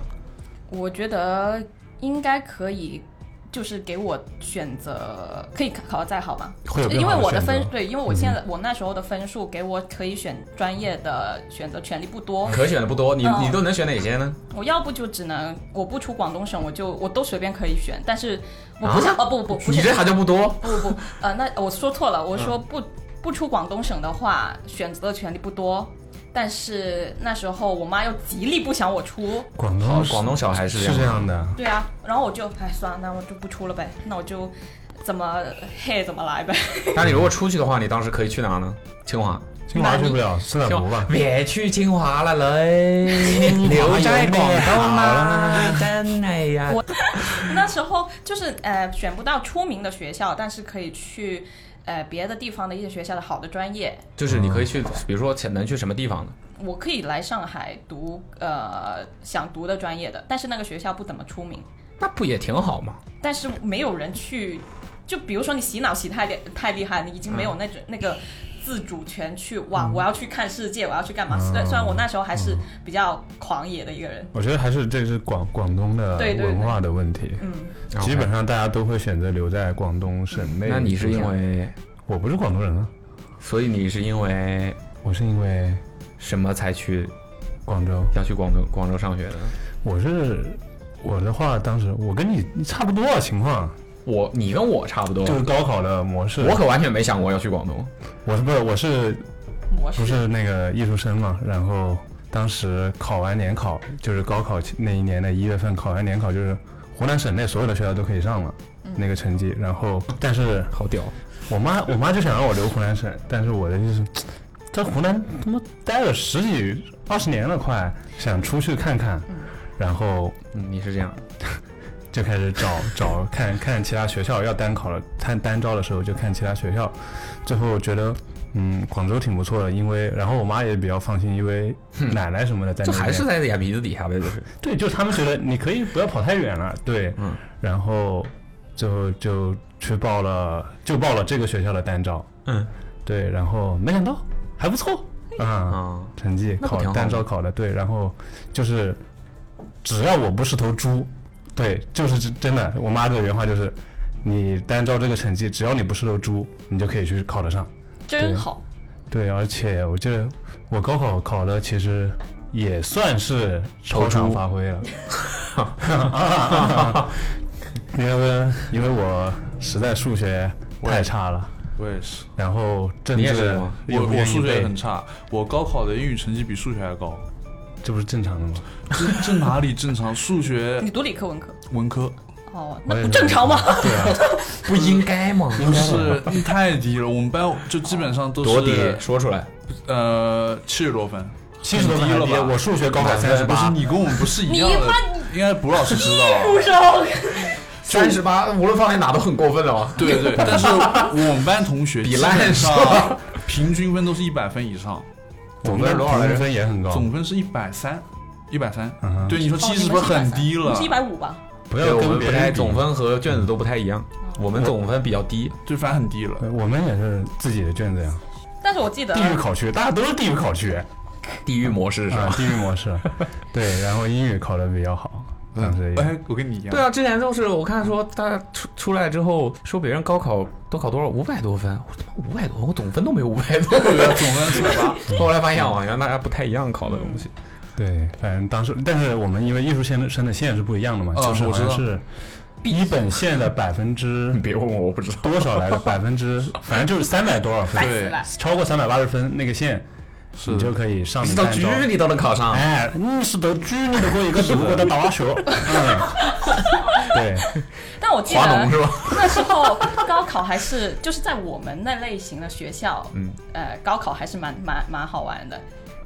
[SPEAKER 5] 我觉得应该可以，就是给我选择，可以考得再好吧。
[SPEAKER 3] 会有更
[SPEAKER 5] 因为
[SPEAKER 3] 好的
[SPEAKER 5] 我的
[SPEAKER 3] 选择嗯
[SPEAKER 5] 分对，因为我现在、我那时候的分数给我可以选专业的选择权利不多，
[SPEAKER 4] 可选的不多，你
[SPEAKER 5] 嗯
[SPEAKER 4] 你都能选哪些呢？
[SPEAKER 5] 我要不就只能我不出广东省，我就我都随便可以选，但是我
[SPEAKER 3] 啊
[SPEAKER 5] 不想、哦不不不
[SPEAKER 4] 你
[SPEAKER 5] 是
[SPEAKER 4] 这还叫不多？
[SPEAKER 5] 不不不呃那我说错了，我说不、不出广东省的话，选择的权利不多。但是那时候我妈又极力不想我出，
[SPEAKER 3] 广
[SPEAKER 4] 好
[SPEAKER 3] 东是
[SPEAKER 4] 广东小孩是这
[SPEAKER 3] 是
[SPEAKER 4] 样
[SPEAKER 3] 这样的，
[SPEAKER 5] 对啊，然后我就哎算了，那我就不出了呗，那我就怎么嘿怎么来呗。
[SPEAKER 4] 那你如果出去的话，你当时可以去哪呢？清华。
[SPEAKER 3] 清华去不了，斯坦福吧？
[SPEAKER 4] 别去清华了嘞， 留在广东啊啦！ 真的呀
[SPEAKER 5] 我那时候就是呃选不到出名的学校，但是可以去呃别的地方的一些学校的好的专业。
[SPEAKER 4] 就是你可以去，比如说能去什么地方呢？
[SPEAKER 5] 我可以来上海读呃想读的专业的，但是那个学校不怎么出名，
[SPEAKER 4] 那不也挺好吗？
[SPEAKER 5] 但是没有人去。就比如说你洗脑洗太厉太厉害，你已经没有那种、那个自主权去哇，我要去看世界，我要去干嘛？虽、然虽然我那时候还是比较狂野的一个人，
[SPEAKER 3] 我觉得还是这是广广东的
[SPEAKER 5] 对对对
[SPEAKER 3] 文化的问题，
[SPEAKER 5] 嗯，
[SPEAKER 3] 基本上大家都会选择留在广东省内。
[SPEAKER 4] 那你是因为，
[SPEAKER 3] 我不是广东人啊，
[SPEAKER 4] 所以你是因为
[SPEAKER 3] 我是因为
[SPEAKER 4] 什么才去
[SPEAKER 3] 广州。
[SPEAKER 4] 要去广州广州上学的？
[SPEAKER 3] 我是我的话，当时我跟你差不多啊情况，
[SPEAKER 4] 我你跟我差不多，
[SPEAKER 3] 就是高考的模式。
[SPEAKER 4] 我可完全没想过要去广东。
[SPEAKER 3] 我是不是我是
[SPEAKER 5] 模式
[SPEAKER 3] 不是那个艺术生 嘛？然后当时考完联考，就是高考那一年的一月份考完联考，就是湖南省内所有的学校都可以上了。
[SPEAKER 5] 嗯
[SPEAKER 3] 那个成绩，然后但是
[SPEAKER 4] 好屌！
[SPEAKER 3] 我妈我妈就想让我留湖南省，但是我的就是在湖南他妈待了十几二十年了快，想出去看看，然后
[SPEAKER 4] 嗯，你是这样，
[SPEAKER 3] 就开始找 找看看其他学校要单考了，看单招的时候就看其他学校，最后觉得嗯广州挺不错的，因为然后我妈也比较放心，因为奶奶什么的在那
[SPEAKER 4] 就
[SPEAKER 3] 边
[SPEAKER 4] 还是在眼皮子底下呗，就是。
[SPEAKER 3] 对，就是他们觉得你可以不要跑太远了，对，
[SPEAKER 4] 嗯
[SPEAKER 3] 然后就就去报了，就报了这个学校的单招，
[SPEAKER 4] 嗯，
[SPEAKER 3] 对，然后没想到还不错啊，
[SPEAKER 4] 啊，
[SPEAKER 3] 成绩
[SPEAKER 4] 那不
[SPEAKER 3] 考
[SPEAKER 4] 挺好
[SPEAKER 3] 单
[SPEAKER 4] 的
[SPEAKER 3] 招考的对，然后就是只要我不是头猪，对，就是真真的，我妈的原话就是。你单招这个成绩，只要你不是头猪，你就可以去考得上。
[SPEAKER 5] 真好。
[SPEAKER 3] 对，而且我记得我高考考的其实也算是超常发挥 了。因为因为我实在数学太差了，
[SPEAKER 6] 我也是，
[SPEAKER 3] 然后政
[SPEAKER 4] 你也是
[SPEAKER 3] 治
[SPEAKER 4] 吗
[SPEAKER 3] 也
[SPEAKER 6] 我
[SPEAKER 3] 不
[SPEAKER 6] 我
[SPEAKER 3] 愿意
[SPEAKER 6] 数学也
[SPEAKER 3] 背
[SPEAKER 6] 很，差，我高考的英语成绩比数学还高，
[SPEAKER 3] 这不是正常的吗？
[SPEAKER 6] 这这哪里正常？数学
[SPEAKER 5] 你读理科文科
[SPEAKER 6] 文科
[SPEAKER 5] 哦，
[SPEAKER 3] 我
[SPEAKER 5] 那
[SPEAKER 3] 也
[SPEAKER 5] 不
[SPEAKER 3] 是
[SPEAKER 5] 正常吗？
[SPEAKER 3] 对啊，
[SPEAKER 4] 不应该吗？
[SPEAKER 6] 不是你太低了，我们班就基本上都
[SPEAKER 4] 多低
[SPEAKER 6] 是，
[SPEAKER 4] 说出来。
[SPEAKER 6] 呃七十多分，
[SPEAKER 3] 七十多分还
[SPEAKER 6] 很低了
[SPEAKER 3] 低，
[SPEAKER 6] 吧
[SPEAKER 3] 我数学高考三十
[SPEAKER 6] 不是
[SPEAKER 3] 八，
[SPEAKER 6] 你跟我们不是一样的，应该卜老师知道。
[SPEAKER 4] 三十八，无论放在哪都很过分了 吧？
[SPEAKER 6] 对对，但是我们班同学
[SPEAKER 4] 比
[SPEAKER 6] 基
[SPEAKER 4] 烂
[SPEAKER 6] 本
[SPEAKER 4] 是
[SPEAKER 6] 上 平均分都是一百分以上，
[SPEAKER 3] 我们
[SPEAKER 4] 多少来着
[SPEAKER 3] 评分也很高，
[SPEAKER 6] 总分是一百三，一百三
[SPEAKER 3] 哦嗯。哼
[SPEAKER 6] 对，你说七十分很低了
[SPEAKER 5] 哦是，一百五吧？
[SPEAKER 3] 不
[SPEAKER 4] 对，
[SPEAKER 3] 要
[SPEAKER 4] 我
[SPEAKER 3] 跟
[SPEAKER 4] 们
[SPEAKER 3] 别
[SPEAKER 4] 不太
[SPEAKER 3] 人比
[SPEAKER 4] 总。分和卷子都不太一样，我们总分比较低。
[SPEAKER 6] 就反正很低了。
[SPEAKER 3] 呃我们也是自己的卷子呀，
[SPEAKER 5] 但是我记得
[SPEAKER 3] 地狱考区，大家都是地狱考区啊，
[SPEAKER 4] 地狱模 式是吧？
[SPEAKER 3] 地狱模式。对，然后英语考的比较好，
[SPEAKER 4] 嗯
[SPEAKER 3] 当时也
[SPEAKER 6] 哎，我跟你一样。
[SPEAKER 4] 对啊，之前就是我看说他出出来之后说别人高考都考多少五百多分，我他妈五百多，我总分都没有五百多。
[SPEAKER 6] 对啊， 总分四百八。
[SPEAKER 4] 后来发现好像大家不太一样考的东西。
[SPEAKER 3] 对，反正当时，但是我们因为艺术线生的线是不一样的嘛，
[SPEAKER 6] 嗯
[SPEAKER 4] 啊
[SPEAKER 3] 就是
[SPEAKER 6] 我
[SPEAKER 3] 好
[SPEAKER 6] 知道
[SPEAKER 3] 像是一本线的百分 之
[SPEAKER 4] 别问我，我不知道。
[SPEAKER 3] 多少来着？百分之反正就是三百多少分，
[SPEAKER 6] 对，
[SPEAKER 3] 超过三百八十分那个线，你就可以上
[SPEAKER 4] 你
[SPEAKER 3] 名
[SPEAKER 4] 到
[SPEAKER 3] 单
[SPEAKER 4] 局
[SPEAKER 3] 招。
[SPEAKER 4] 你都能考上，
[SPEAKER 3] 哎，你是得局，你得过一个德国的大学。嗯，对，
[SPEAKER 5] 但我记
[SPEAKER 4] 华农是
[SPEAKER 5] 得
[SPEAKER 4] 吧？
[SPEAKER 5] 那时候高考还是就是在我们那类型的学校，嗯，呃，高考还是蛮蛮蛮好玩的，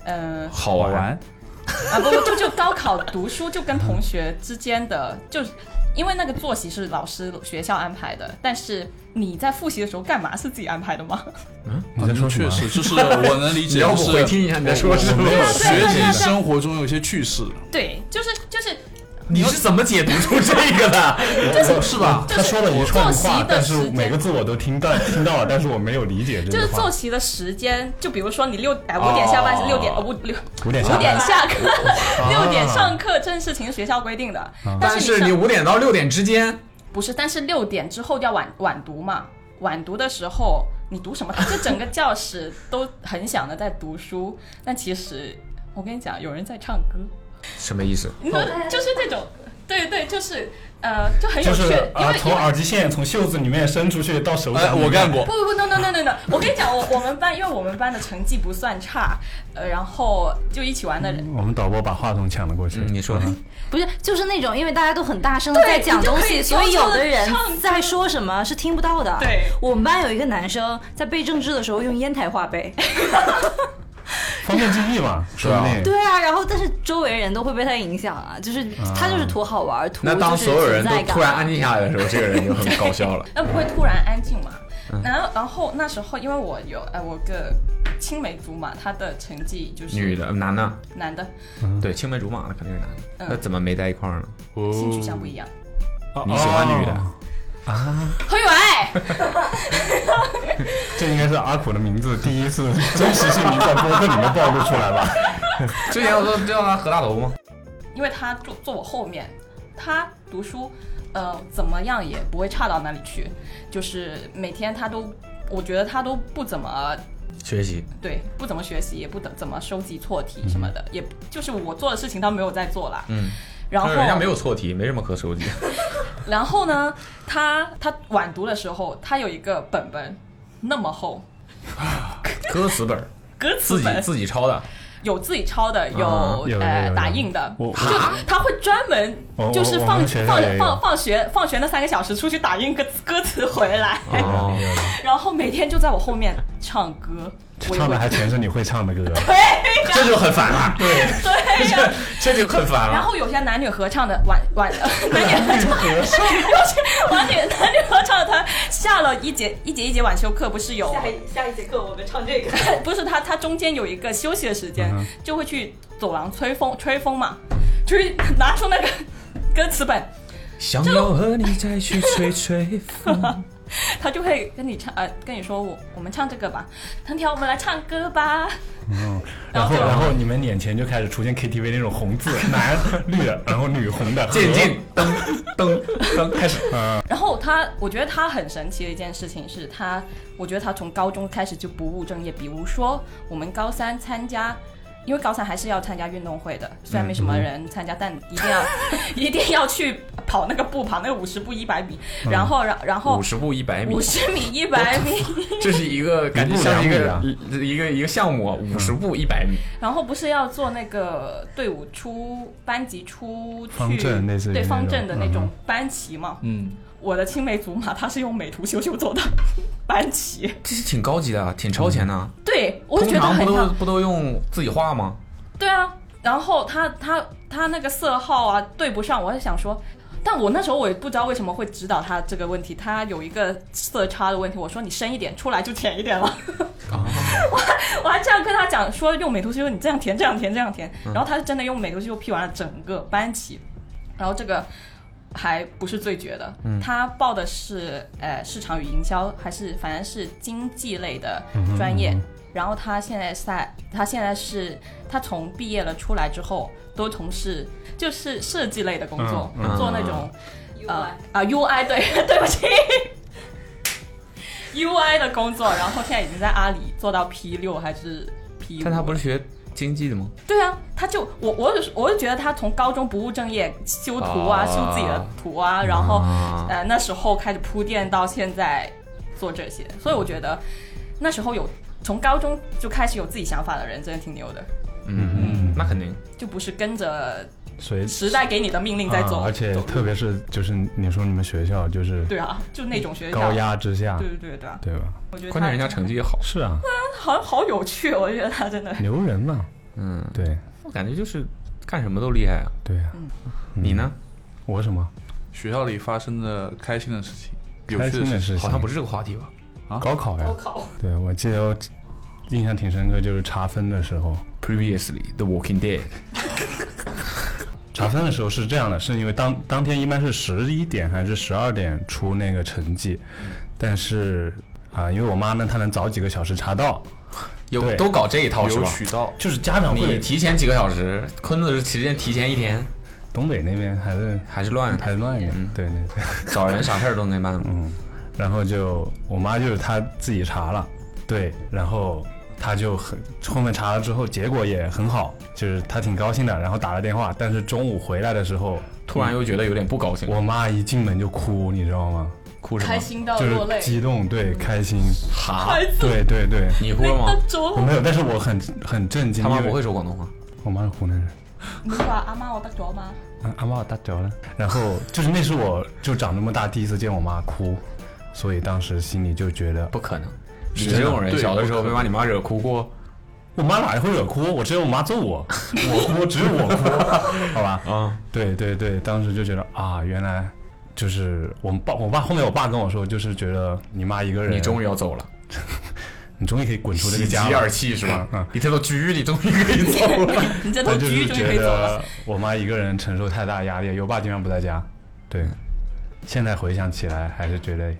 [SPEAKER 5] 呃，
[SPEAKER 4] 好玩，
[SPEAKER 5] 啊，不不，就就高考读书就跟同学之间的，就是因为那个作息是老师学校安排的，但是你在复习的时候干嘛是自己安排的吗？
[SPEAKER 3] 你在说什么
[SPEAKER 6] 嗯确？实，就是我能理解，
[SPEAKER 4] 你要
[SPEAKER 6] 就
[SPEAKER 4] 不
[SPEAKER 6] 是
[SPEAKER 4] 回听一下你在说什
[SPEAKER 6] 我
[SPEAKER 4] 么
[SPEAKER 6] 我没有
[SPEAKER 5] 对啊对啊对
[SPEAKER 6] 学
[SPEAKER 5] 啊对啊
[SPEAKER 6] 习生活中有些趣事，
[SPEAKER 5] 对，就是就是
[SPEAKER 4] 你是怎么解读出这个的？
[SPEAKER 6] 是吧？
[SPEAKER 3] 他说了一串
[SPEAKER 5] 作息
[SPEAKER 3] 话
[SPEAKER 5] 的，
[SPEAKER 3] 但
[SPEAKER 5] 时
[SPEAKER 3] 是
[SPEAKER 5] 间
[SPEAKER 3] 每个字我都听到 听到了，但是我没有理解这
[SPEAKER 5] 就是
[SPEAKER 3] 句
[SPEAKER 5] 作
[SPEAKER 3] 话。
[SPEAKER 5] 息的时间，就比如说你六哎五点下班是六点呃五六
[SPEAKER 3] 五点下啊
[SPEAKER 5] 五
[SPEAKER 3] 班
[SPEAKER 5] 点下课，六点上课，这事情是学校规定的，
[SPEAKER 4] 但
[SPEAKER 5] 是
[SPEAKER 4] 是
[SPEAKER 5] 上
[SPEAKER 4] 你五点到六点之间，
[SPEAKER 5] 不是，但是六点之后要晚晚读嘛，晚读的时候你读什么？这整个教室都很想的在读书，但其实我跟你讲，有人在唱歌，
[SPEAKER 4] 什么意思？
[SPEAKER 5] 你懂，就是这种，对对，就是呃，就很有
[SPEAKER 3] 就
[SPEAKER 5] 趣，
[SPEAKER 3] 是
[SPEAKER 5] 因
[SPEAKER 3] 啊，
[SPEAKER 5] 为
[SPEAKER 3] 从
[SPEAKER 5] 因为
[SPEAKER 3] 耳机线从袖子里面伸出去到手掌
[SPEAKER 6] 哎，
[SPEAKER 3] 里面，
[SPEAKER 6] 我干过
[SPEAKER 5] 不，不不，no no no no no！我跟你讲，我我们班因为我们班的成绩不算差，呃，然后就一起玩的人，
[SPEAKER 3] 我们导播把话筒抢了过去。
[SPEAKER 4] 嗯，你说呢？
[SPEAKER 9] 不是，就是那种，因为大家都很大声的在讲东
[SPEAKER 5] 你
[SPEAKER 9] 西，
[SPEAKER 5] 就
[SPEAKER 9] 所
[SPEAKER 5] 可以悄悄地
[SPEAKER 9] 以有的人
[SPEAKER 5] 唱歌
[SPEAKER 9] 在说什么是听不到的。
[SPEAKER 5] 对
[SPEAKER 9] 我们班有一个男生在背政治的时候用烟台话 背，
[SPEAKER 3] 方便记忆嘛，说不定。
[SPEAKER 9] 对啊，然后但是周围人都会被他影响啊，就是他就是图好玩，图
[SPEAKER 4] 嗯那当
[SPEAKER 9] 就是
[SPEAKER 4] 所有人都
[SPEAKER 9] 存在感啊
[SPEAKER 4] 突然安静下来的时候，这个人就很搞笑了。
[SPEAKER 5] 那不会突然安静嘛？
[SPEAKER 3] 嗯
[SPEAKER 5] 然后然后那时候因为我有呃我个青梅竹马，他的成绩就是
[SPEAKER 4] 女的，男的，
[SPEAKER 5] 男的
[SPEAKER 4] 对，青梅竹马的肯定是男的，
[SPEAKER 5] 嗯
[SPEAKER 4] 那怎么没在一块儿呢？
[SPEAKER 5] 性取向不一样。
[SPEAKER 4] 你喜欢女的？
[SPEAKER 5] 何雨伟，
[SPEAKER 3] 这应该是阿苦的名字第一次真实姓名在播客里面暴露出来吧？
[SPEAKER 4] 之前我说叫他何大头吗？
[SPEAKER 5] 因为他坐坐我后面，他读书，呃，怎么样也不会差到哪里去，就是每天他都，我觉得他都不怎么
[SPEAKER 4] 学习，
[SPEAKER 5] 对，不怎么学习，也不怎么收集错题什么的，也就是我做的事情他没有在做啦。
[SPEAKER 4] 嗯，
[SPEAKER 5] 然后
[SPEAKER 4] 但是人家没有错题，没什么可 收集。
[SPEAKER 5] 然后呢，他他晚读的时候，他有一个本本，那么厚，
[SPEAKER 4] 歌词本儿，
[SPEAKER 5] 歌词
[SPEAKER 4] 自己
[SPEAKER 5] 本
[SPEAKER 4] 自己抄的，
[SPEAKER 5] 有自己抄的，有、
[SPEAKER 3] 啊有有
[SPEAKER 5] 呃
[SPEAKER 3] 有
[SPEAKER 5] 打
[SPEAKER 3] 有
[SPEAKER 5] 印的，
[SPEAKER 3] 我哦
[SPEAKER 5] 就他会专门
[SPEAKER 3] 我我
[SPEAKER 5] 就是
[SPEAKER 3] 我
[SPEAKER 5] 放
[SPEAKER 3] 们学校
[SPEAKER 5] 放
[SPEAKER 3] 也有
[SPEAKER 5] 放放学放学那三个小时出去打印歌歌词回来，
[SPEAKER 3] 啊
[SPEAKER 4] 哦，
[SPEAKER 5] 然后每天就在我后面唱歌，我也
[SPEAKER 3] 唱
[SPEAKER 5] 会
[SPEAKER 3] 的还全是你会唱的歌。
[SPEAKER 4] 这就很烦了。对，
[SPEAKER 5] 对呀、
[SPEAKER 4] 这就很烦
[SPEAKER 5] 然
[SPEAKER 4] 了。
[SPEAKER 5] 后有些男女合唱的晚晚 男女合唱， 有些男女男女合唱的他下了一节一节一节晚修课不是有
[SPEAKER 8] 下一节课我们唱这个。
[SPEAKER 5] 不是他，他中间有一个休息的时
[SPEAKER 4] 嗯
[SPEAKER 5] 间，就会去走廊吹风，吹风嘛，吹拿出那个歌词本，
[SPEAKER 4] 想要和你再去吹吹风，
[SPEAKER 5] 他就会跟你唱，呃，跟你说我我们唱这个吧，藤条，我们来唱歌吧。
[SPEAKER 3] 然后，
[SPEAKER 5] 然后
[SPEAKER 3] 然后你们眼前就开始出现 KTV 那种红字，男绿的，然后女红的，
[SPEAKER 4] 渐进
[SPEAKER 3] 噔噔噔开始。嗯，
[SPEAKER 5] 然后他，我觉得他很神奇的一件事情是他，我觉得他从高中开始就不务正业。比如说，我们高三参加，因为高三还是要参加运动会的，虽然没什么人参加，但一定要 一定要去跑那个步，跑那个五十步、一百米。然后，然然后
[SPEAKER 4] 五十步一百米
[SPEAKER 5] 五，十米、一百米，
[SPEAKER 4] 这是一个感觉像一
[SPEAKER 3] 一步
[SPEAKER 4] 个
[SPEAKER 3] 两
[SPEAKER 4] 一个一个项目，五十步一百米。
[SPEAKER 5] 然后不是要做那个队伍出班级出去
[SPEAKER 3] 方阵类似于
[SPEAKER 5] 对
[SPEAKER 3] 那
[SPEAKER 5] 方
[SPEAKER 3] 种
[SPEAKER 5] 阵的那
[SPEAKER 3] 嗯
[SPEAKER 5] 种
[SPEAKER 3] 哼
[SPEAKER 5] 班旗嘛？
[SPEAKER 6] 嗯，
[SPEAKER 5] 我的青梅竹马，他是用美图秀秀做的班旗，
[SPEAKER 4] 这是挺高级的，啊挺超前的。
[SPEAKER 5] 对嗯我就
[SPEAKER 4] 通
[SPEAKER 5] 觉得
[SPEAKER 4] 常
[SPEAKER 5] 很
[SPEAKER 4] 不都
[SPEAKER 5] 像，
[SPEAKER 4] 不都用自己画吗？
[SPEAKER 5] 对啊。然后他他他那个色号啊对不上，我是想说。但我那时候我也不知道为什么会指导他这个问题，他有一个色差的问题，我说你深一点，出来就浅一点了。 我还我还这样跟他讲说用美图秀秀，你这样填这样填这样填，然后他是真的用美图秀秀 P 完了整个班级，然后这个还不是最绝的，他报的是呃市场与营销，还是反正是经济类的专业。然后他现在在，他现在是他从毕业了出来之后，都从事就是设计类的工作，
[SPEAKER 3] 嗯嗯
[SPEAKER 5] 做那种、
[SPEAKER 8] UI
[SPEAKER 5] 呃啊 UI 对 对不起 UI 的工作，然后现在已经在阿里做到 P 六还是 P 五，
[SPEAKER 4] 但他不是学经济的吗？
[SPEAKER 5] 对啊，他就我我就我就觉得他从高中不务正业，修图啊，
[SPEAKER 4] 啊
[SPEAKER 5] 修自己的图啊，然后、
[SPEAKER 4] 啊
[SPEAKER 5] 呃那时候开始铺垫到现在做这些，所以我觉得那时候有从高中就开始有自己想法的人，真的挺牛的，
[SPEAKER 4] 嗯，那肯定。
[SPEAKER 5] 就不是跟着
[SPEAKER 3] 谁
[SPEAKER 5] 时代给你的命令在走。
[SPEAKER 3] 啊而且
[SPEAKER 5] 走
[SPEAKER 3] 特别是就是你说你们学校就是
[SPEAKER 5] 对啊，就那种学校，
[SPEAKER 3] 高压之下
[SPEAKER 5] 对，对对对啊，
[SPEAKER 3] 对吧？
[SPEAKER 5] 我觉得
[SPEAKER 4] 关键人家成绩也好，
[SPEAKER 3] 是啊，
[SPEAKER 5] 好好有趣，我觉得他真的
[SPEAKER 3] 牛人嘛，
[SPEAKER 4] 嗯，
[SPEAKER 3] 对，
[SPEAKER 4] 我感觉就是干什么都厉害啊。
[SPEAKER 3] 对呀、
[SPEAKER 4] 你呢？
[SPEAKER 3] 我什么？
[SPEAKER 6] 学校里发生的开心的事情，有
[SPEAKER 3] 开
[SPEAKER 6] 趣
[SPEAKER 3] 心
[SPEAKER 6] 事
[SPEAKER 3] 的
[SPEAKER 6] 情，
[SPEAKER 3] 事情
[SPEAKER 4] 好像不是这个话题吧？
[SPEAKER 3] 高考呀
[SPEAKER 8] 高。考，
[SPEAKER 3] 对，我记得我印象挺深刻，就是查分的时候，
[SPEAKER 4] Previously, The Walking Dead。
[SPEAKER 3] 查分的时候是这样的，是因为当当天一般是十一点还是十二点出那个成绩，但是啊、因为我妈呢，她能早几个小时查到，
[SPEAKER 4] 有
[SPEAKER 3] 对
[SPEAKER 4] 都搞这一套是
[SPEAKER 6] 有
[SPEAKER 4] 吧？
[SPEAKER 6] 渠道。
[SPEAKER 3] 就是家长
[SPEAKER 4] 你
[SPEAKER 3] 会
[SPEAKER 4] 提前几个小时，坤子是提前提前一天，
[SPEAKER 3] 东北那边还是
[SPEAKER 4] 还是 乱
[SPEAKER 3] 还是乱一点，
[SPEAKER 5] 嗯
[SPEAKER 3] 对对对。
[SPEAKER 4] 找人啥事儿都能办。
[SPEAKER 3] 然后就我妈就是她自己查了，对，然后她就很后面查了之后结果也很好，就是她挺高兴的，然后打了电话，但是中午回来的时候，
[SPEAKER 4] 突然又觉得有点不高兴，
[SPEAKER 3] 我妈一进门就哭，你知道吗？
[SPEAKER 4] 哭什么
[SPEAKER 5] 开？心到
[SPEAKER 3] 就
[SPEAKER 5] 落
[SPEAKER 3] 是
[SPEAKER 5] 泪。嗯
[SPEAKER 3] 激动，对，开心，
[SPEAKER 4] 哈，
[SPEAKER 5] 孩子，
[SPEAKER 3] 对对对，
[SPEAKER 4] 你哭了吗？
[SPEAKER 3] 我没有，但是我很很震惊，
[SPEAKER 4] 他妈
[SPEAKER 3] 因为
[SPEAKER 4] 不会说广东话，
[SPEAKER 3] 我妈是湖南人。
[SPEAKER 5] 你把阿妈我的脚吗？
[SPEAKER 4] 嗯
[SPEAKER 3] 啊阿妈打脚了，然后就是那是我就长这么大第一次见我妈哭，所以当时心里就觉得
[SPEAKER 4] 不可能。你
[SPEAKER 6] 真的
[SPEAKER 4] 这种人
[SPEAKER 6] 对
[SPEAKER 4] 小的时候
[SPEAKER 6] 不可
[SPEAKER 4] 没
[SPEAKER 6] 能
[SPEAKER 4] 把你妈惹哭过，
[SPEAKER 3] 我妈哪会惹哭？我只有我妈揍 我，我哭只有我哭，好吧？
[SPEAKER 4] 啊，
[SPEAKER 3] 对对对，当时就觉得啊，原来就是我爸，我爸后面我爸跟我说，就是觉得你妈一个人，
[SPEAKER 4] 你终于要走了，
[SPEAKER 3] 你终于可以滚出这
[SPEAKER 4] 喜
[SPEAKER 3] 个
[SPEAKER 4] 极
[SPEAKER 3] 家
[SPEAKER 4] 而
[SPEAKER 3] 了。
[SPEAKER 4] 泣是吧
[SPEAKER 3] 嗯嗯？
[SPEAKER 4] 你这头狙，你终于可以走了。
[SPEAKER 5] 你这头
[SPEAKER 3] 我就
[SPEAKER 5] 狙
[SPEAKER 3] 是
[SPEAKER 5] 终于
[SPEAKER 3] 觉
[SPEAKER 5] 可以走了。
[SPEAKER 3] 得我妈一个人承受太大压力，有爸经常不在家，对。现在回想起来，还是觉得，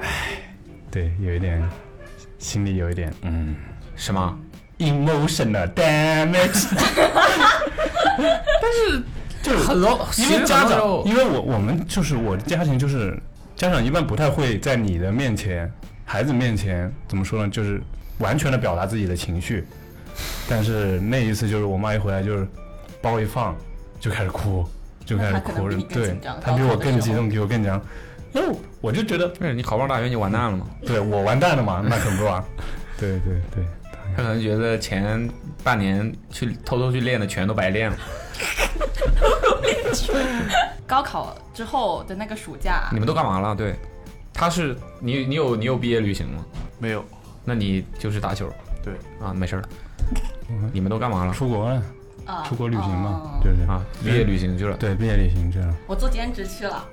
[SPEAKER 3] 唉，对，有一点，心里有一点，嗯
[SPEAKER 4] 什么？
[SPEAKER 3] ，emotional damage。因为家
[SPEAKER 4] 很多，其实很多时
[SPEAKER 3] 长，
[SPEAKER 4] 候
[SPEAKER 3] 因为我我们就是我家庭就是家长一般不太会在你的面前、孩子面前怎么说呢，就是完全的表达自己的情绪。但是那一次就是我妈一回来就是包一放就开始哭，就开始
[SPEAKER 5] 那她
[SPEAKER 3] 哭
[SPEAKER 5] 可能比你，更
[SPEAKER 3] 对
[SPEAKER 5] 紧张，
[SPEAKER 3] 她比我更激动，比我更紧张。然后我就觉得，
[SPEAKER 4] 不是你考不上大学你就完蛋了嘛？
[SPEAKER 3] 对我完蛋了嘛，那可 不啊。对对对，
[SPEAKER 4] 他可能觉得前半年去偷偷去练的全都白练了。
[SPEAKER 5] 高考之后的那个暑假
[SPEAKER 4] 你，们都干嘛了？对，他是你你有你有毕业旅行吗？
[SPEAKER 6] 没有，
[SPEAKER 4] 那你就是打球。
[SPEAKER 6] 对
[SPEAKER 4] 啊，没事儿了。你们都干嘛了？
[SPEAKER 3] 出国了，
[SPEAKER 5] 啊，
[SPEAKER 3] 出国旅行嘛，
[SPEAKER 5] 哦
[SPEAKER 3] 就是
[SPEAKER 4] 啊，毕业旅行去了。
[SPEAKER 3] 对毕业旅行去了。
[SPEAKER 5] 我做兼职去了。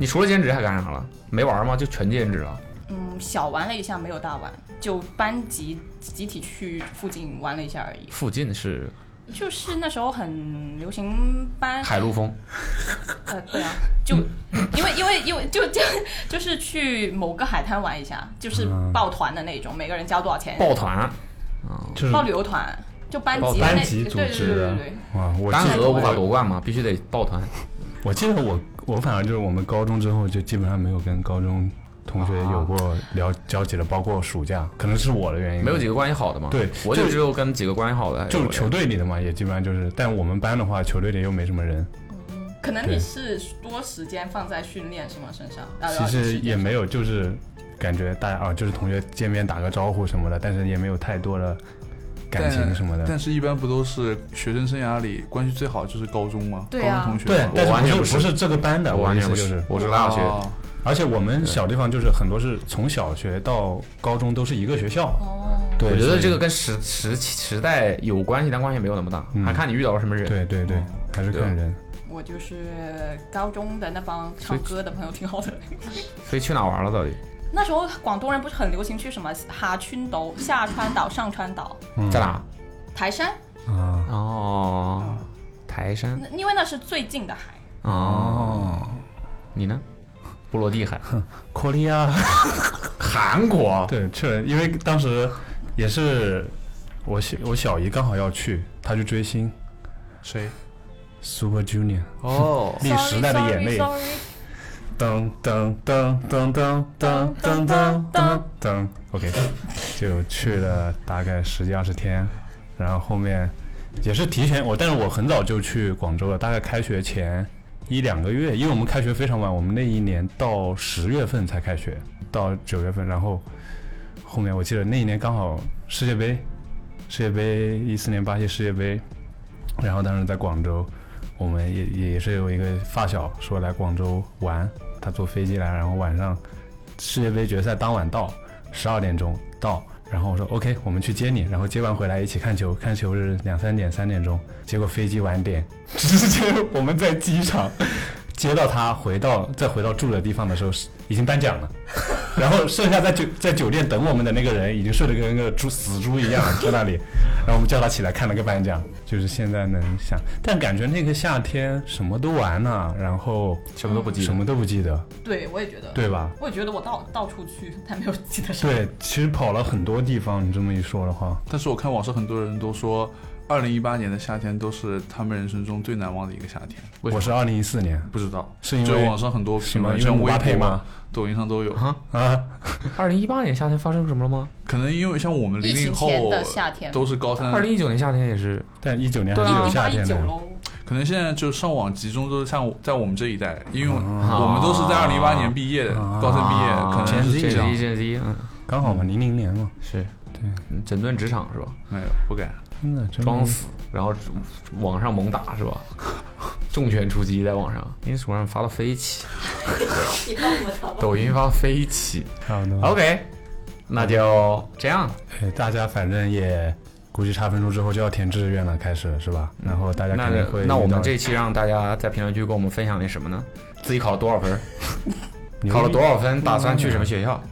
[SPEAKER 4] 你除了兼职还干啥了？没玩吗？就纯兼职了。
[SPEAKER 5] 嗯，小玩了一下，没有大玩，就班级集体去附近玩了一下而已。
[SPEAKER 4] 附近是
[SPEAKER 5] 就是那时候很流行班，
[SPEAKER 4] 海陆丰，
[SPEAKER 5] 呃，对啊， 就因为因为因为就就 就是去某个海滩玩一下，就是
[SPEAKER 3] 嗯
[SPEAKER 5] 抱团的那种，每个人交多少钱，
[SPEAKER 4] 抱团，
[SPEAKER 3] 就是
[SPEAKER 5] 报旅游团，就班
[SPEAKER 4] 报
[SPEAKER 5] 级
[SPEAKER 3] 嗯
[SPEAKER 5] 的
[SPEAKER 3] 哦班
[SPEAKER 5] 那
[SPEAKER 3] 级
[SPEAKER 5] 对
[SPEAKER 3] 组
[SPEAKER 5] 对对
[SPEAKER 3] 织
[SPEAKER 5] 对
[SPEAKER 3] 的
[SPEAKER 5] 对对，
[SPEAKER 3] 哇！我
[SPEAKER 4] 单
[SPEAKER 3] 记得嗯
[SPEAKER 4] 核无法夺冠嘛，必须得抱团。
[SPEAKER 3] 我记得我我反正就是我们高中之后就基本上没有跟高中同学有过聊交集了，包括暑假，可能是我的原因，
[SPEAKER 4] 没有几个关系好的嘛。
[SPEAKER 3] 对
[SPEAKER 4] 我就
[SPEAKER 3] 就
[SPEAKER 4] 只有跟几个关系好的。哎
[SPEAKER 3] 就是球队里的嘛，也基本上就是，但我们班的话，球队里又没什么人，
[SPEAKER 5] 可能
[SPEAKER 3] 对
[SPEAKER 5] 你是多时间放在训练什么身上，啊
[SPEAKER 3] 其实也。
[SPEAKER 5] 然后
[SPEAKER 3] 没有，就是感觉大家啊，就是同学见面打个招呼什么的，但是也没有太多的感情
[SPEAKER 6] 但
[SPEAKER 3] 什么的。
[SPEAKER 6] 但是，一般不都是学生生涯里关系最好就是高中吗？
[SPEAKER 5] 对啊
[SPEAKER 6] 高中同学
[SPEAKER 3] 对
[SPEAKER 6] 吗，
[SPEAKER 3] 但
[SPEAKER 4] 我完全
[SPEAKER 3] 是
[SPEAKER 4] 不
[SPEAKER 3] 不
[SPEAKER 4] 是
[SPEAKER 3] 是不是这个班的，
[SPEAKER 4] 我
[SPEAKER 3] 啊我的
[SPEAKER 4] 完
[SPEAKER 3] 意
[SPEAKER 4] 全
[SPEAKER 3] 思就
[SPEAKER 4] 不
[SPEAKER 3] 是是，，
[SPEAKER 4] 我是大学。
[SPEAKER 6] 哦
[SPEAKER 3] 而且我们小地方就是很多是从小学到高中都是一个学校，对，
[SPEAKER 4] 我觉
[SPEAKER 3] 所
[SPEAKER 4] 得
[SPEAKER 3] 以
[SPEAKER 4] 这个跟时时时代有关系，但关系没有那么大，还看你遇到了什么人。
[SPEAKER 3] 嗯对对对，还是看人。
[SPEAKER 5] 我就是高中的那帮唱歌的朋友挺 好的。
[SPEAKER 4] 所以去哪玩了到底？
[SPEAKER 5] 那时候广东人不是很流行去什么哈川岛、下川岛、上川岛、
[SPEAKER 3] 嗯
[SPEAKER 4] 在哪？
[SPEAKER 5] 台山，
[SPEAKER 3] 啊，
[SPEAKER 4] 哦，台山。
[SPEAKER 5] 那因为那是最近的海。
[SPEAKER 4] 哦，你呢？波罗的海，
[SPEAKER 3] 科利亚。
[SPEAKER 4] 韩
[SPEAKER 6] 啊
[SPEAKER 4] 国。
[SPEAKER 3] 对，去了，因为当时也是我小我小姨刚好要去，她去追星
[SPEAKER 6] 谁？
[SPEAKER 3] Super Junior，，
[SPEAKER 6] 哦
[SPEAKER 3] 历时代的眼泪，
[SPEAKER 5] Sorry, sorry,
[SPEAKER 3] 噔噔噔噔噔噔噔噔噔噔，OK，就去了大概十几二十天，然后后面也是提前我，但是我很早就去广州了，大概开学前一两个月，因为我们开学非常晚，我们那一年到十月份才开学，到九月份，然后后面我记得那一年刚好世界杯，世界杯一四年巴西世界杯，然后当时在广州，我们也也也是有一个发小说来广州玩，他坐飞机来，然后晚上世界杯决赛当晚到，十二点钟到，然后我说 OK，我们去接你，然后接完回来一起看球，看球是两三点、三点钟，结果飞机晚点， 直接我们在机场接到他回到再回到住的地方的时候是已经颁奖了， 然后剩下在酒在酒店等我们的那个人已经睡得跟个猪死猪一样在那里， 然后我们叫他起来看了个颁奖，就是现在能想，但感觉那个夏天什么都玩了、然后
[SPEAKER 4] 什么都不记得
[SPEAKER 3] 什么都不记得，
[SPEAKER 5] 对，我也觉得，
[SPEAKER 3] 对吧？
[SPEAKER 5] 我也觉得我到到处去，但没有记得上。
[SPEAKER 3] 对，其实跑了很多地方，你这么一说的话，
[SPEAKER 6] 但是我看网上很多人都说，二零一八年的夏天都是他们人生中最难忘的一个夏天。
[SPEAKER 3] 我是二零一四年
[SPEAKER 6] 不知道，
[SPEAKER 3] 是因为
[SPEAKER 6] 就网上很多
[SPEAKER 3] 什
[SPEAKER 6] 评
[SPEAKER 3] 么
[SPEAKER 6] 论，
[SPEAKER 3] 因为
[SPEAKER 6] 像
[SPEAKER 3] 姆
[SPEAKER 6] 微
[SPEAKER 3] 巴佩
[SPEAKER 6] 博
[SPEAKER 3] 吗、
[SPEAKER 6] 抖音上都有。
[SPEAKER 3] 啊，
[SPEAKER 4] 二零一八年夏天发生什么了吗？
[SPEAKER 6] 可能因为像我们
[SPEAKER 5] 疫
[SPEAKER 6] 零
[SPEAKER 5] 情
[SPEAKER 6] 零后
[SPEAKER 5] 前的夏天，
[SPEAKER 6] 都是高三
[SPEAKER 4] 二，零一九年夏天也是，
[SPEAKER 3] 但一九年还
[SPEAKER 4] 对
[SPEAKER 3] 是
[SPEAKER 4] 啊
[SPEAKER 3] 有
[SPEAKER 5] 一八
[SPEAKER 3] 夏
[SPEAKER 5] 一
[SPEAKER 3] 天
[SPEAKER 5] 九
[SPEAKER 3] 的。
[SPEAKER 5] 喽，
[SPEAKER 6] 可能现在就上网集中都是像在我们这一代，因为
[SPEAKER 3] 啊
[SPEAKER 6] 我们都是在二零一八年毕业的，高三毕业，可能是
[SPEAKER 4] 啊前
[SPEAKER 6] 这样。
[SPEAKER 4] Z 前 Z，嗯，
[SPEAKER 3] 刚好嘛，零零年嘛，
[SPEAKER 4] 是对，诊断职场是吧？
[SPEAKER 6] 没有，不敢。
[SPEAKER 3] 真的真
[SPEAKER 4] 装死，然后网上猛打是吧？ 重拳出击在网上，Instagram 上发到飞起，
[SPEAKER 8] 你帮我操吧。
[SPEAKER 4] 抖音发飞起。
[SPEAKER 3] 差不多。
[SPEAKER 4] OK，那就这样。
[SPEAKER 3] 哎大家反正也估计查分数之后就要填志愿了，开始是吧？然后大家
[SPEAKER 4] 那
[SPEAKER 3] 肯定会
[SPEAKER 4] 那我
[SPEAKER 3] 遇到
[SPEAKER 4] 们这期让大家在评论区给我们分享点什么呢？自己考了多少分？
[SPEAKER 3] 牛逼
[SPEAKER 4] 考了多少分？打算去什么学校？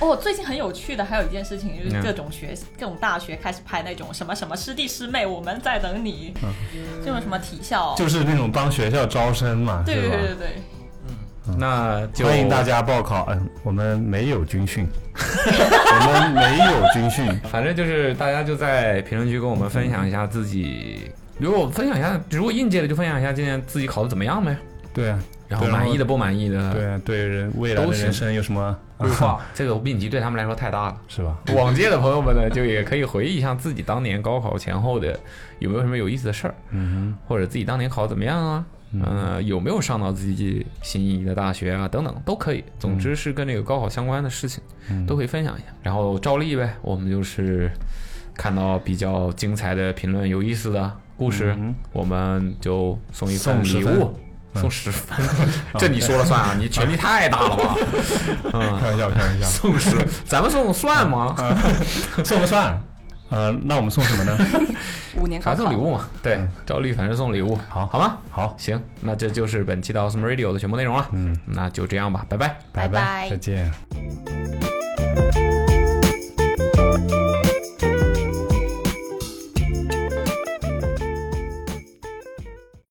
[SPEAKER 5] 哦，最近很有趣的还有一件事情，就
[SPEAKER 4] 嗯
[SPEAKER 5] 是各种学、各种大学开始拍那种什么什么师弟师妹，我们在等你，
[SPEAKER 4] 嗯
[SPEAKER 5] 这种什么体校，
[SPEAKER 3] 就是那种帮学校招生嘛，
[SPEAKER 5] 对
[SPEAKER 3] 是
[SPEAKER 5] 对
[SPEAKER 3] 吧？
[SPEAKER 5] 对对对，
[SPEAKER 4] 那就
[SPEAKER 3] 嗯欢迎大。家报考，嗯，我们没有军训，我们没有军训，
[SPEAKER 4] 反正就是大家就在评论区跟我们分享一下自己，如果分享一下，如果应届的就分享一下今年自己考的怎么样呗，
[SPEAKER 3] 对啊，
[SPEAKER 4] 然后
[SPEAKER 3] 对然后
[SPEAKER 4] 满意的不满意的，
[SPEAKER 3] 对啊，对人未来
[SPEAKER 4] 都
[SPEAKER 3] 的
[SPEAKER 4] 行
[SPEAKER 3] 人生有什么
[SPEAKER 4] 规划，这个命题对他们来说太大了。
[SPEAKER 3] 是吧？
[SPEAKER 4] 往届的朋友们呢，就也可以回忆一下自己当年高考前后的有没有什么有意思的事儿，
[SPEAKER 3] 嗯
[SPEAKER 4] 或者自己当年考得怎么样啊，呃，有没有上到自己心仪的大学啊，等等都可以。总之是跟这个高考相关的事情，
[SPEAKER 3] 哼，
[SPEAKER 4] 嗯都可以分享一下。然后照例呗，我们就是看到比较精彩的评论、有意思的故事，
[SPEAKER 3] 嗯
[SPEAKER 4] 我们就送一份
[SPEAKER 3] 送十
[SPEAKER 4] 礼
[SPEAKER 3] 分
[SPEAKER 4] 物。送十分， 这你说了算啊！你权力太大了吧？嗯，
[SPEAKER 3] 开玩笑，开玩笑。
[SPEAKER 4] 送十，咱们送算吗？
[SPEAKER 3] 送不算？呃，那我们送什么呢？
[SPEAKER 5] 五年高
[SPEAKER 4] 反正
[SPEAKER 5] 考
[SPEAKER 4] 送礼物嘛，对，照例反正送礼物，
[SPEAKER 3] 好
[SPEAKER 4] 好吗？
[SPEAKER 3] 好，
[SPEAKER 4] 行，那这就是本期的 Awesome Radio 的全部内容了，
[SPEAKER 3] 嗯，
[SPEAKER 4] 那就这样吧，拜拜。
[SPEAKER 3] 拜
[SPEAKER 9] 拜拜
[SPEAKER 3] 再见。